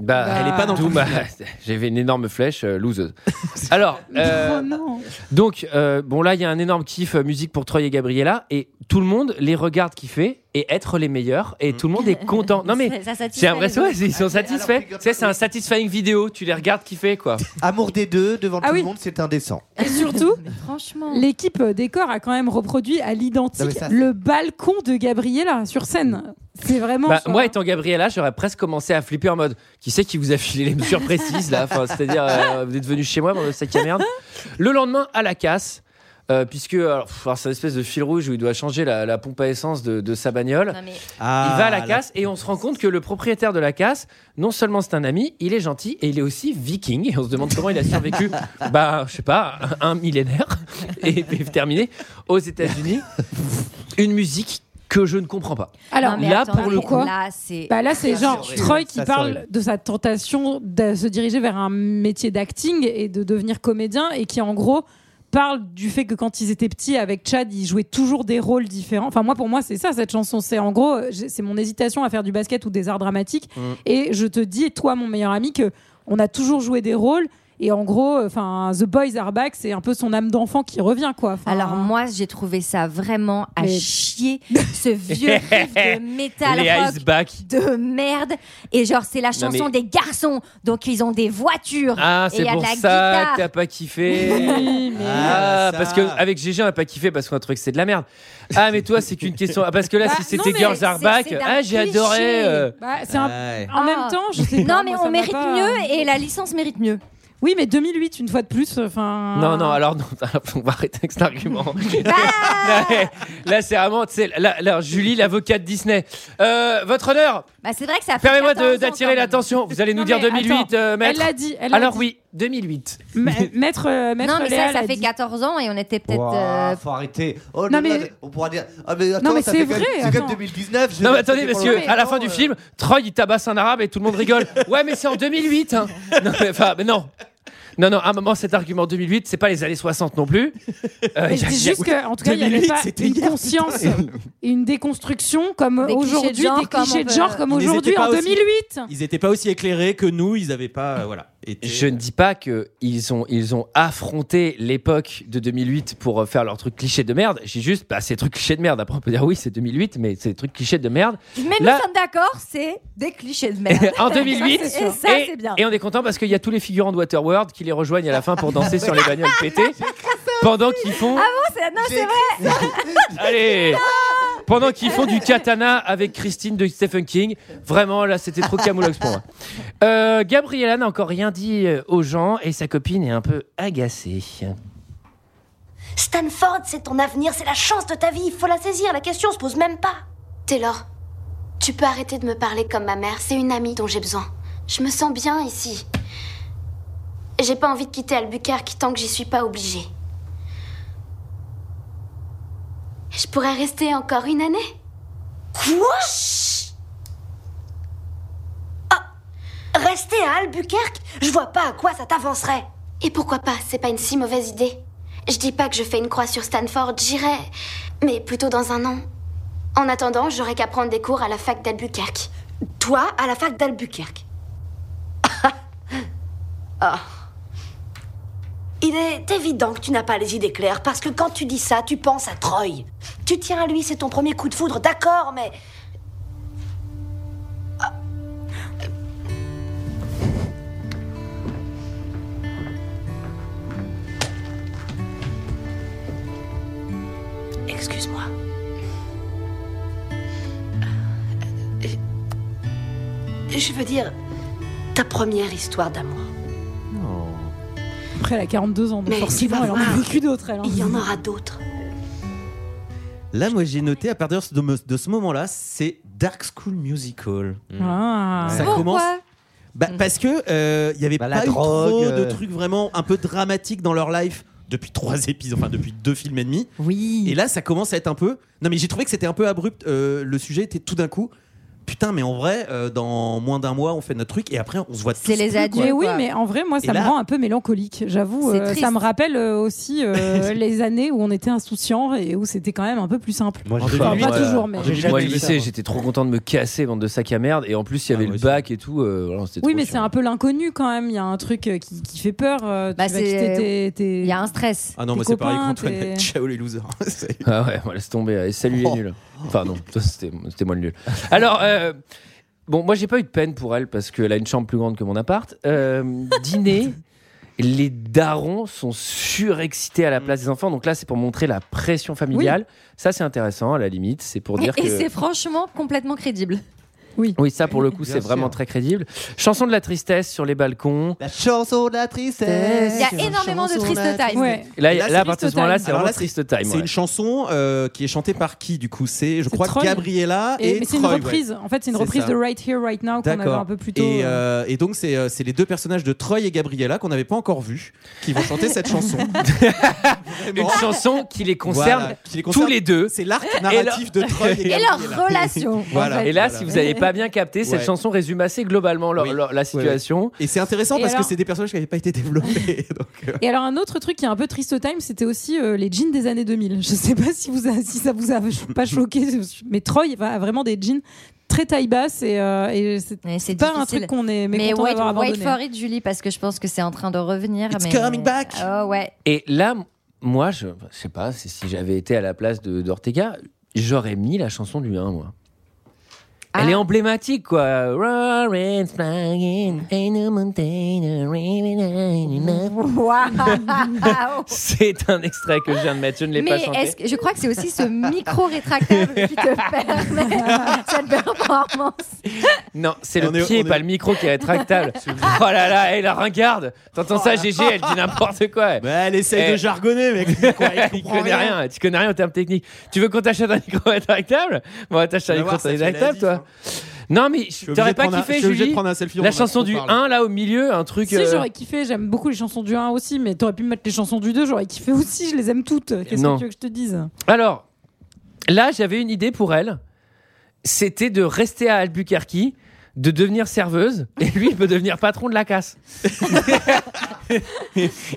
Speaker 1: Bah,
Speaker 10: Elle est pas dans le
Speaker 1: d'où
Speaker 10: coup
Speaker 1: ma-
Speaker 10: final.
Speaker 1: J'avais une énorme flèche euh, loseuse. Alors, euh,
Speaker 9: Oh non.
Speaker 1: donc, euh, bon, là, il y a un énorme kiff euh, musique pour Troy et Gabriella, et tout le monde les regarde kiffer et être les meilleurs, et tout le monde est content. Non, mais
Speaker 7: Ça- ça satisfait
Speaker 1: c'est un vrai
Speaker 7: les autres.
Speaker 1: ouais, ils sont satisfaits. Tu sais, c'est un satisfying vidéo, tu les regardes kiffer, quoi.
Speaker 6: Amour des deux devant
Speaker 9: Ah
Speaker 6: tout
Speaker 9: oui.
Speaker 6: le monde, c'est indécent.
Speaker 9: Et surtout,
Speaker 7: Franchement.
Speaker 9: l'équipe euh, décor a quand même reproduit à
Speaker 6: Non, mais
Speaker 9: l'identique
Speaker 6: ça, c'est-
Speaker 9: le balcon de Gabriella sur scène. C'est vraiment.
Speaker 1: Bah,
Speaker 9: ça.
Speaker 1: moi, étant Gabriella, j'aurais presque commencé à flipper en mode qui c'est qui vous a filé les mesures précises là enfin, C'est-à-dire, euh, vous êtes venu chez moi, bande de sac à merde. Le lendemain, à la casse, euh, puisque alors, pff, alors, c'est une espèce de fil rouge où il doit changer la, la pompe à essence de, de sa bagnole.
Speaker 7: Non, mais-
Speaker 10: Ah,
Speaker 1: il va à la
Speaker 10: là.
Speaker 1: casse et on se rend compte que le propriétaire de la casse, non seulement c'est un ami, il est gentil et il est aussi viking. Et on se demande comment il a survécu, bah, je sais pas, un millénaire et, puis terminé aux États-Unis. Une musique que je ne comprends pas.
Speaker 9: Alors,
Speaker 7: Non, mais
Speaker 1: là,
Speaker 7: attendez,
Speaker 1: pour le
Speaker 9: coup-
Speaker 7: Là, c'est.
Speaker 9: Bah là, c'est
Speaker 7: Ça,
Speaker 9: genre
Speaker 6: c'est horrible.
Speaker 9: Troy qui
Speaker 6: Ça, c'est
Speaker 9: parle
Speaker 6: horrible.
Speaker 9: de sa tentation de se diriger vers un métier d'acting et de devenir comédien et qui, en gros, parle du fait que quand ils étaient petits avec Chad, ils jouaient toujours des rôles différents. Enfin, moi, pour moi, c'est ça, cette chanson. C'est en gros, j'ai- c'est mon hésitation à faire du basket ou des arts dramatiques.
Speaker 6: Mm.
Speaker 9: Et je te dis, toi, mon meilleur ami, que on a toujours joué des rôles. Et en gros, enfin, The Boys Are Back, c'est un peu son âme d'enfant qui revient, quoi. Enfin,
Speaker 7: Alors moi, j'ai trouvé ça vraiment à
Speaker 9: Mais-
Speaker 7: chier, ce vieux riff de métal
Speaker 1: Les
Speaker 7: rock
Speaker 1: iceback.
Speaker 7: de merde. Et genre, c'est la chanson
Speaker 1: mais-
Speaker 7: des garçons, donc ils ont des voitures
Speaker 1: Ah,
Speaker 7: et il
Speaker 1: c'est
Speaker 7: y a de
Speaker 1: pour
Speaker 7: la
Speaker 1: ça
Speaker 7: guitare.
Speaker 1: que t'as pas kiffé.
Speaker 9: oui, mais-
Speaker 1: Ah,
Speaker 10: Ah, ça.
Speaker 1: parce que avec GG on a pas kiffé parce qu'on a trouvé que c'est de la merde. Ah, mais toi, c'est qu'une question. Ah, parce que là,
Speaker 9: Bah,
Speaker 1: si
Speaker 9: non,
Speaker 1: c'était
Speaker 9: mais
Speaker 1: Girls Are
Speaker 7: c'est-
Speaker 1: Back,
Speaker 7: c'est d'un
Speaker 1: ah, j'ai
Speaker 7: cliché.
Speaker 1: adoré. euh.
Speaker 9: bah, c'est un-
Speaker 10: Ouais.
Speaker 9: En même
Speaker 7: Ah.
Speaker 9: temps, je sais pas.
Speaker 7: Non, mais
Speaker 9: moi, ça
Speaker 7: on
Speaker 9: m'a
Speaker 7: mérite
Speaker 9: pas-
Speaker 7: mieux et la licence mérite mieux.
Speaker 9: Oui, mais 2008, une fois de plus. Enfin.
Speaker 1: Non, non, alors non, on va arrêter avec cet argument. là, là, c'est vraiment, tu sais, là, là, Julie, l'avocate Disney. Euh, votre honneur,
Speaker 7: Bah, c'est vrai que ça fait
Speaker 1: permettez-moi
Speaker 7: 14
Speaker 1: de-
Speaker 7: ans,
Speaker 1: d'attirer
Speaker 7: quand même.
Speaker 1: l'attention. Vous allez nous
Speaker 9: Non,
Speaker 1: dire
Speaker 9: mais
Speaker 1: 2008,
Speaker 9: attends,
Speaker 1: euh,
Speaker 9: Elle
Speaker 1: maître.
Speaker 9: l'a dit. Elle l'a
Speaker 1: Alors
Speaker 9: dit.
Speaker 1: oui, 2008.
Speaker 9: Ma- maître, euh, maître
Speaker 7: Non, mais
Speaker 9: Léa
Speaker 7: ça, ça
Speaker 9: l'a
Speaker 7: fait
Speaker 9: dit.
Speaker 7: 14 ans et on était peut-être.
Speaker 6: Ouah,
Speaker 7: euh,
Speaker 6: faut arrêter. Oh,
Speaker 9: Non,
Speaker 6: non,
Speaker 9: mais-
Speaker 6: mais... On pourra dire. Ah, mais attends,
Speaker 9: mais
Speaker 6: ça
Speaker 9: c'est
Speaker 6: fait
Speaker 9: vrai,
Speaker 6: Comme, c'est comme
Speaker 9: attends.
Speaker 6: 2019. je-
Speaker 1: Non, mais
Speaker 6: ça
Speaker 1: attendez,
Speaker 6: fait
Speaker 1: parce que
Speaker 6: pendant
Speaker 1: à la fin du
Speaker 6: longtemps,
Speaker 1: film,
Speaker 10: euh.
Speaker 1: Troy il tabasse un arabe et tout le monde rigole. Ouais, mais c'est en 2008. hein. Non, mais, enfin, mais non. Non, non, à un moment, cet argument 2008, c'est pas les années 60 non plus. Euh,
Speaker 9: Mais je
Speaker 1: y a-
Speaker 9: dis
Speaker 1: y a-
Speaker 9: juste qu'en tout cas, il n'y avait
Speaker 10: 2008,
Speaker 9: pas
Speaker 10: c'était
Speaker 9: une
Speaker 10: hier,
Speaker 9: conscience et une déconstruction comme
Speaker 7: Des clichés de
Speaker 9: aujourd'hui,
Speaker 7: genre
Speaker 9: des
Speaker 7: comme euh,
Speaker 9: clichés
Speaker 7: on
Speaker 9: de
Speaker 7: peut-
Speaker 9: genre comme
Speaker 10: Ils étaient
Speaker 9: aujourd'hui
Speaker 10: pas
Speaker 9: en
Speaker 10: aussi-
Speaker 9: 2008.
Speaker 10: Ils étaient pas aussi éclairés que nous, ils avaient pas. euh, voilà. été-
Speaker 1: Je ne dis pas que ils ont, ils ont affronté l'époque de 2008 pour euh, faire leur truc cliché de merde. J'ai juste, bah, c'est truc cliché de merde. Après, on peut dire oui, c'est 2008, mais c'est des trucs clichés de merde.
Speaker 7: Mais nous
Speaker 1: Là-
Speaker 7: sommes d'accord, c'est des clichés de merde.
Speaker 1: en 2008.
Speaker 7: Ça, c'est sûr. Et ça,
Speaker 1: et,
Speaker 7: c'est bien.
Speaker 1: et on est content parce qu'il y a tous les figurants de Waterworld qui les rejoignent à la fin pour danser sur les bagnoles pétées pendant qu'ils font
Speaker 7: Ah c'est non, c'est vrai.
Speaker 1: Allez Pendant qu'ils font du katana avec Christine de Stephen King, vraiment là c'était trop camoulox pour moi. Euh, Gabriella n'a encore rien dit euh, aux gens et sa copine est un peu agacée.
Speaker 13: Stanford, c'est ton avenir, c'est la chance de ta vie, il faut la saisir, la question se pose même pas. Taylor, tu peux arrêter de me parler comme ma mère, c'est une amie dont j'ai besoin. Je me sens bien ici. J'ai pas envie de quitter Albuquerque tant que j'y suis pas obligée. Je pourrais rester encore une année. Quoi Ah Rester à Albuquerque Je vois pas à quoi ça t'avancerait. Et pourquoi pas C'est pas une si mauvaise idée. Je dis pas que je fais une croix sur Stanford, j'irai, mais plutôt dans un an. En attendant, j'aurai qu'à prendre des cours à la fac d'Albuquerque. Toi, à la fac d'Albuquerque
Speaker 14: Ah.
Speaker 13: Il est évident que tu n'as pas les idées claires, parce que quand tu dis ça, tu penses à Troy. Tu tiens à lui, c'est ton premier coup de foudre, d'accord, mais... Ah. Excuse-moi. Euh, Je veux dire, ta première histoire d'amour.
Speaker 9: Après, elle a 42 ans, donc
Speaker 13: Mais tu
Speaker 9: forcément,
Speaker 13: vas
Speaker 9: elle en a
Speaker 13: voir.
Speaker 9: vécu d'autres. elle, hein.
Speaker 13: Il y en aura d'autres.
Speaker 10: Là, moi, j'ai noté à partir de, me- de ce moment-là, c'est Dark School Musical.
Speaker 1: Hmm.
Speaker 9: Ah.
Speaker 10: Ça
Speaker 9: Pourquoi
Speaker 10: commence. Bah, parce que euh, il y avait
Speaker 6: Bah, la
Speaker 10: pas eu
Speaker 6: drogue,
Speaker 10: trop de
Speaker 6: euh.
Speaker 10: trucs vraiment un peu dramatiques dans leur life depuis trois épisodes, enfin depuis deux films et demi.
Speaker 9: Oui.
Speaker 10: Et là, ça commence à être un peu. Non, mais j'ai trouvé que c'était un peu abrupt. Euh, le sujet était tout d'un coup. Putain, mais en vrai, euh, dans moins d'un mois, on fait notre truc et après, on se voit. tous plus, quoi.
Speaker 9: Mais oui, mais en vrai, moi,
Speaker 10: Et
Speaker 9: ça
Speaker 10: là-
Speaker 9: me rend un peu mélancolique. J'avoue,
Speaker 10: C'est
Speaker 9: euh, ça
Speaker 10: triste.
Speaker 9: me rappelle euh, aussi euh, les années où on était insouciant et où c'était quand même un peu plus simple.
Speaker 1: Moi,
Speaker 9: Enfin, pas toujours, mais.
Speaker 1: au lycée, j'étais trop content de me casser, bande de sacs à merde. Et en plus, il y avait le bac et tout. euh, voilà, c'était
Speaker 9: Oui,
Speaker 1: trop
Speaker 9: mais
Speaker 1: chiant.
Speaker 9: c'est un peu l'inconnu quand même. Il y a un truc euh, qui, qui fait peur. euh, tu vas quitter tes- tes-
Speaker 7: Bah, Il y a un stress.
Speaker 10: Ah non,
Speaker 9: tes
Speaker 10: moi, c'est pareil
Speaker 9: copains,
Speaker 10: qu'Antoine.
Speaker 9: tes-
Speaker 10: Ciao les losers. C'est- Oh.
Speaker 1: Ah ouais, on laisse tomber. Allez, salut les nuls. Enfin non, toi, c'était c'était moi le nul. Alors, euh, bon, moi j'ai pas eu de peine pour elle parce qu'elle a une chambre plus grande que mon appart. Euh, dîner, les darons sont surexcités à la place des enfants. Donc là, c'est pour montrer la pression familiale. Ça, c'est intéressant à la limite. C'est pour dire
Speaker 7: et
Speaker 1: que.
Speaker 7: c'est franchement complètement crédible.
Speaker 9: Oui.
Speaker 1: Oui, ça pour le coup,
Speaker 7: Bien
Speaker 1: c'est
Speaker 7: sûr.
Speaker 1: vraiment très crédible. Chanson de la tristesse sur les balcons.
Speaker 6: La chanson de la tristesse.
Speaker 7: Il y a énormément de triste time.
Speaker 1: Là, là, à
Speaker 10: c'est
Speaker 1: partir de ce
Speaker 10: Triste
Speaker 1: moment-là,
Speaker 10: Time.
Speaker 1: c'est
Speaker 10: Alors
Speaker 1: vraiment
Speaker 10: là,
Speaker 1: Triste Time.
Speaker 10: C'est
Speaker 1: ouais.
Speaker 10: une chanson euh, qui est chantée par qui du coup C'est, je crois,
Speaker 9: Troy.
Speaker 10: Gabriella
Speaker 9: Et-
Speaker 10: et,
Speaker 9: mais c'est une
Speaker 10: Troy, ouais.
Speaker 9: reprise. En fait, c'est une
Speaker 10: C'est
Speaker 9: reprise
Speaker 10: ça.
Speaker 9: de Right Here, Right Now qu'on avait
Speaker 10: D'accord.
Speaker 9: un peu plus tôt.
Speaker 10: Et,
Speaker 9: euh.
Speaker 10: euh, et donc, c'est euh, c'est les deux personnages de Troy et Gabriella qu'on n'avait pas encore vus qui vont chanter cette chanson.
Speaker 1: Une chanson qui les concerne
Speaker 10: Voilà, qui les
Speaker 1: tous les deux.
Speaker 10: C'est l'arc
Speaker 1: Et
Speaker 10: narratif
Speaker 1: leur-
Speaker 10: de Troy et
Speaker 7: Et leur relation.
Speaker 10: Voilà.
Speaker 7: en fait.
Speaker 1: Et là,
Speaker 10: Voilà.
Speaker 1: si vous n'avez pas bien capté, cette
Speaker 10: Ouais.
Speaker 1: chanson résume assez globalement leur- leur- la situation.
Speaker 10: Et c'est intéressant
Speaker 9: Et
Speaker 10: parce
Speaker 9: alors-
Speaker 10: que c'est des personnages qui n'avaient pas été développés. donc, euh,
Speaker 9: Et alors un autre truc qui est un peu triste time, c'était aussi euh, les jeans des années 2000. Je sais pas si vous a- si ça vous a pas choqué, mais Troy a vraiment des jeans très taille basse et, euh, et c'est pas un
Speaker 7: difficile.
Speaker 9: truc qu'on est
Speaker 7: Mais
Speaker 9: mécontent
Speaker 7: wait,
Speaker 9: d'avoir
Speaker 7: wait
Speaker 9: abandonné.
Speaker 7: for it, Julie, parce que je pense que c'est en train de revenir.
Speaker 9: It's
Speaker 7: mais...
Speaker 9: coming back.
Speaker 7: Oh ouais.
Speaker 1: Et là, m- moi, je, je sais pas, c'est si j'avais été à la place de d'Ortega, j'aurais mis la chanson du 1, moi.
Speaker 7: Ah.
Speaker 1: Elle est emblématique, quoi. Roaring, flying, ain't no mountain, a raven, ain't enough.
Speaker 7: Waouh.
Speaker 1: C'est un extrait que je viens de mettre, je ne l'ai pas
Speaker 7: Ah, oh. Mais
Speaker 1: chanté.
Speaker 7: est-ce que- je crois que c'est aussi ce micro rétractable qui te permet cette performance.
Speaker 1: Non, c'est
Speaker 10: On
Speaker 1: le
Speaker 10: est-
Speaker 1: pied,
Speaker 10: on est-
Speaker 1: pas le micro qui est rétractable. oh là là, elle la ringarde. T'entends
Speaker 10: Oh
Speaker 1: ça, Gégé, elle dit n'importe quoi.
Speaker 10: Bah,
Speaker 1: Eh.
Speaker 10: elle essaye de jargonner, mec. Quoi, elle
Speaker 1: Il
Speaker 10: comprend
Speaker 1: connaît
Speaker 10: rien.
Speaker 1: rien, tu connais rien aux termes techniques. Tu veux qu'on t'achète un micro rétractable Bon, on t'achète
Speaker 10: On
Speaker 1: un
Speaker 10: va
Speaker 1: micro
Speaker 10: voir, ça, tu l'as
Speaker 1: rétractable,
Speaker 10: dit,
Speaker 1: toi. Non, mais
Speaker 10: obligé
Speaker 1: t'aurais
Speaker 10: de
Speaker 1: pas
Speaker 10: prendre un- je
Speaker 1: kiffé,
Speaker 10: suis obligé de
Speaker 1: Julie
Speaker 10: prendre un selfie, on en
Speaker 1: La
Speaker 10: a
Speaker 1: chanson
Speaker 10: trop
Speaker 1: du
Speaker 10: parlé.
Speaker 1: 1, là, au milieu, un truc.
Speaker 9: Si
Speaker 1: euh,
Speaker 9: j'aurais kiffé, j'aime beaucoup les chansons du 1 aussi, mais t'aurais pu me mettre les chansons du 2, j'aurais kiffé aussi, je les aime toutes.
Speaker 6: Euh,
Speaker 9: Qu'est-ce
Speaker 1: Non.
Speaker 9: que tu veux que je te dise
Speaker 1: Alors, là, j'avais une idée pour elle. C'était de rester à Albuquerque, de devenir serveuse, et lui, il peut devenir patron de la casse.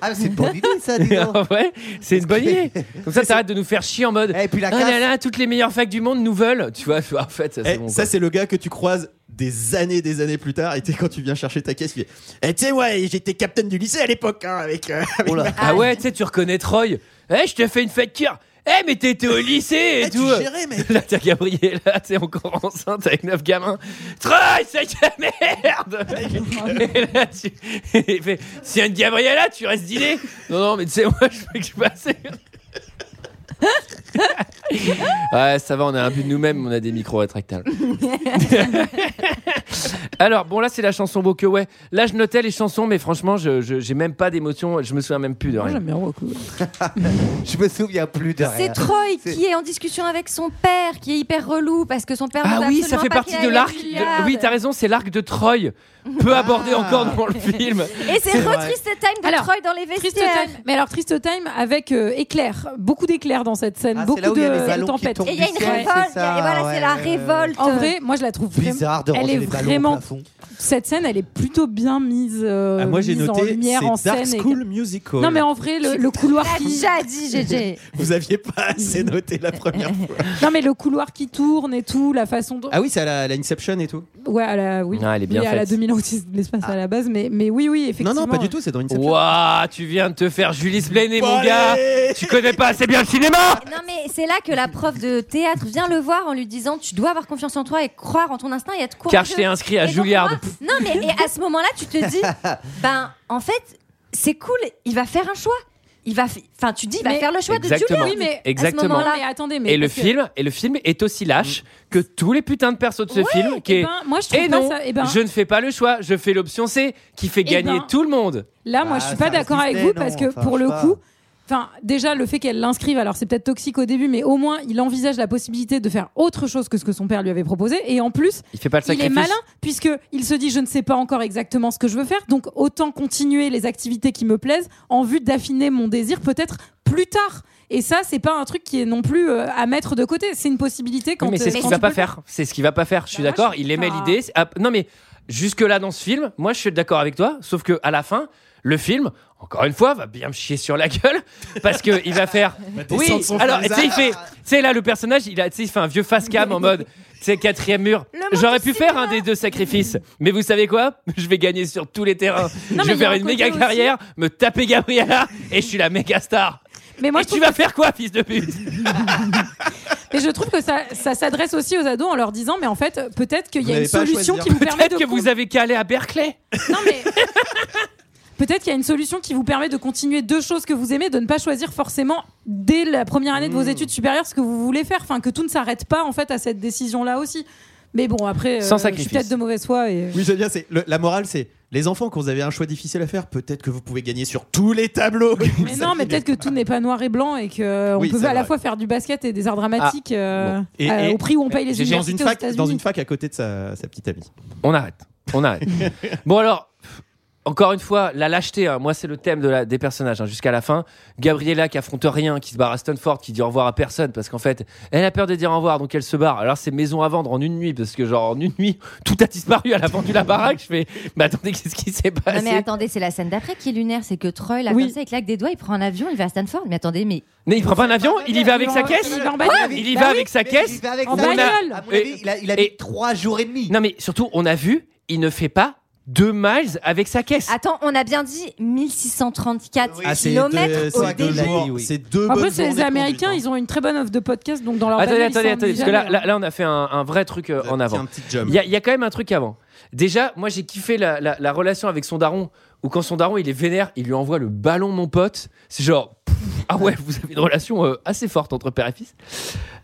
Speaker 6: Ah, mais c'est une bonne idée, ça, dis donc.
Speaker 1: En vrai, c'est une bonne idée. Comme ça, t'arrêtes de nous faire chier en mode. Et puis
Speaker 6: la
Speaker 1: là
Speaker 6: casse.
Speaker 1: là, toutes les meilleures facs du monde nous veulent. Tu vois, en fait, ça, c'est
Speaker 10: Eh,
Speaker 1: bon.
Speaker 10: ça, c'est le gars que tu croises des années, des années plus tard. Et t'es- quand tu viens chercher ta caisse, il fait Eh, tu sais, ouais, j'étais capitaine du lycée à l'époque, hein, avec. euh, avec ma-
Speaker 1: Ah ouais, tu sais, tu reconnais Troy. Eh, je te fais une facture. Eh, mais t'étais au lycée et tout.
Speaker 10: gérais,
Speaker 1: Là, t'as Gabriel, là, t'es encore enceinte avec neuf gamins. Troy, c'est de la merde Et là, tu. Il fait, si y a une Gabriella, tu restes dîner Non, non, mais tu sais, moi, je veux que je passe. Ouais, ça va, on a un peu de nous-mêmes, on a des micros rétractables. Alors, bon, là, c'est la chanson Walk Away. Là, je notais les chansons, mais franchement, je je- j'ai même pas d'émotion, je me souviens même plus de rien.
Speaker 6: je me souviens plus de
Speaker 7: C'est Troy qui est en discussion avec son père, qui est hyper relou parce que son père.
Speaker 1: Ah
Speaker 7: veut
Speaker 1: oui, ça
Speaker 7: absolument
Speaker 1: fait
Speaker 7: pas
Speaker 1: partie
Speaker 7: qu'il
Speaker 1: de
Speaker 7: aille à
Speaker 1: l'arc.
Speaker 7: Juilliard.
Speaker 1: de- Oui, t'as raison, c'est l'arc de Troy.
Speaker 9: Ah.
Speaker 1: Peu abordé encore dans le film.
Speaker 7: Et c'est retriste time de
Speaker 9: Alors,
Speaker 7: Troy dans les
Speaker 9: Triste
Speaker 7: vestiaires.
Speaker 9: Time. Mais alors, Triste Time avec euh, éclair. Beaucoup d'éclairs dans cette scène.
Speaker 6: Ah, c'est
Speaker 9: beaucoup
Speaker 6: là où
Speaker 9: de
Speaker 6: il y a les ballons
Speaker 9: de
Speaker 6: qui
Speaker 9: tempêtes.
Speaker 6: tombent Et il y a du une ciel, révolte, c'est ça, et voilà, c'est ouais,
Speaker 10: Euh,
Speaker 6: la ouais, ouais. révolte.
Speaker 9: En vrai, moi, je la trouve vraiment-
Speaker 6: Bizarre de
Speaker 9: elle
Speaker 6: ranger
Speaker 9: est
Speaker 6: les ballons au
Speaker 9: vraiment.
Speaker 6: plafond.
Speaker 9: Cette scène, elle est plutôt bien mise, euh,
Speaker 10: Ah, moi, j'ai
Speaker 9: mise en
Speaker 10: noté,
Speaker 9: lumière,
Speaker 10: c'est
Speaker 9: en
Speaker 10: Dark
Speaker 9: scène. et-
Speaker 10: School Musical.
Speaker 9: Non, mais en vrai, le, le couloir.
Speaker 7: T'as
Speaker 9: qui-
Speaker 7: déjà dit, GG.
Speaker 10: Vous aviez pas assez noté la première fois.
Speaker 9: Non, mais le couloir qui tourne et tout, la façon dont.
Speaker 10: Ah oui, c'est à la, la Inception et tout.
Speaker 9: Ouais, à la, oui.
Speaker 10: Ah, elle est bien
Speaker 9: Oui, à la
Speaker 10: faite. Ah.
Speaker 9: 2000 ans aussi de l'espace à la base, mais, mais oui, oui, effectivement.
Speaker 10: non, pas du tout, c'est dans Inception.
Speaker 1: Waouh, tu viens de te faire Julie Splainer,
Speaker 9: Bon,
Speaker 1: mon gars. Tu connais pas assez bien le cinéma.
Speaker 7: Non mais c'est là que la prof de théâtre vient le voir en lui disant tu dois avoir confiance en toi et croire en ton instinct et être courageux.
Speaker 1: Car je t'ai inscrit à
Speaker 7: Et donc,
Speaker 1: Juilliard.
Speaker 7: moi- Non mais et à ce moment-là tu te dis ben en fait c'est cool il va faire un choix il va fi- enfin tu dis il va faire le choix
Speaker 1: Exactement.
Speaker 7: de Juilliard
Speaker 1: Exactement.
Speaker 9: Mais attendez, mais
Speaker 1: et le
Speaker 9: parce que-
Speaker 1: film, et le film est aussi lâche que tous les putains de persos de ce
Speaker 9: Mm. Ouais,
Speaker 1: film. Qui
Speaker 9: eh
Speaker 1: est...
Speaker 9: ben, moi, je trouve
Speaker 1: et
Speaker 9: pas
Speaker 1: non,
Speaker 9: ça- eh ben-
Speaker 1: je ne fais pas le choix. Je fais l'option C qui fait
Speaker 9: Eh
Speaker 1: gagner
Speaker 9: ben,
Speaker 1: tout le monde.
Speaker 9: Là, moi, je suis pas d'accord avec vous parce que pour le coup, enfin, déjà le fait qu'elle l'inscrive, alors c'est peut-être toxique au début, mais au moins il envisage la possibilité de faire autre chose que ce que son père lui avait proposé, et en plus,
Speaker 1: Il fait pas le
Speaker 9: est
Speaker 1: sacrifice.
Speaker 9: malin puisque il se dit je ne sais pas encore exactement ce que je veux faire, donc autant continuer les activités qui me plaisent en vue d'affiner mon désir peut-être plus tard. Et ça, c'est pas un truc qui est non plus euh, à mettre de côté. C'est une possibilité quand.
Speaker 1: Oui, mais c'est
Speaker 9: euh,
Speaker 1: ce qu'il
Speaker 9: quand
Speaker 1: va
Speaker 9: tu
Speaker 1: pas
Speaker 9: peux Bah, le
Speaker 1: faire. C'est ce qu'il va pas faire. Je suis d'accord. Il aimait l'idée. C'est- ah, Non, mais jusque là dans ce film, moi je suis d'accord avec toi. Sauf que à la fin, le film, encore une fois, va bien me chier sur la gueule parce que il va faire. oui.
Speaker 10: descendre son
Speaker 1: Alors, tu
Speaker 10: flasard.
Speaker 1: sais, il fait. Tu sais là, le personnage, il a, tu sais, il fait un vieux face cam en mode, tu sais, quatrième mur. J'aurais pu faire un des deux sacrifices, mais vous savez quoi Je vais gagner sur tous les terrains.
Speaker 9: mais
Speaker 1: je vais
Speaker 9: il y a
Speaker 1: faire
Speaker 9: un
Speaker 1: une méga
Speaker 9: côté aussi-
Speaker 1: carrière, me taper Gabriella, et je suis la méga star.
Speaker 9: Mais moi,
Speaker 1: et
Speaker 9: je
Speaker 1: tu
Speaker 9: trouve
Speaker 1: vas faire quoi, fils de pute
Speaker 9: Mais je trouve que ça, ça s'adresse aussi aux ados en leur disant, mais en fait, peut-être qu'il y a une solution qui vous permet de.
Speaker 1: Peut-être que vous avez calé à Berkeley.
Speaker 9: Peut-être qu'il y a une solution qui vous permet de continuer deux choses que vous aimez, de ne pas choisir forcément dès la première année de
Speaker 10: Hmm.
Speaker 9: vos études supérieures ce que vous voulez faire, enfin que tout ne s'arrête pas en fait à cette décision-là aussi. Mais bon, après, euh,
Speaker 10: Sans
Speaker 9: je suis
Speaker 10: sacrifice.
Speaker 9: peut-être de mauvaise foi et.
Speaker 10: Oui, j'aime bien. C'est le- la morale, c'est les enfants quand vous avez un choix difficile à faire, peut-être que vous pouvez gagner sur tous les tableaux.
Speaker 9: Mais non, mais peut-être que tout n'est pas noir et blanc et que euh,
Speaker 10: Oui,
Speaker 9: on peut
Speaker 10: c'est
Speaker 9: à la
Speaker 10: vrai. Ah,
Speaker 9: fois faire du basket et des arts dramatiques euh,
Speaker 10: Bon. Et-
Speaker 9: euh,
Speaker 10: et- eh,
Speaker 9: au prix où on paye les
Speaker 10: J'ai- dans
Speaker 9: universités
Speaker 10: une
Speaker 9: aux
Speaker 10: fac,
Speaker 9: États-Unis.
Speaker 10: dans une fac à côté de sa, sa petite amie.
Speaker 1: On arrête. On arrête. bon, alors, encore une fois, la lâcheté, hein. moi, c'est le thème de la- des personnages hein, jusqu'à la fin. Gabriella qui affronte rien, qui se barre à Stanford, qui dit au revoir à personne parce qu'en fait, elle a peur de dire au revoir, donc elle se barre. Alors, c'est maison à vendre en une nuit parce que, genre, en une nuit, tout a disparu. Elle a vendu la baraque. Je fais, mais attendez, qu'est-ce qui s'est passé
Speaker 7: Non mais attendez, c'est la scène d'après qui est lunaire, c'est que Troy, là,
Speaker 1: Oui.
Speaker 7: comme ça, il claque des doigts, il prend un avion, il va à Stanford. Mais attendez, mais...
Speaker 1: Mais il prend pas un avion, il y va avec sa caisse.
Speaker 7: Il va en
Speaker 1: Quoi
Speaker 7: bagnole.
Speaker 1: Il y
Speaker 7: Bah
Speaker 1: va
Speaker 7: oui,
Speaker 1: avec sa
Speaker 7: mais
Speaker 1: caisse.
Speaker 7: il va avec
Speaker 1: On
Speaker 7: sa
Speaker 1: a-
Speaker 7: bagnole. À mon
Speaker 1: et-
Speaker 6: avis, il a- il a
Speaker 1: et-
Speaker 6: mis trois jours et demi.
Speaker 1: Non mais surtout, on a vu, il ne fait pas deux miles avec sa caisse.
Speaker 7: Attends, on a bien dit 1634
Speaker 1: Ah, c'est
Speaker 7: kilomètres
Speaker 1: deux-
Speaker 7: au
Speaker 1: c'est
Speaker 7: début.
Speaker 1: deux jours.
Speaker 10: C'est deux
Speaker 9: En
Speaker 10: bonnes
Speaker 9: plus, les
Speaker 10: journées.
Speaker 9: Américains, ils ont une très bonne offre de podcast, donc dans leur
Speaker 1: Attendez,
Speaker 9: bagnole, ils
Speaker 1: attendez,
Speaker 9: s'ennuient
Speaker 1: attendez, parce que
Speaker 9: jamais,
Speaker 1: là,
Speaker 9: hein.
Speaker 1: là, là, on a fait un, un vrai truc euh, en avant. Il y, a- il y a quand même un truc avant. Déjà, moi, j'ai kiffé la, la- la relation avec son daron, où quand son daron, il est vénère, il lui envoie le ballon, mon pote. C'est genre, pff, ah ouais, vous avez une relation euh, assez forte entre père et fils.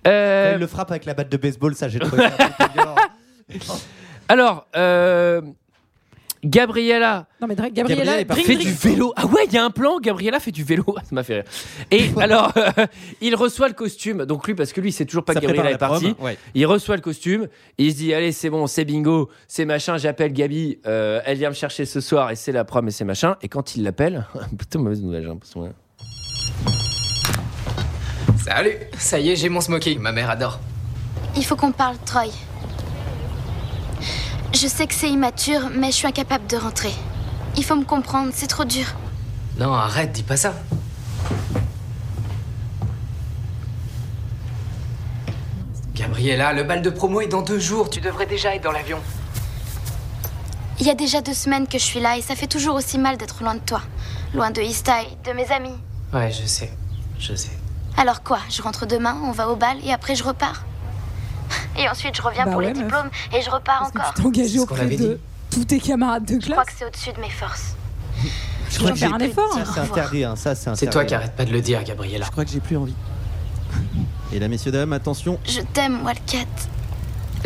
Speaker 1: Euh,
Speaker 6: Quand il le frappe avec la batte de baseball, ça j'ai trouvé. ça.
Speaker 1: alors, euh, Gabriella.
Speaker 9: Non, mais Dra- Gabriella, Dring,
Speaker 1: fait
Speaker 9: Dring.
Speaker 1: du vélo. Ah ouais, il y a un plan. Gabriella fait du vélo. Ça m'a fait rire. Et alors, euh, il reçoit le costume. Donc lui, parce que lui, il sait toujours pas
Speaker 10: Ça
Speaker 1: que Gabriella est
Speaker 10: prépare la
Speaker 1: partie.
Speaker 10: prom, ouais.
Speaker 1: Il reçoit le costume. Il se dit, allez, c'est bon, c'est bingo, c'est machin. J'appelle Gabi. euh, elle vient me chercher ce soir et c'est la prom et c'est machin. Et quand il l'appelle, plutôt mauvaise nouvelle, j'ai l'impression. hein.
Speaker 14: Salut Ça y est, j'ai mon smoking, ma mère adore.
Speaker 13: Il faut qu'on parle, Troy. Je sais que c'est immature, mais je suis incapable de rentrer. Il faut me comprendre, c'est trop dur.
Speaker 14: Non, arrête, dis pas ça. Gabriella, le bal de promo est dans deux jours, tu devrais déjà être dans l'avion.
Speaker 13: Il y a déjà deux semaines que je suis là et ça fait toujours aussi mal d'être loin de toi. Loin de Ista et de mes amis.
Speaker 14: Ouais, je sais, je sais.
Speaker 13: Alors quoi Je rentre demain, on va au bal et après je repars. Et ensuite je reviens
Speaker 9: Bah
Speaker 13: pour
Speaker 9: ouais,
Speaker 13: les
Speaker 9: meuf.
Speaker 13: diplômes et je repars
Speaker 9: Parce que
Speaker 13: encore.
Speaker 9: tu t'es engagé
Speaker 14: C'est ce qu'on
Speaker 9: auprès
Speaker 14: avait
Speaker 9: de tous tes camarades de
Speaker 13: Je
Speaker 9: classe.
Speaker 13: crois que c'est au-dessus de mes forces.
Speaker 9: Je crois que j'ai-
Speaker 13: un effort.
Speaker 6: Ça c'est interdit, hein, ça c'est
Speaker 14: C'est toi
Speaker 6: interdit.
Speaker 14: qui arrête pas de le dire, Gabriella.
Speaker 10: Je crois que j'ai plus envie. Et là, messieurs, dames, attention.
Speaker 13: Je t'aime, Walcat.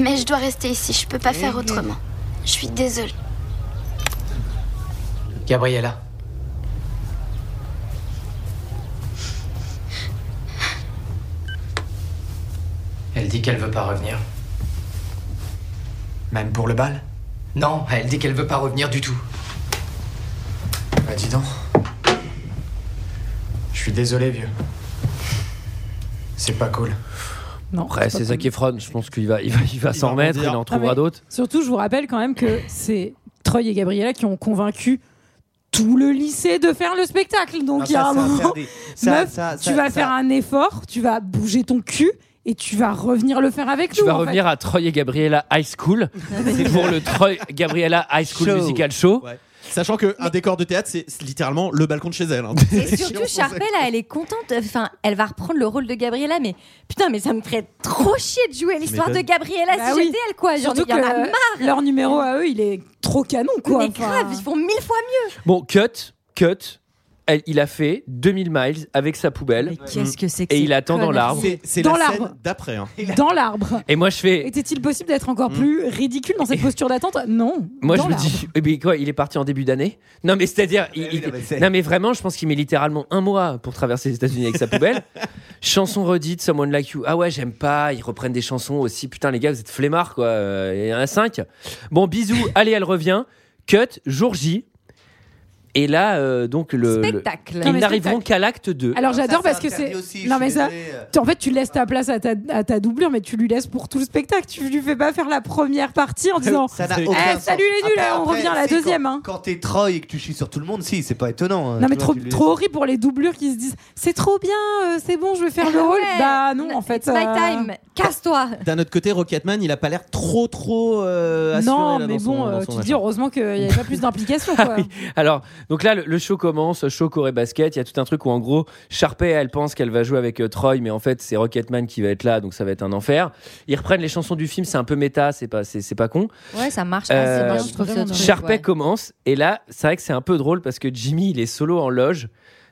Speaker 13: Mais je dois rester ici, je peux pas faire autrement. Je suis désolée.
Speaker 14: Gabriella. Elle dit qu'elle veut pas revenir. Même pour le bal Non, elle dit qu'elle veut pas revenir du tout. Bah dis donc. Je suis désolé, vieux. C'est pas cool.
Speaker 9: Non,
Speaker 1: Après,
Speaker 9: c'est pas
Speaker 1: c'est
Speaker 9: cool.
Speaker 1: Zac Efron, je pense qu'il va, il va, il va s'en remettre, il en trouvera
Speaker 9: Ah, mais
Speaker 1: d'autres.
Speaker 9: Surtout, je vous rappelle quand même que c'est Troy et Gabriella qui ont convaincu tout le lycée de faire le spectacle. Donc
Speaker 6: Ah,
Speaker 9: il y a
Speaker 6: ça,
Speaker 9: un
Speaker 6: ça,
Speaker 9: moment,
Speaker 6: faire des- ça,
Speaker 9: meuf,
Speaker 6: ça,
Speaker 9: tu
Speaker 6: ça,
Speaker 9: vas
Speaker 6: ça.
Speaker 9: faire un effort, tu vas bouger ton cul et tu vas revenir le faire avec
Speaker 1: Tu
Speaker 9: nous.
Speaker 1: vas
Speaker 9: en fait.
Speaker 1: revenir à Troy et Gabriella High School pour le Troy Gabriella High School
Speaker 10: Show.
Speaker 1: Musical Show.
Speaker 10: Sachant qu'un décor de théâtre, c'est c'est littéralement le balcon de chez elle. hein.
Speaker 7: Et surtout, Sharpay, là, elle est contente. Enfin, elle va reprendre le rôle de Gabriella, mais putain, mais ça me ferait trop chier de jouer l'histoire de
Speaker 10: m'étonnes.
Speaker 7: Gabriella
Speaker 9: Bah
Speaker 7: si
Speaker 9: oui.
Speaker 7: j'étais elle, quoi. J'en ai
Speaker 9: Surtout
Speaker 7: bien
Speaker 9: que
Speaker 7: marre.
Speaker 9: Leur numéro à eux, il est trop canon, quoi.
Speaker 7: Mais grave, ils font mille fois mieux.
Speaker 1: Bon, cut, cut. Elle- il a fait 2000 miles avec sa poubelle.
Speaker 9: qu'est-ce que c'est que
Speaker 1: Et
Speaker 9: cette
Speaker 1: il attend dans
Speaker 9: connerie
Speaker 1: l'arbre.
Speaker 9: C'est- c'est Dans la l'arbre. scène hein.
Speaker 10: d'après.
Speaker 9: Dans l'arbre.
Speaker 1: Et moi, je fais.
Speaker 9: Était-il possible d'être encore
Speaker 6: Mm.
Speaker 9: plus ridicule dans cette posture d'attente Non.
Speaker 1: Moi,
Speaker 9: Dans
Speaker 1: je me
Speaker 9: l'arbre.
Speaker 1: dis, eh bien, quoi, il est parti en début d'année Non, mais c'est-à-dire. il- il- Eh non, mais vraiment, je pense qu'il met littéralement un mois pour traverser les États-Unis avec sa poubelle. Chanson redite, Someone Like You. Ah ouais, j'aime pas. Ils reprennent des chansons aussi. Putain, les gars, vous êtes flemmards, quoi. Euh, Il y en a cinq. Bon, bisous. Allez, elle revient. Cut, jour J. Et là, euh, donc, le. le-
Speaker 9: Spectacle. Non,
Speaker 1: Ils
Speaker 9: mais
Speaker 1: n'arriveront
Speaker 9: spectacle.
Speaker 1: qu'à l'acte
Speaker 6: Euh,
Speaker 1: 2.
Speaker 9: Alors j'adore parce que c'est. Non mais ça. tu- En fait, tu laisses ta place à ta, à ta doublure, mais tu lui laisses pour tout le spectacle. Tu lui fais pas faire la première partie en disant.
Speaker 6: Ça n'a
Speaker 9: Eh,
Speaker 6: aucun sens.
Speaker 9: salut les nuls,
Speaker 6: Après-
Speaker 9: on
Speaker 6: après,
Speaker 9: revient à la
Speaker 6: tu sais,
Speaker 9: deuxième.
Speaker 6: quand-
Speaker 9: hein.
Speaker 6: Quand t'es Troy et que tu chies sur tout le monde, si, c'est pas étonnant. hein.
Speaker 9: Non mais
Speaker 6: Tu
Speaker 9: trop,
Speaker 6: vois, tu lui-
Speaker 9: trop horrible pour les doublures qui se disent c'est trop bien, euh, c'est bon, je vais faire le
Speaker 7: Ah
Speaker 9: rôle.
Speaker 7: ouais,
Speaker 9: Bah non, en fait.
Speaker 7: It's my time. Casse-toi.
Speaker 10: D'un autre côté, Rocketman, il a pas l'air trop, trop euh, assuré.
Speaker 9: Non,
Speaker 10: là,
Speaker 9: mais
Speaker 10: dans son-
Speaker 9: bon,
Speaker 10: dans
Speaker 9: euh,
Speaker 10: son
Speaker 9: tu te
Speaker 10: machin.
Speaker 9: dis heureusement qu'il n'y avait pas plus d'implications. quoi.
Speaker 1: Alors, donc là, le, le show commence, show Corée Basket. Il y a tout un truc où, en gros, Sharpay, elle pense qu'elle va jouer avec euh, Troy, mais en fait, c'est Rocketman qui va être là, donc ça va être un enfer. Ils reprennent les chansons du film, c'est un peu méta, c'est pas, c'est, c'est pas con.
Speaker 7: Ouais, ça marche
Speaker 1: Euh,
Speaker 7: assez bien, je trouve ça drôle,
Speaker 1: Sharpay
Speaker 7: ouais.
Speaker 1: commence, et là, c'est vrai que c'est un peu drôle parce que Jimmy, il est solo en loge.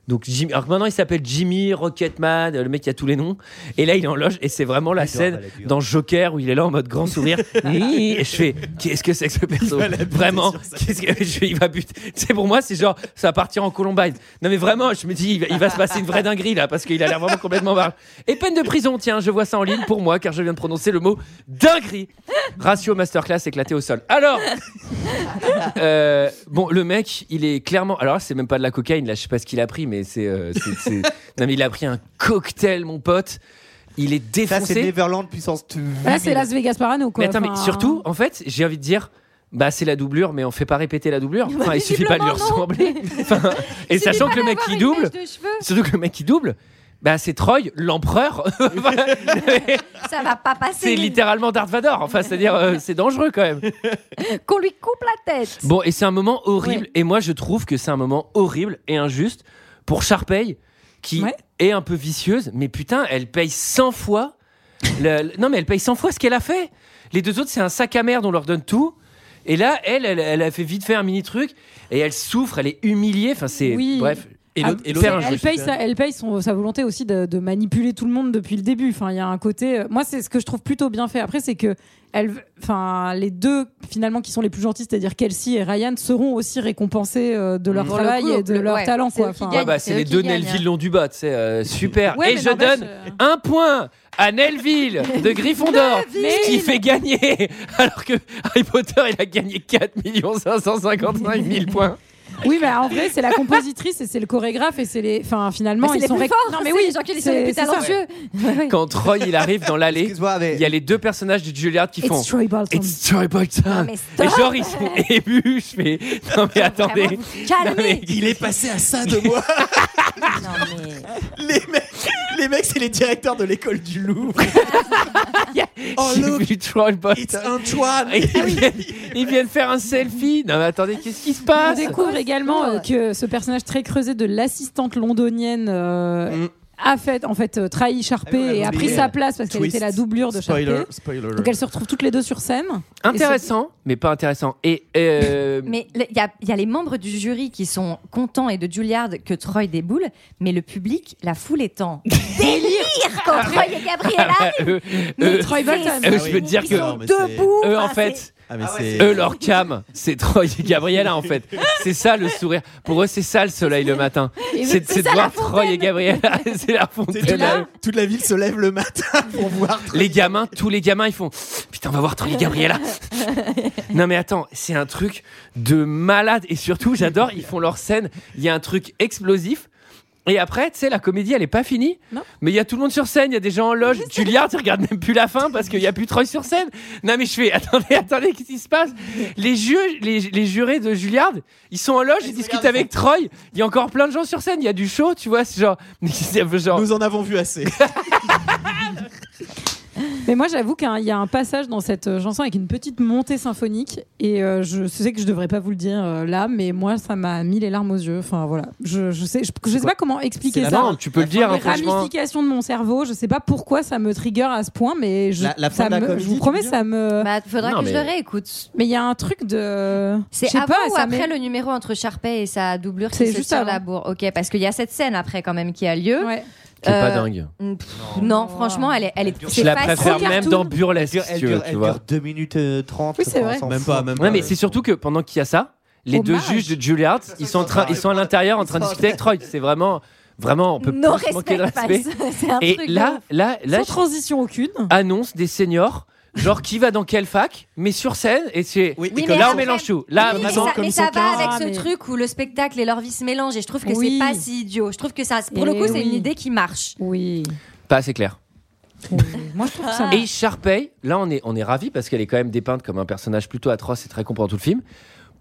Speaker 1: Donc Jimmy, alors que maintenant il s'appelle Jimmy Rocketman, euh, le mec qui a tous les noms. Et là il est en loge et c'est vraiment la scène dans Joker où il est là en mode grand sourire. Hi, et je fais qu'est-ce que c'est que ce perso Vraiment, qu'est-ce que je- il va buter C'est pour moi c'est genre ça va partir en Columbine. Non mais vraiment, je me dis il va, il va se passer une vraie dinguerie là parce qu'il a l'air vraiment complètement barge. Et peine de prison, tiens, je vois ça en ligne pour moi car je viens de prononcer le mot dinguerie. Ratio masterclass éclaté au sol. Alors euh, bon, le mec, il est clairement. Alors, là, c'est même pas de la cocaïne, là, je sais pas ce qu'il a pris, mais c'est. euh, c'est- c'est- non, mais il a pris un cocktail, mon pote. Il est
Speaker 6: Ça,
Speaker 1: défoncé.
Speaker 6: c'est Neverland puissance. tu-
Speaker 7: Ah,
Speaker 9: Là, c'est Las Vegas Parano. Quoi.
Speaker 1: mais attends, mais
Speaker 9: Enfin,
Speaker 1: surtout,
Speaker 7: hein.
Speaker 1: en fait, j'ai envie de dire. Bah, c'est la doublure, mais on fait pas répéter la doublure. Enfin, il suffit pas de lui
Speaker 7: visiblement, non.
Speaker 1: ressembler. Enfin, et
Speaker 7: Il suffit
Speaker 1: sachant
Speaker 7: pas
Speaker 1: que le mec
Speaker 7: d'avoir
Speaker 1: qui
Speaker 7: une
Speaker 1: double,
Speaker 7: mèche de cheveux.
Speaker 1: surtout que le mec qui double, bah, c'est Troy, l'empereur.
Speaker 7: Ah,
Speaker 1: Voilà.
Speaker 7: Ça va pas
Speaker 1: c'est
Speaker 7: passer.
Speaker 1: littéralement Darth Vador. Enfin, c'est-à-dire, euh, c'est dangereux quand même.
Speaker 7: Qu'on lui coupe la tête.
Speaker 1: Bon, et c'est un moment horrible. Et moi, je trouve que c'est un moment horrible et injuste pour Sharpay, qui
Speaker 9: Ouais.
Speaker 1: est un peu vicieuse, mais putain, elle paye 100 fois. le- le- non, mais elle paye 100 fois ce qu'elle a fait. Les deux autres, c'est un sac à merde, on leur donne tout. Et là, elle, elle, elle a fait vite faire un mini truc et elle souffre, elle est humiliée. Enfin, c'est.
Speaker 9: Oui.
Speaker 1: Bref.
Speaker 9: Ah, elle, elle paye sa, elle paye son- sa volonté aussi de, de manipuler tout le monde depuis le début. Enfin, il y a un côté. euh, Moi, c'est ce que je trouve plutôt bien fait. Après, c'est que elle, enfin, les deux finalement qui sont les plus gentils, c'est-à-dire Kelsey et Ryan, seront aussi récompensés euh, de leur
Speaker 7: Mmh. Pour le
Speaker 9: travail
Speaker 7: coup,
Speaker 9: et de
Speaker 7: le-
Speaker 9: leur
Speaker 7: ouais,
Speaker 9: talent.
Speaker 7: c'est
Speaker 9: quoi.
Speaker 7: eux qui
Speaker 9: Enfin,
Speaker 1: Ah bah, c'est les deux Nelville long du bas, tu sais, euh, super.
Speaker 9: Ouais,
Speaker 1: et
Speaker 9: mais
Speaker 1: je
Speaker 9: n'empêche, euh,
Speaker 1: donne un point à Nelville de Gryffondor,
Speaker 9: Neville
Speaker 1: ce qui fait gagner, alors que Harry Potter, il a gagné 4 555 000 points.
Speaker 9: Oui, mais en vrai, c'est la compositrice et c'est le chorégraphe et c'est les. Enfin, finalement,
Speaker 7: Mais c'est
Speaker 9: ils
Speaker 7: les
Speaker 9: sont
Speaker 7: plus
Speaker 9: réc-
Speaker 7: forts,
Speaker 9: Non, mais
Speaker 7: c'est
Speaker 9: oui,
Speaker 7: les gens qui sont les
Speaker 9: c'est-
Speaker 7: plus
Speaker 9: c'est ça.
Speaker 7: talentueux.
Speaker 1: Quand Troy, il arrive dans l'allée, il y a les deux personnages de Juilliard qui
Speaker 9: It's
Speaker 1: font
Speaker 9: Troy Bolton.
Speaker 1: It's Troy Bolton.
Speaker 9: Non, mais stop.
Speaker 1: Et genre, ils sont émus. Je fais Non, mais attendez.
Speaker 9: vous calmez.
Speaker 1: Il est
Speaker 10: passé à ça de moi. les mecs, les mecs, c'est les directeurs de l'école du Louvre. oh
Speaker 1: J'ai
Speaker 10: look,
Speaker 1: vu Troy Bolton.
Speaker 10: it's Antoine.
Speaker 1: Et Ils viennent, ils viennent faire un selfie. Non, mais attendez, qu'est-ce qui se passe
Speaker 9: On découvre également euh, que ce personnage très creusé de l'assistante londonienne euh, a fait, en fait, euh, trahi Sharpay
Speaker 11: Ah oui, on l'a
Speaker 9: et a
Speaker 11: oublié.
Speaker 9: pris sa place parce qu'elle
Speaker 11: Twist.
Speaker 9: était la doublure de
Speaker 11: Spoiler,
Speaker 9: Sharpay.
Speaker 11: spoiler.
Speaker 9: Donc elles se retrouvent toutes les deux sur scène.
Speaker 1: Intéressant, mais pas intéressant. Et euh,
Speaker 7: Mais le- il y, a- il y a les membres du jury qui sont contents et de Julliard que Troy déboule, mais le public, la foule est en délire quand Troy et Gabriela
Speaker 1: Ah bah, eux,
Speaker 7: Mais
Speaker 1: eux,
Speaker 7: Troy Bolton.
Speaker 1: eux, je veux te dire
Speaker 7: Ils
Speaker 1: que
Speaker 7: sont debout,
Speaker 1: eux en
Speaker 7: enfin,
Speaker 1: fait.
Speaker 10: Ah, mais c'est-
Speaker 1: Eux, leur cam, c'est Troy et Gabriella en fait. C'est ça le sourire. Pour eux, c'est ça le soleil le matin.
Speaker 10: Et
Speaker 1: C'est
Speaker 10: c'est
Speaker 1: c'est de
Speaker 10: ça, la
Speaker 1: voir Troy et Gabriella. C'est la fontaine.
Speaker 10: Toute la, toute la ville se lève le matin pour voir.
Speaker 1: Les gamins, tous les gamins, ils font Putain, on va voir Troy et Gabriella.
Speaker 10: Bah,
Speaker 1: Non, mais attends, c'est un truc de malade. Et surtout, j'adore, ils font leur scène. Il y a un truc explosif. Et après, tu sais, la comédie, elle est pas finie. Mais il y a tout le monde sur scène, il y a des gens en loge. Julliard, tu regardes même plus la fin parce qu'il y a plus Troy sur scène. Non, mais je fais Attendez, attendez, qu'est-ce qui se passe les, ju- les, les jurés de Julliard, ils sont en loge, ils discutent avec Troy. Il y a encore plein de gens sur scène, il y a du show, tu vois. C'est genre, genre.
Speaker 10: Nous en avons vu assez.
Speaker 9: Mais moi, j'avoue qu'il y a un passage dans cette euh, chanson avec une petite montée symphonique. Et euh, je sais que je devrais pas vous le dire euh, là, mais moi, ça m'a mis les larmes aux yeux. Enfin, voilà. Je, je sais, je, je sais pas comment expliquer
Speaker 1: la
Speaker 9: ça.
Speaker 1: fin, tu peux le dire, hein,
Speaker 9: Les
Speaker 1: franchement.
Speaker 9: ramifications de mon cerveau. Je sais pas pourquoi ça me trigger à ce point, mais je,
Speaker 1: La- la fin
Speaker 9: ça
Speaker 1: de la
Speaker 9: me-
Speaker 1: comédie,
Speaker 9: je vous
Speaker 1: tu
Speaker 9: promets,
Speaker 1: veux dire
Speaker 9: ça me.
Speaker 7: Bah, faudra que je le réécoute.
Speaker 9: Mais il y a un truc de. je
Speaker 7: C'est
Speaker 9: sais
Speaker 7: avant
Speaker 9: pas,
Speaker 7: ou
Speaker 9: ça
Speaker 7: après
Speaker 9: m'est-
Speaker 7: le numéro entre Sharpay et sa doublure qui
Speaker 9: C'est
Speaker 7: se
Speaker 9: juste
Speaker 7: tire
Speaker 9: avant.
Speaker 7: la bourre Ok, parce qu'il y a cette scène après quand même qui a lieu.
Speaker 1: Qui est
Speaker 7: Euh,
Speaker 1: pas dingue.
Speaker 7: mm, pff, Non, franchement, elle est, elle est.
Speaker 1: Je
Speaker 7: c'est
Speaker 1: la
Speaker 7: pas
Speaker 1: préfère
Speaker 7: trop
Speaker 1: même
Speaker 7: cartoon.
Speaker 1: dans Burlesque, si
Speaker 6: Elle
Speaker 1: tu veux,
Speaker 6: dure,
Speaker 1: tu
Speaker 6: elle
Speaker 1: vois.
Speaker 6: dure 2 minutes euh, 30.
Speaker 1: Oui, c'est
Speaker 6: on
Speaker 1: vrai.
Speaker 6: s'en
Speaker 1: Même
Speaker 6: fout.
Speaker 1: pas, Ouais, mais c'est surtout que pendant qu'il y a ça, les deux
Speaker 6: Hommage.
Speaker 1: juges de Juilliard, ils sont, en train, ils sont à l'intérieur en train de discuter avec Troy. C'est vraiment, vraiment, on peut
Speaker 9: No
Speaker 1: plus se manquer de
Speaker 9: respect,
Speaker 1: respect.
Speaker 9: Paz. C'est un
Speaker 1: Et
Speaker 9: truc de
Speaker 1: là,
Speaker 9: ouf.
Speaker 1: là, là,
Speaker 9: Sans transition aucune.
Speaker 1: annonce des seniors. Genre qui va dans quelle fac, mais sur scène, et c'est
Speaker 7: Oui, mais
Speaker 1: là on
Speaker 7: après-
Speaker 1: mélange tout. Là
Speaker 7: Oui, mais
Speaker 1: vraiment
Speaker 7: ça,
Speaker 1: comme Ah,
Speaker 7: mais
Speaker 1: ils
Speaker 7: ça
Speaker 1: sont
Speaker 7: va
Speaker 1: quinze.
Speaker 7: avec ce truc où le spectacle et leur vie se mélangent et je trouve que
Speaker 9: Oui.
Speaker 7: c'est pas si idiot. Je trouve que ça, pour le
Speaker 9: Eh
Speaker 7: coup, c'est une
Speaker 9: oui.
Speaker 7: idée qui marche.
Speaker 9: Oui.
Speaker 1: Pas assez clair.
Speaker 9: Moi, je trouve que ça.
Speaker 7: Ah.
Speaker 1: Et Sharpay, là on est, on est ravis parce qu'elle est quand même dépeinte comme un personnage plutôt atroce et très con pendant tout le film.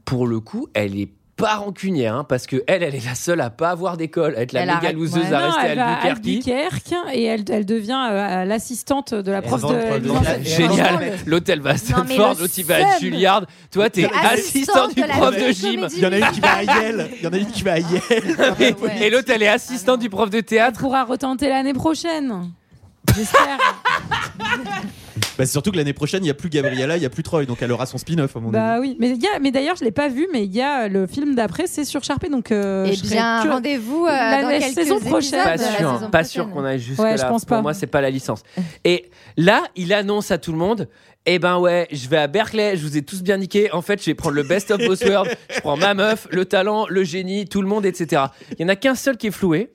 Speaker 1: Pour le coup, elle est pas rancunière hein, parce que elle, elle est la seule à pas avoir d'école, à être la
Speaker 9: Elle
Speaker 1: méga
Speaker 9: arrête-
Speaker 1: loseuse
Speaker 9: ouais.
Speaker 1: à
Speaker 9: Non,
Speaker 1: rester
Speaker 9: elle
Speaker 1: à
Speaker 9: va
Speaker 1: Albuquerque.
Speaker 9: Albuquerque et elle, elle devient euh, l'assistante de la prof
Speaker 1: Avant le
Speaker 9: de.
Speaker 1: problème. Génial. L'hôtel va à Stanford,
Speaker 9: le
Speaker 1: l'autre il va à
Speaker 9: seum.
Speaker 1: Juilliard. Toi, t'es
Speaker 9: Le
Speaker 1: assistant
Speaker 9: assistant
Speaker 1: du
Speaker 9: de la
Speaker 1: prof de
Speaker 9: comédie
Speaker 1: gym.
Speaker 9: musicale. Il y en a une qui va à Yale.
Speaker 1: Il y en a une qui va à Yale. Et l'autre, elle est assistant du prof de théâtre.
Speaker 9: pourra retenter l'année prochaine. J'espère.
Speaker 10: Bah, c'est surtout que l'année prochaine, il n'y a plus Gabriella, il n'y a plus Troy, donc elle aura son spin-off à mon avis.
Speaker 9: bah oui, mais, il y a- mais d'ailleurs je l'ai pas vu, mais il y a euh, le film d'après, c'est sur Sharpay, donc. euh,
Speaker 7: Eh
Speaker 9: je serais
Speaker 7: bien,
Speaker 9: curieuse.
Speaker 7: rendez-vous, euh,
Speaker 9: la,
Speaker 7: dans
Speaker 9: la
Speaker 7: quelques
Speaker 9: saison
Speaker 7: épisodes.
Speaker 9: prochaine.
Speaker 1: Pas
Speaker 7: de la
Speaker 1: sûr,
Speaker 7: saison
Speaker 1: pas sûr
Speaker 7: prochaine.
Speaker 1: qu'on aille jusque
Speaker 9: Ouais,
Speaker 1: là.
Speaker 9: je pense
Speaker 1: Pour
Speaker 9: pas.
Speaker 1: moi, c'est pas la licence. Et là, il annonce à tout le monde. Eh ben ouais, je vais à Berkeley, je vous ai tous bien niqué. En fait, je vais prendre le best of both worlds. Je prends ma meuf, le talent, le génie, tout le monde, etc. Il y en a qu'un seul qui est floué.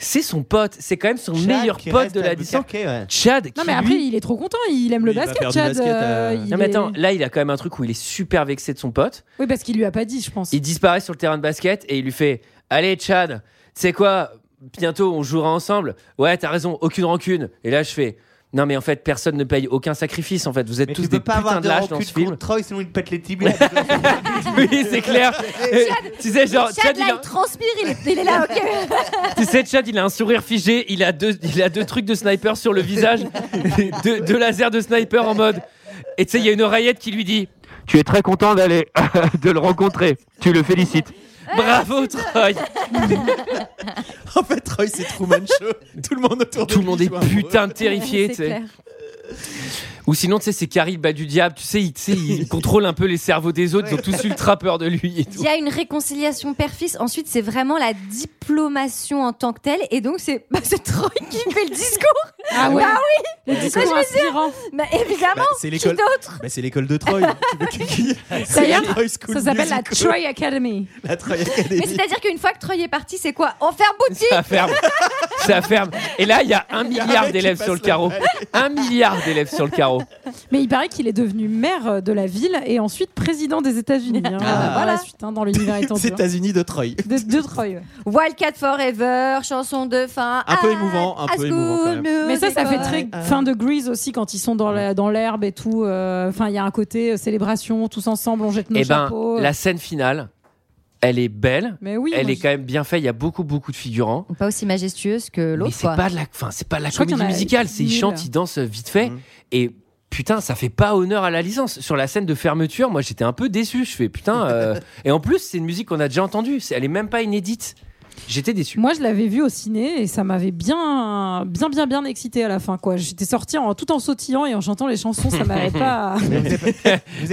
Speaker 1: C'est son pote. C'est quand même son
Speaker 6: Chad
Speaker 1: meilleur
Speaker 6: qui
Speaker 1: pote
Speaker 6: reste
Speaker 1: de
Speaker 6: à
Speaker 1: la licence.
Speaker 6: Albuquerque, ouais.
Speaker 1: Chad.
Speaker 9: Non
Speaker 1: qui,
Speaker 9: mais
Speaker 1: lui,
Speaker 9: après il est trop content, il aime le basket, Chad. euh, il
Speaker 1: non, mais
Speaker 9: est-
Speaker 1: attends, là, il a quand même un truc où il est super vexé de son pote.
Speaker 9: Oui parce qu'il lui a pas dit, je pense.
Speaker 1: Il disparaît sur le terrain de basket et il lui fait Allez, Chad, tu sais quoi Bientôt, on jouera ensemble. Ouais, t'as raison, aucune rancune. Et là, je fais Non, mais en fait, personne ne paye aucun sacrifice. En fait, vous êtes
Speaker 6: Mais
Speaker 1: tous
Speaker 6: tu
Speaker 1: des
Speaker 6: peux pas
Speaker 1: putains
Speaker 6: avoir
Speaker 1: de
Speaker 6: de
Speaker 1: lâches dans
Speaker 6: rancune
Speaker 1: ce film.
Speaker 6: contre Troy, sinon il te pète les tibias.
Speaker 1: oui, c'est clair. Euh, tu sais, genre, Chad,
Speaker 7: Chad, là,
Speaker 1: il
Speaker 7: il,
Speaker 1: a-
Speaker 7: transpire, il est, il est là, ok.
Speaker 1: tu sais, Chad, il a un sourire figé, il a deux, il a deux trucs de sniper sur le visage, deux, deux lasers de sniper en mode. Et tu sais, il y a une oreillette qui lui dit Tu es très content d'aller, de le rencontrer, tu le félicites. Bravo Troy
Speaker 10: En fait, Troy, c'est Truman Show. Tout le monde autour de
Speaker 1: Tout le monde est putain de
Speaker 10: Ouais,
Speaker 1: terrifié,
Speaker 10: c'est
Speaker 1: tu sais.
Speaker 10: clair.
Speaker 1: Ou sinon, tu sais, c'est Carrie le bas du diable, tu sais, il, tu sais, il contrôle un peu les cerveaux des autres, ils ont tous ultra peur de lui et tout.
Speaker 7: Il y a une réconciliation père-fils. Ensuite, c'est vraiment la diplomation en tant que telle. Et donc, c'est bah, c'est Troy qui fait le discours.
Speaker 9: Ah ouais.
Speaker 7: Bah oui.
Speaker 9: Le discours
Speaker 7: Bah, je veux dire,
Speaker 9: inspirant.
Speaker 7: bah, évidemment.
Speaker 10: Bah, c'est l'école.
Speaker 7: Qui d'autre
Speaker 10: Bah, c'est l'école de Troy. Tu veux que- qui- c'est
Speaker 9: D'ailleurs,
Speaker 10: la Troy School
Speaker 9: ça s'appelle la
Speaker 10: Musical.
Speaker 9: Troy Academy.
Speaker 10: La Troy
Speaker 7: Mais
Speaker 10: Academy.
Speaker 7: c'est-à-dire qu'une fois que Troy est parti, c'est quoi En faire boutique.
Speaker 1: Ça ferme. Ça ferme. Et là, il y a un milliard
Speaker 10: mec qui
Speaker 1: d'élèves
Speaker 10: passe
Speaker 1: sur le
Speaker 10: la
Speaker 1: carreau.
Speaker 10: balle.
Speaker 1: Un milliard d'élèves sur le carreau.
Speaker 9: Mais il paraît qu'il est devenu maire euh, de la ville et ensuite président des États-Unis. hein.
Speaker 10: Ah.
Speaker 9: Voilà, suite, hein, dans l'univers
Speaker 10: Les
Speaker 9: étendu. hein.
Speaker 10: États-Unis de Troy.
Speaker 9: De, de Troy. ouais.
Speaker 7: Wildcat Forever, chanson de fin.
Speaker 10: Un peu
Speaker 7: Ah,
Speaker 10: émouvant, un
Speaker 7: à
Speaker 10: peu émouvant quand
Speaker 7: school
Speaker 10: même.
Speaker 7: musical.
Speaker 9: Mais ça, ça fait très fin de Grease aussi quand ils sont dans la- dans l'herbe et tout. euh, Enfin, il y a un côté euh, célébration, tous ensemble, on jette nos
Speaker 1: Eh ben,
Speaker 9: chapeaux.
Speaker 1: la scène finale, elle est belle.
Speaker 9: Mais oui,
Speaker 1: elle
Speaker 9: moi,
Speaker 1: est
Speaker 9: je-
Speaker 1: quand même bien faite. Il y a beaucoup, beaucoup de figurants.
Speaker 7: Pas aussi majestueuse que
Speaker 1: Mais
Speaker 7: l'autre.
Speaker 1: c'est
Speaker 7: quoi.
Speaker 1: pas de la, enfin, c'est pas de la
Speaker 7: Je crois qu'il y
Speaker 1: comédie
Speaker 7: en a
Speaker 1: musicale. C'est ils
Speaker 7: mille.
Speaker 1: chantent, ils dansent vite fait.
Speaker 6: Mmh.
Speaker 1: Et putain, ça fait pas honneur à la licence. Sur la scène de fermeture, moi, j'étais un peu déçu. Je fais putain. euh, Et en plus, c'est une musique qu'on a déjà entendue. C'est- Elle est même pas inédite. J'étais déçu.
Speaker 9: Moi, je l'avais vu au ciné et ça m'avait bien, bien, bien, bien excité à la fin. quoi. J'étais sortie en, tout en sautillant et en chantant les chansons, ça m'arrête pas. à-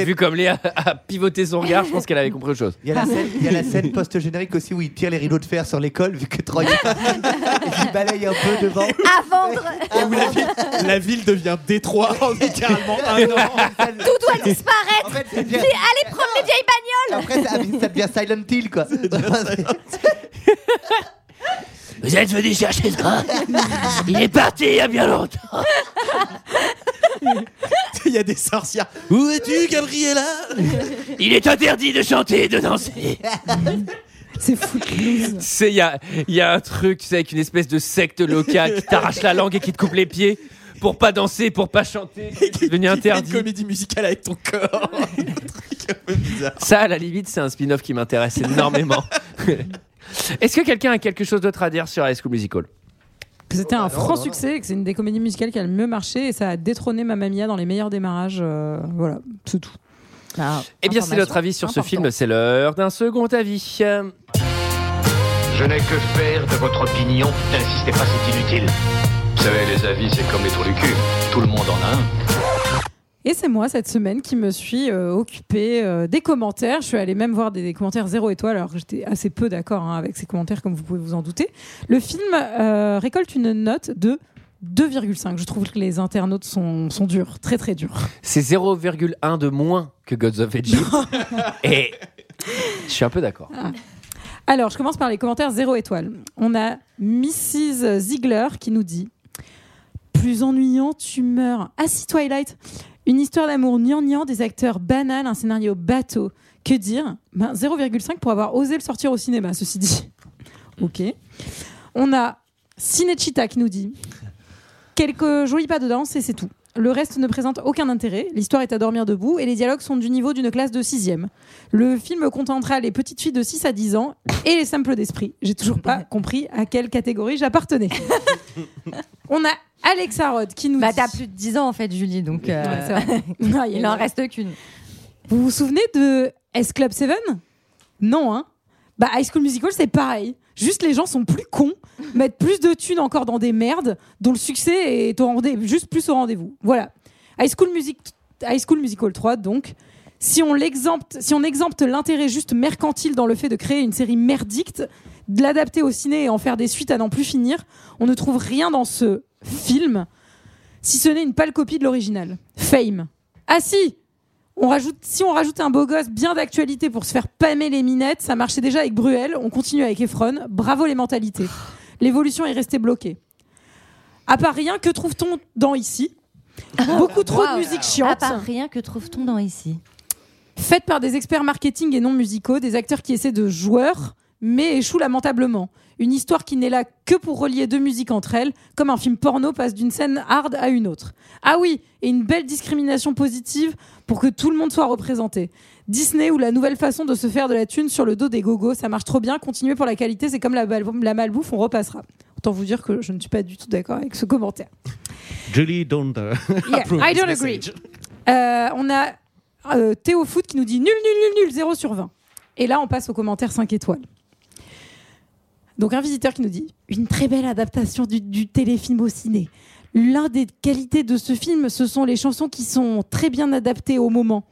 Speaker 1: Vu comme Léa a pivoté son regard, je pense qu'elle avait compris autre chose.
Speaker 6: Il y
Speaker 9: Ah
Speaker 6: a la scène, il y a la scène post-générique aussi où il tire les rideaux de fer sur l'école, vu que Troy il balaye un peu devant.
Speaker 7: À vendre
Speaker 10: la, ville, la ville devient Détroit en littéralement
Speaker 6: Ah
Speaker 10: un an.
Speaker 7: Tout doit disparaître
Speaker 6: bien.
Speaker 7: Puis Allez prendre les vieilles bagnoles
Speaker 6: Après, ça, ça devient Silent Hill, quoi.
Speaker 1: Vous êtes venu chercher ça Il est parti il y a bien longtemps.
Speaker 10: Il y a des sorcières. Où es-tu, Gabriella
Speaker 1: Il est interdit de chanter et de danser.
Speaker 9: C'est foutloose.
Speaker 1: Tu sais, il y a, il y a un truc, tu sais, avec une espèce de secte locale qui t'arrache la langue et qui te coupe les pieds pour pas danser, pour pas chanter. C'est devenu interdit.
Speaker 10: Une comédie musicale avec ton corps.
Speaker 1: Ça, à la limite, c'est un spin-off qui m'intéresse énormément. Est-ce que quelqu'un a quelque chose d'autre à dire sur High School Musical
Speaker 9: Que C'était un franc
Speaker 1: non.
Speaker 9: succès, et que c'est une des comédies musicales qui a le mieux marché et ça a détrôné Mamma Mia dans les meilleurs démarrages. euh, voilà, c'est tout.
Speaker 1: Eh bien, c'est notre avis sur ce film. C'est l'heure d'un second avis. Euh,
Speaker 15: Je n'ai que faire de votre opinion. N'insistez pas, c'est inutile. Vous savez, les avis, c'est comme les trous du cul. Tout le monde en a un.
Speaker 9: Et c'est moi cette semaine qui me suis euh, occupée euh, des commentaires. Je suis allée même voir des, des commentaires zéro étoile, alors que j'étais assez peu d'accord hein, avec ces commentaires, comme vous pouvez vous en douter. Le film euh, récolte une note de 2,5. Je trouve que les internautes sont, sont durs, très très durs.
Speaker 1: C'est 0,1 de moins que Gods of Egypt. Et je suis un peu d'accord.
Speaker 9: Ah. Alors, je commence par les commentaires zéro étoile. On a Mrs. Ziegler qui nous dit Plus ennuyant, tu meurs. Ah si, Twilight Une histoire d'amour gnangnan, des acteurs banals, un scénario bateau. Que dire ben, 0,5 pour avoir osé le sortir au cinéma, ceci dit. Ok. On a Cinechita qui nous dit Quelques jolis pas de danse et c'est tout. Le reste ne présente aucun intérêt, l'histoire est à dormir debout et les dialogues sont du niveau d'une classe de 6e. Le film contentera les petites filles de 6 à 10 ans et les simples d'esprit. J'ai toujours pas compris à quelle catégorie j'appartenais. On a Alexa Rod qui nous
Speaker 7: Bah,
Speaker 9: dit...
Speaker 7: t'as plus de 10 ans en fait, Julie, donc. euh,
Speaker 9: Ouais, c'est vrai.
Speaker 7: il en reste qu'une.
Speaker 9: Vous vous souvenez de S Club 7 Non, hein Bah, High School Musical, c'est pareil. Juste les gens sont plus cons, mettent plus de thunes encore dans des merdes, dont le succès est au rendez- juste plus au rendez-vous. Voilà. High School, Music High School Musical 3, donc. Si on l'exempte, si on exempte l'intérêt juste mercantile dans le fait de créer une série merdicte, de l'adapter au ciné et en faire des suites à n'en plus finir, on ne trouve rien dans ce film, si ce n'est une pâle copie de l'original. Fame. Ah si, on rajoute, si on rajoute un beau gosse bien d'actualité pour se faire pâmer les minettes, ça marchait déjà avec Bruel, on continue avec Efron. Bravo les mentalités. L'évolution est restée bloquée. À part rien, que trouve-t-on dans ici Beaucoup trop de
Speaker 7: Waouh.
Speaker 9: musique chiante.
Speaker 7: À part rien, que trouve-t-on dans ici
Speaker 9: Faite par des experts marketing et non musicaux, des acteurs qui essaient de joueurs, mais échouent lamentablement. Une histoire qui n'est là que pour relier deux musiques entre elles, comme un film porno passe d'une scène hard à une autre. Ah oui, et une belle discrimination positive pour que tout le monde soit représenté. Disney ou la nouvelle façon de se faire de la thune sur le dos des gogos, ça marche trop bien, continuez pour la qualité, c'est comme la, bal- la malbouffe, on repassera. Autant vous dire que je ne suis pas du tout d'accord avec ce commentaire.
Speaker 10: Julie, don't uh,
Speaker 9: Yeah,
Speaker 10: approve
Speaker 9: I
Speaker 10: this
Speaker 9: don't agree.
Speaker 10: message.
Speaker 9: Euh, on a euh, Théo Foot qui nous dit nul, nul, nul, nul, 0 sur 20. Et là, on passe au commentaire 5 étoiles. Donc, un visiteur qui nous dit Une très belle adaptation du, du téléfilm au ciné. L'un des qualités de ce film, ce sont les chansons qui sont très bien adaptées au moment.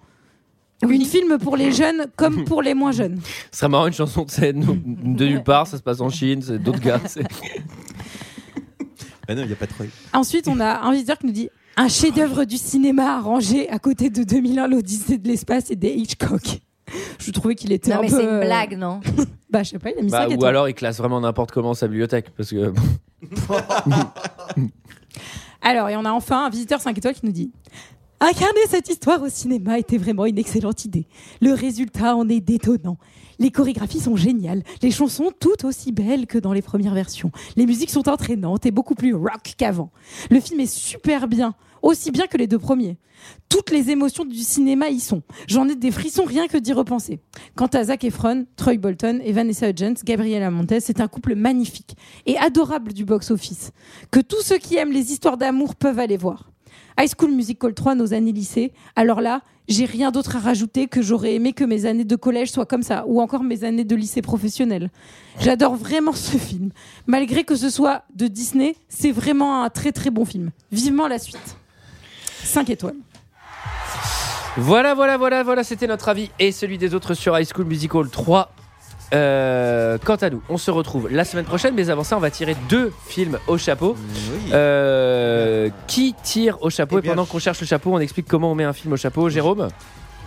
Speaker 9: Une film pour les jeunes comme pour les moins jeunes.
Speaker 1: Ce serait marrant une chanson de, scène, de nulle part, ça se passe en Chine, c'est d'autres gars. c'est-
Speaker 10: Ah non, il n'y a pas de Troy.
Speaker 9: Ensuite, on a un visiteur qui nous dit un chef-d'œuvre du cinéma arrangé à côté de 2001, l'Odyssée de l'espace et des Hitchcock. Je trouvais qu'il était
Speaker 7: Non,
Speaker 9: un
Speaker 7: mais
Speaker 9: peu,
Speaker 7: c'est une
Speaker 9: euh,
Speaker 7: blague, non
Speaker 9: Bah, je sais pas, il a mis 5
Speaker 1: Bah, ou
Speaker 9: étoiles.
Speaker 1: alors il classe vraiment n'importe comment sa bibliothèque. Parce que...
Speaker 9: Alors, et on a enfin un visiteur 5 étoiles qui nous dit Incarner cette histoire au cinéma était vraiment une excellente idée. Le résultat en est détonnant. Les chorégraphies sont géniales, les chansons toutes aussi belles que dans les premières versions. Les musiques sont entraînantes et beaucoup plus rock qu'avant. Le film est super bien, aussi bien que les deux premiers. Toutes les émotions du cinéma y sont. J'en ai des frissons rien que d'y repenser. Quant à Zac Efron, Troy Bolton et Vanessa Hudgens, Gabriela Montez, c'est un couple magnifique et adorable du box-office. Que tous ceux qui aiment les histoires d'amour peuvent aller voir. High School Musical 3, nos années lycée. Alors là, j'ai rien d'autre à rajouter que j'aurais aimé que mes années de collège soient comme ça, ou encore mes années de lycée professionnel. J'adore vraiment ce film. Malgré que ce soit de Disney, c'est vraiment un très très bon film. Vivement la suite. 5 étoiles.
Speaker 1: Voilà, voilà, voilà, voilà, c'était notre avis et celui des autres sur High School Musical 3. Euh, quant à nous, on se retrouve la semaine prochaine, mais avant ça, on va tirer deux films au chapeau. Euh, qui tire au chapeau
Speaker 10: Eh
Speaker 1: Et,
Speaker 10: bien,
Speaker 1: pendant qu'on cherche le chapeau, on explique comment on met un film au chapeau. Jérôme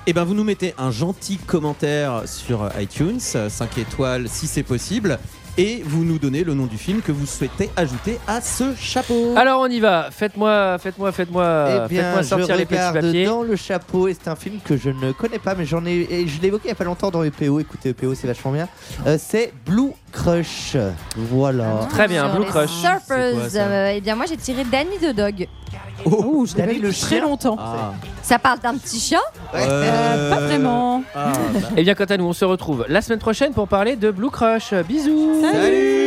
Speaker 10: Eh ben, vous nous mettez un gentil commentaire sur euh, iTunes, 5 étoiles si c'est possible, et vous nous donnez le nom du film que vous souhaitez ajouter à ce chapeau.
Speaker 1: Alors on y va, faites-moi, faites-moi, faites-moi,
Speaker 6: Eh bien,
Speaker 1: Euh, faites-moi
Speaker 6: je
Speaker 1: sortir les petits
Speaker 6: regarde
Speaker 1: papiers.
Speaker 6: dans le chapeau et c'est un film que je ne connais pas, mais j'en ai, et je l'ai évoqué il y a pas longtemps dans EPO. Écoutez EPO, c'est vachement bien. Euh, c'est Blue Crush. Voilà.
Speaker 1: Très bien, Blue Crush.
Speaker 7: Surfers. euh, eh bien, moi, j'ai tiré Danny the Dog.
Speaker 10: Oh,
Speaker 9: je l'avais le très longtemps.
Speaker 10: Ah.
Speaker 7: Ça parle d'un petit chat
Speaker 9: Euh, pas vraiment.
Speaker 1: Eh bien, quant à nous, on se retrouve la semaine prochaine pour parler de Blue Crush. Bisous. Salut.
Speaker 2: Oh,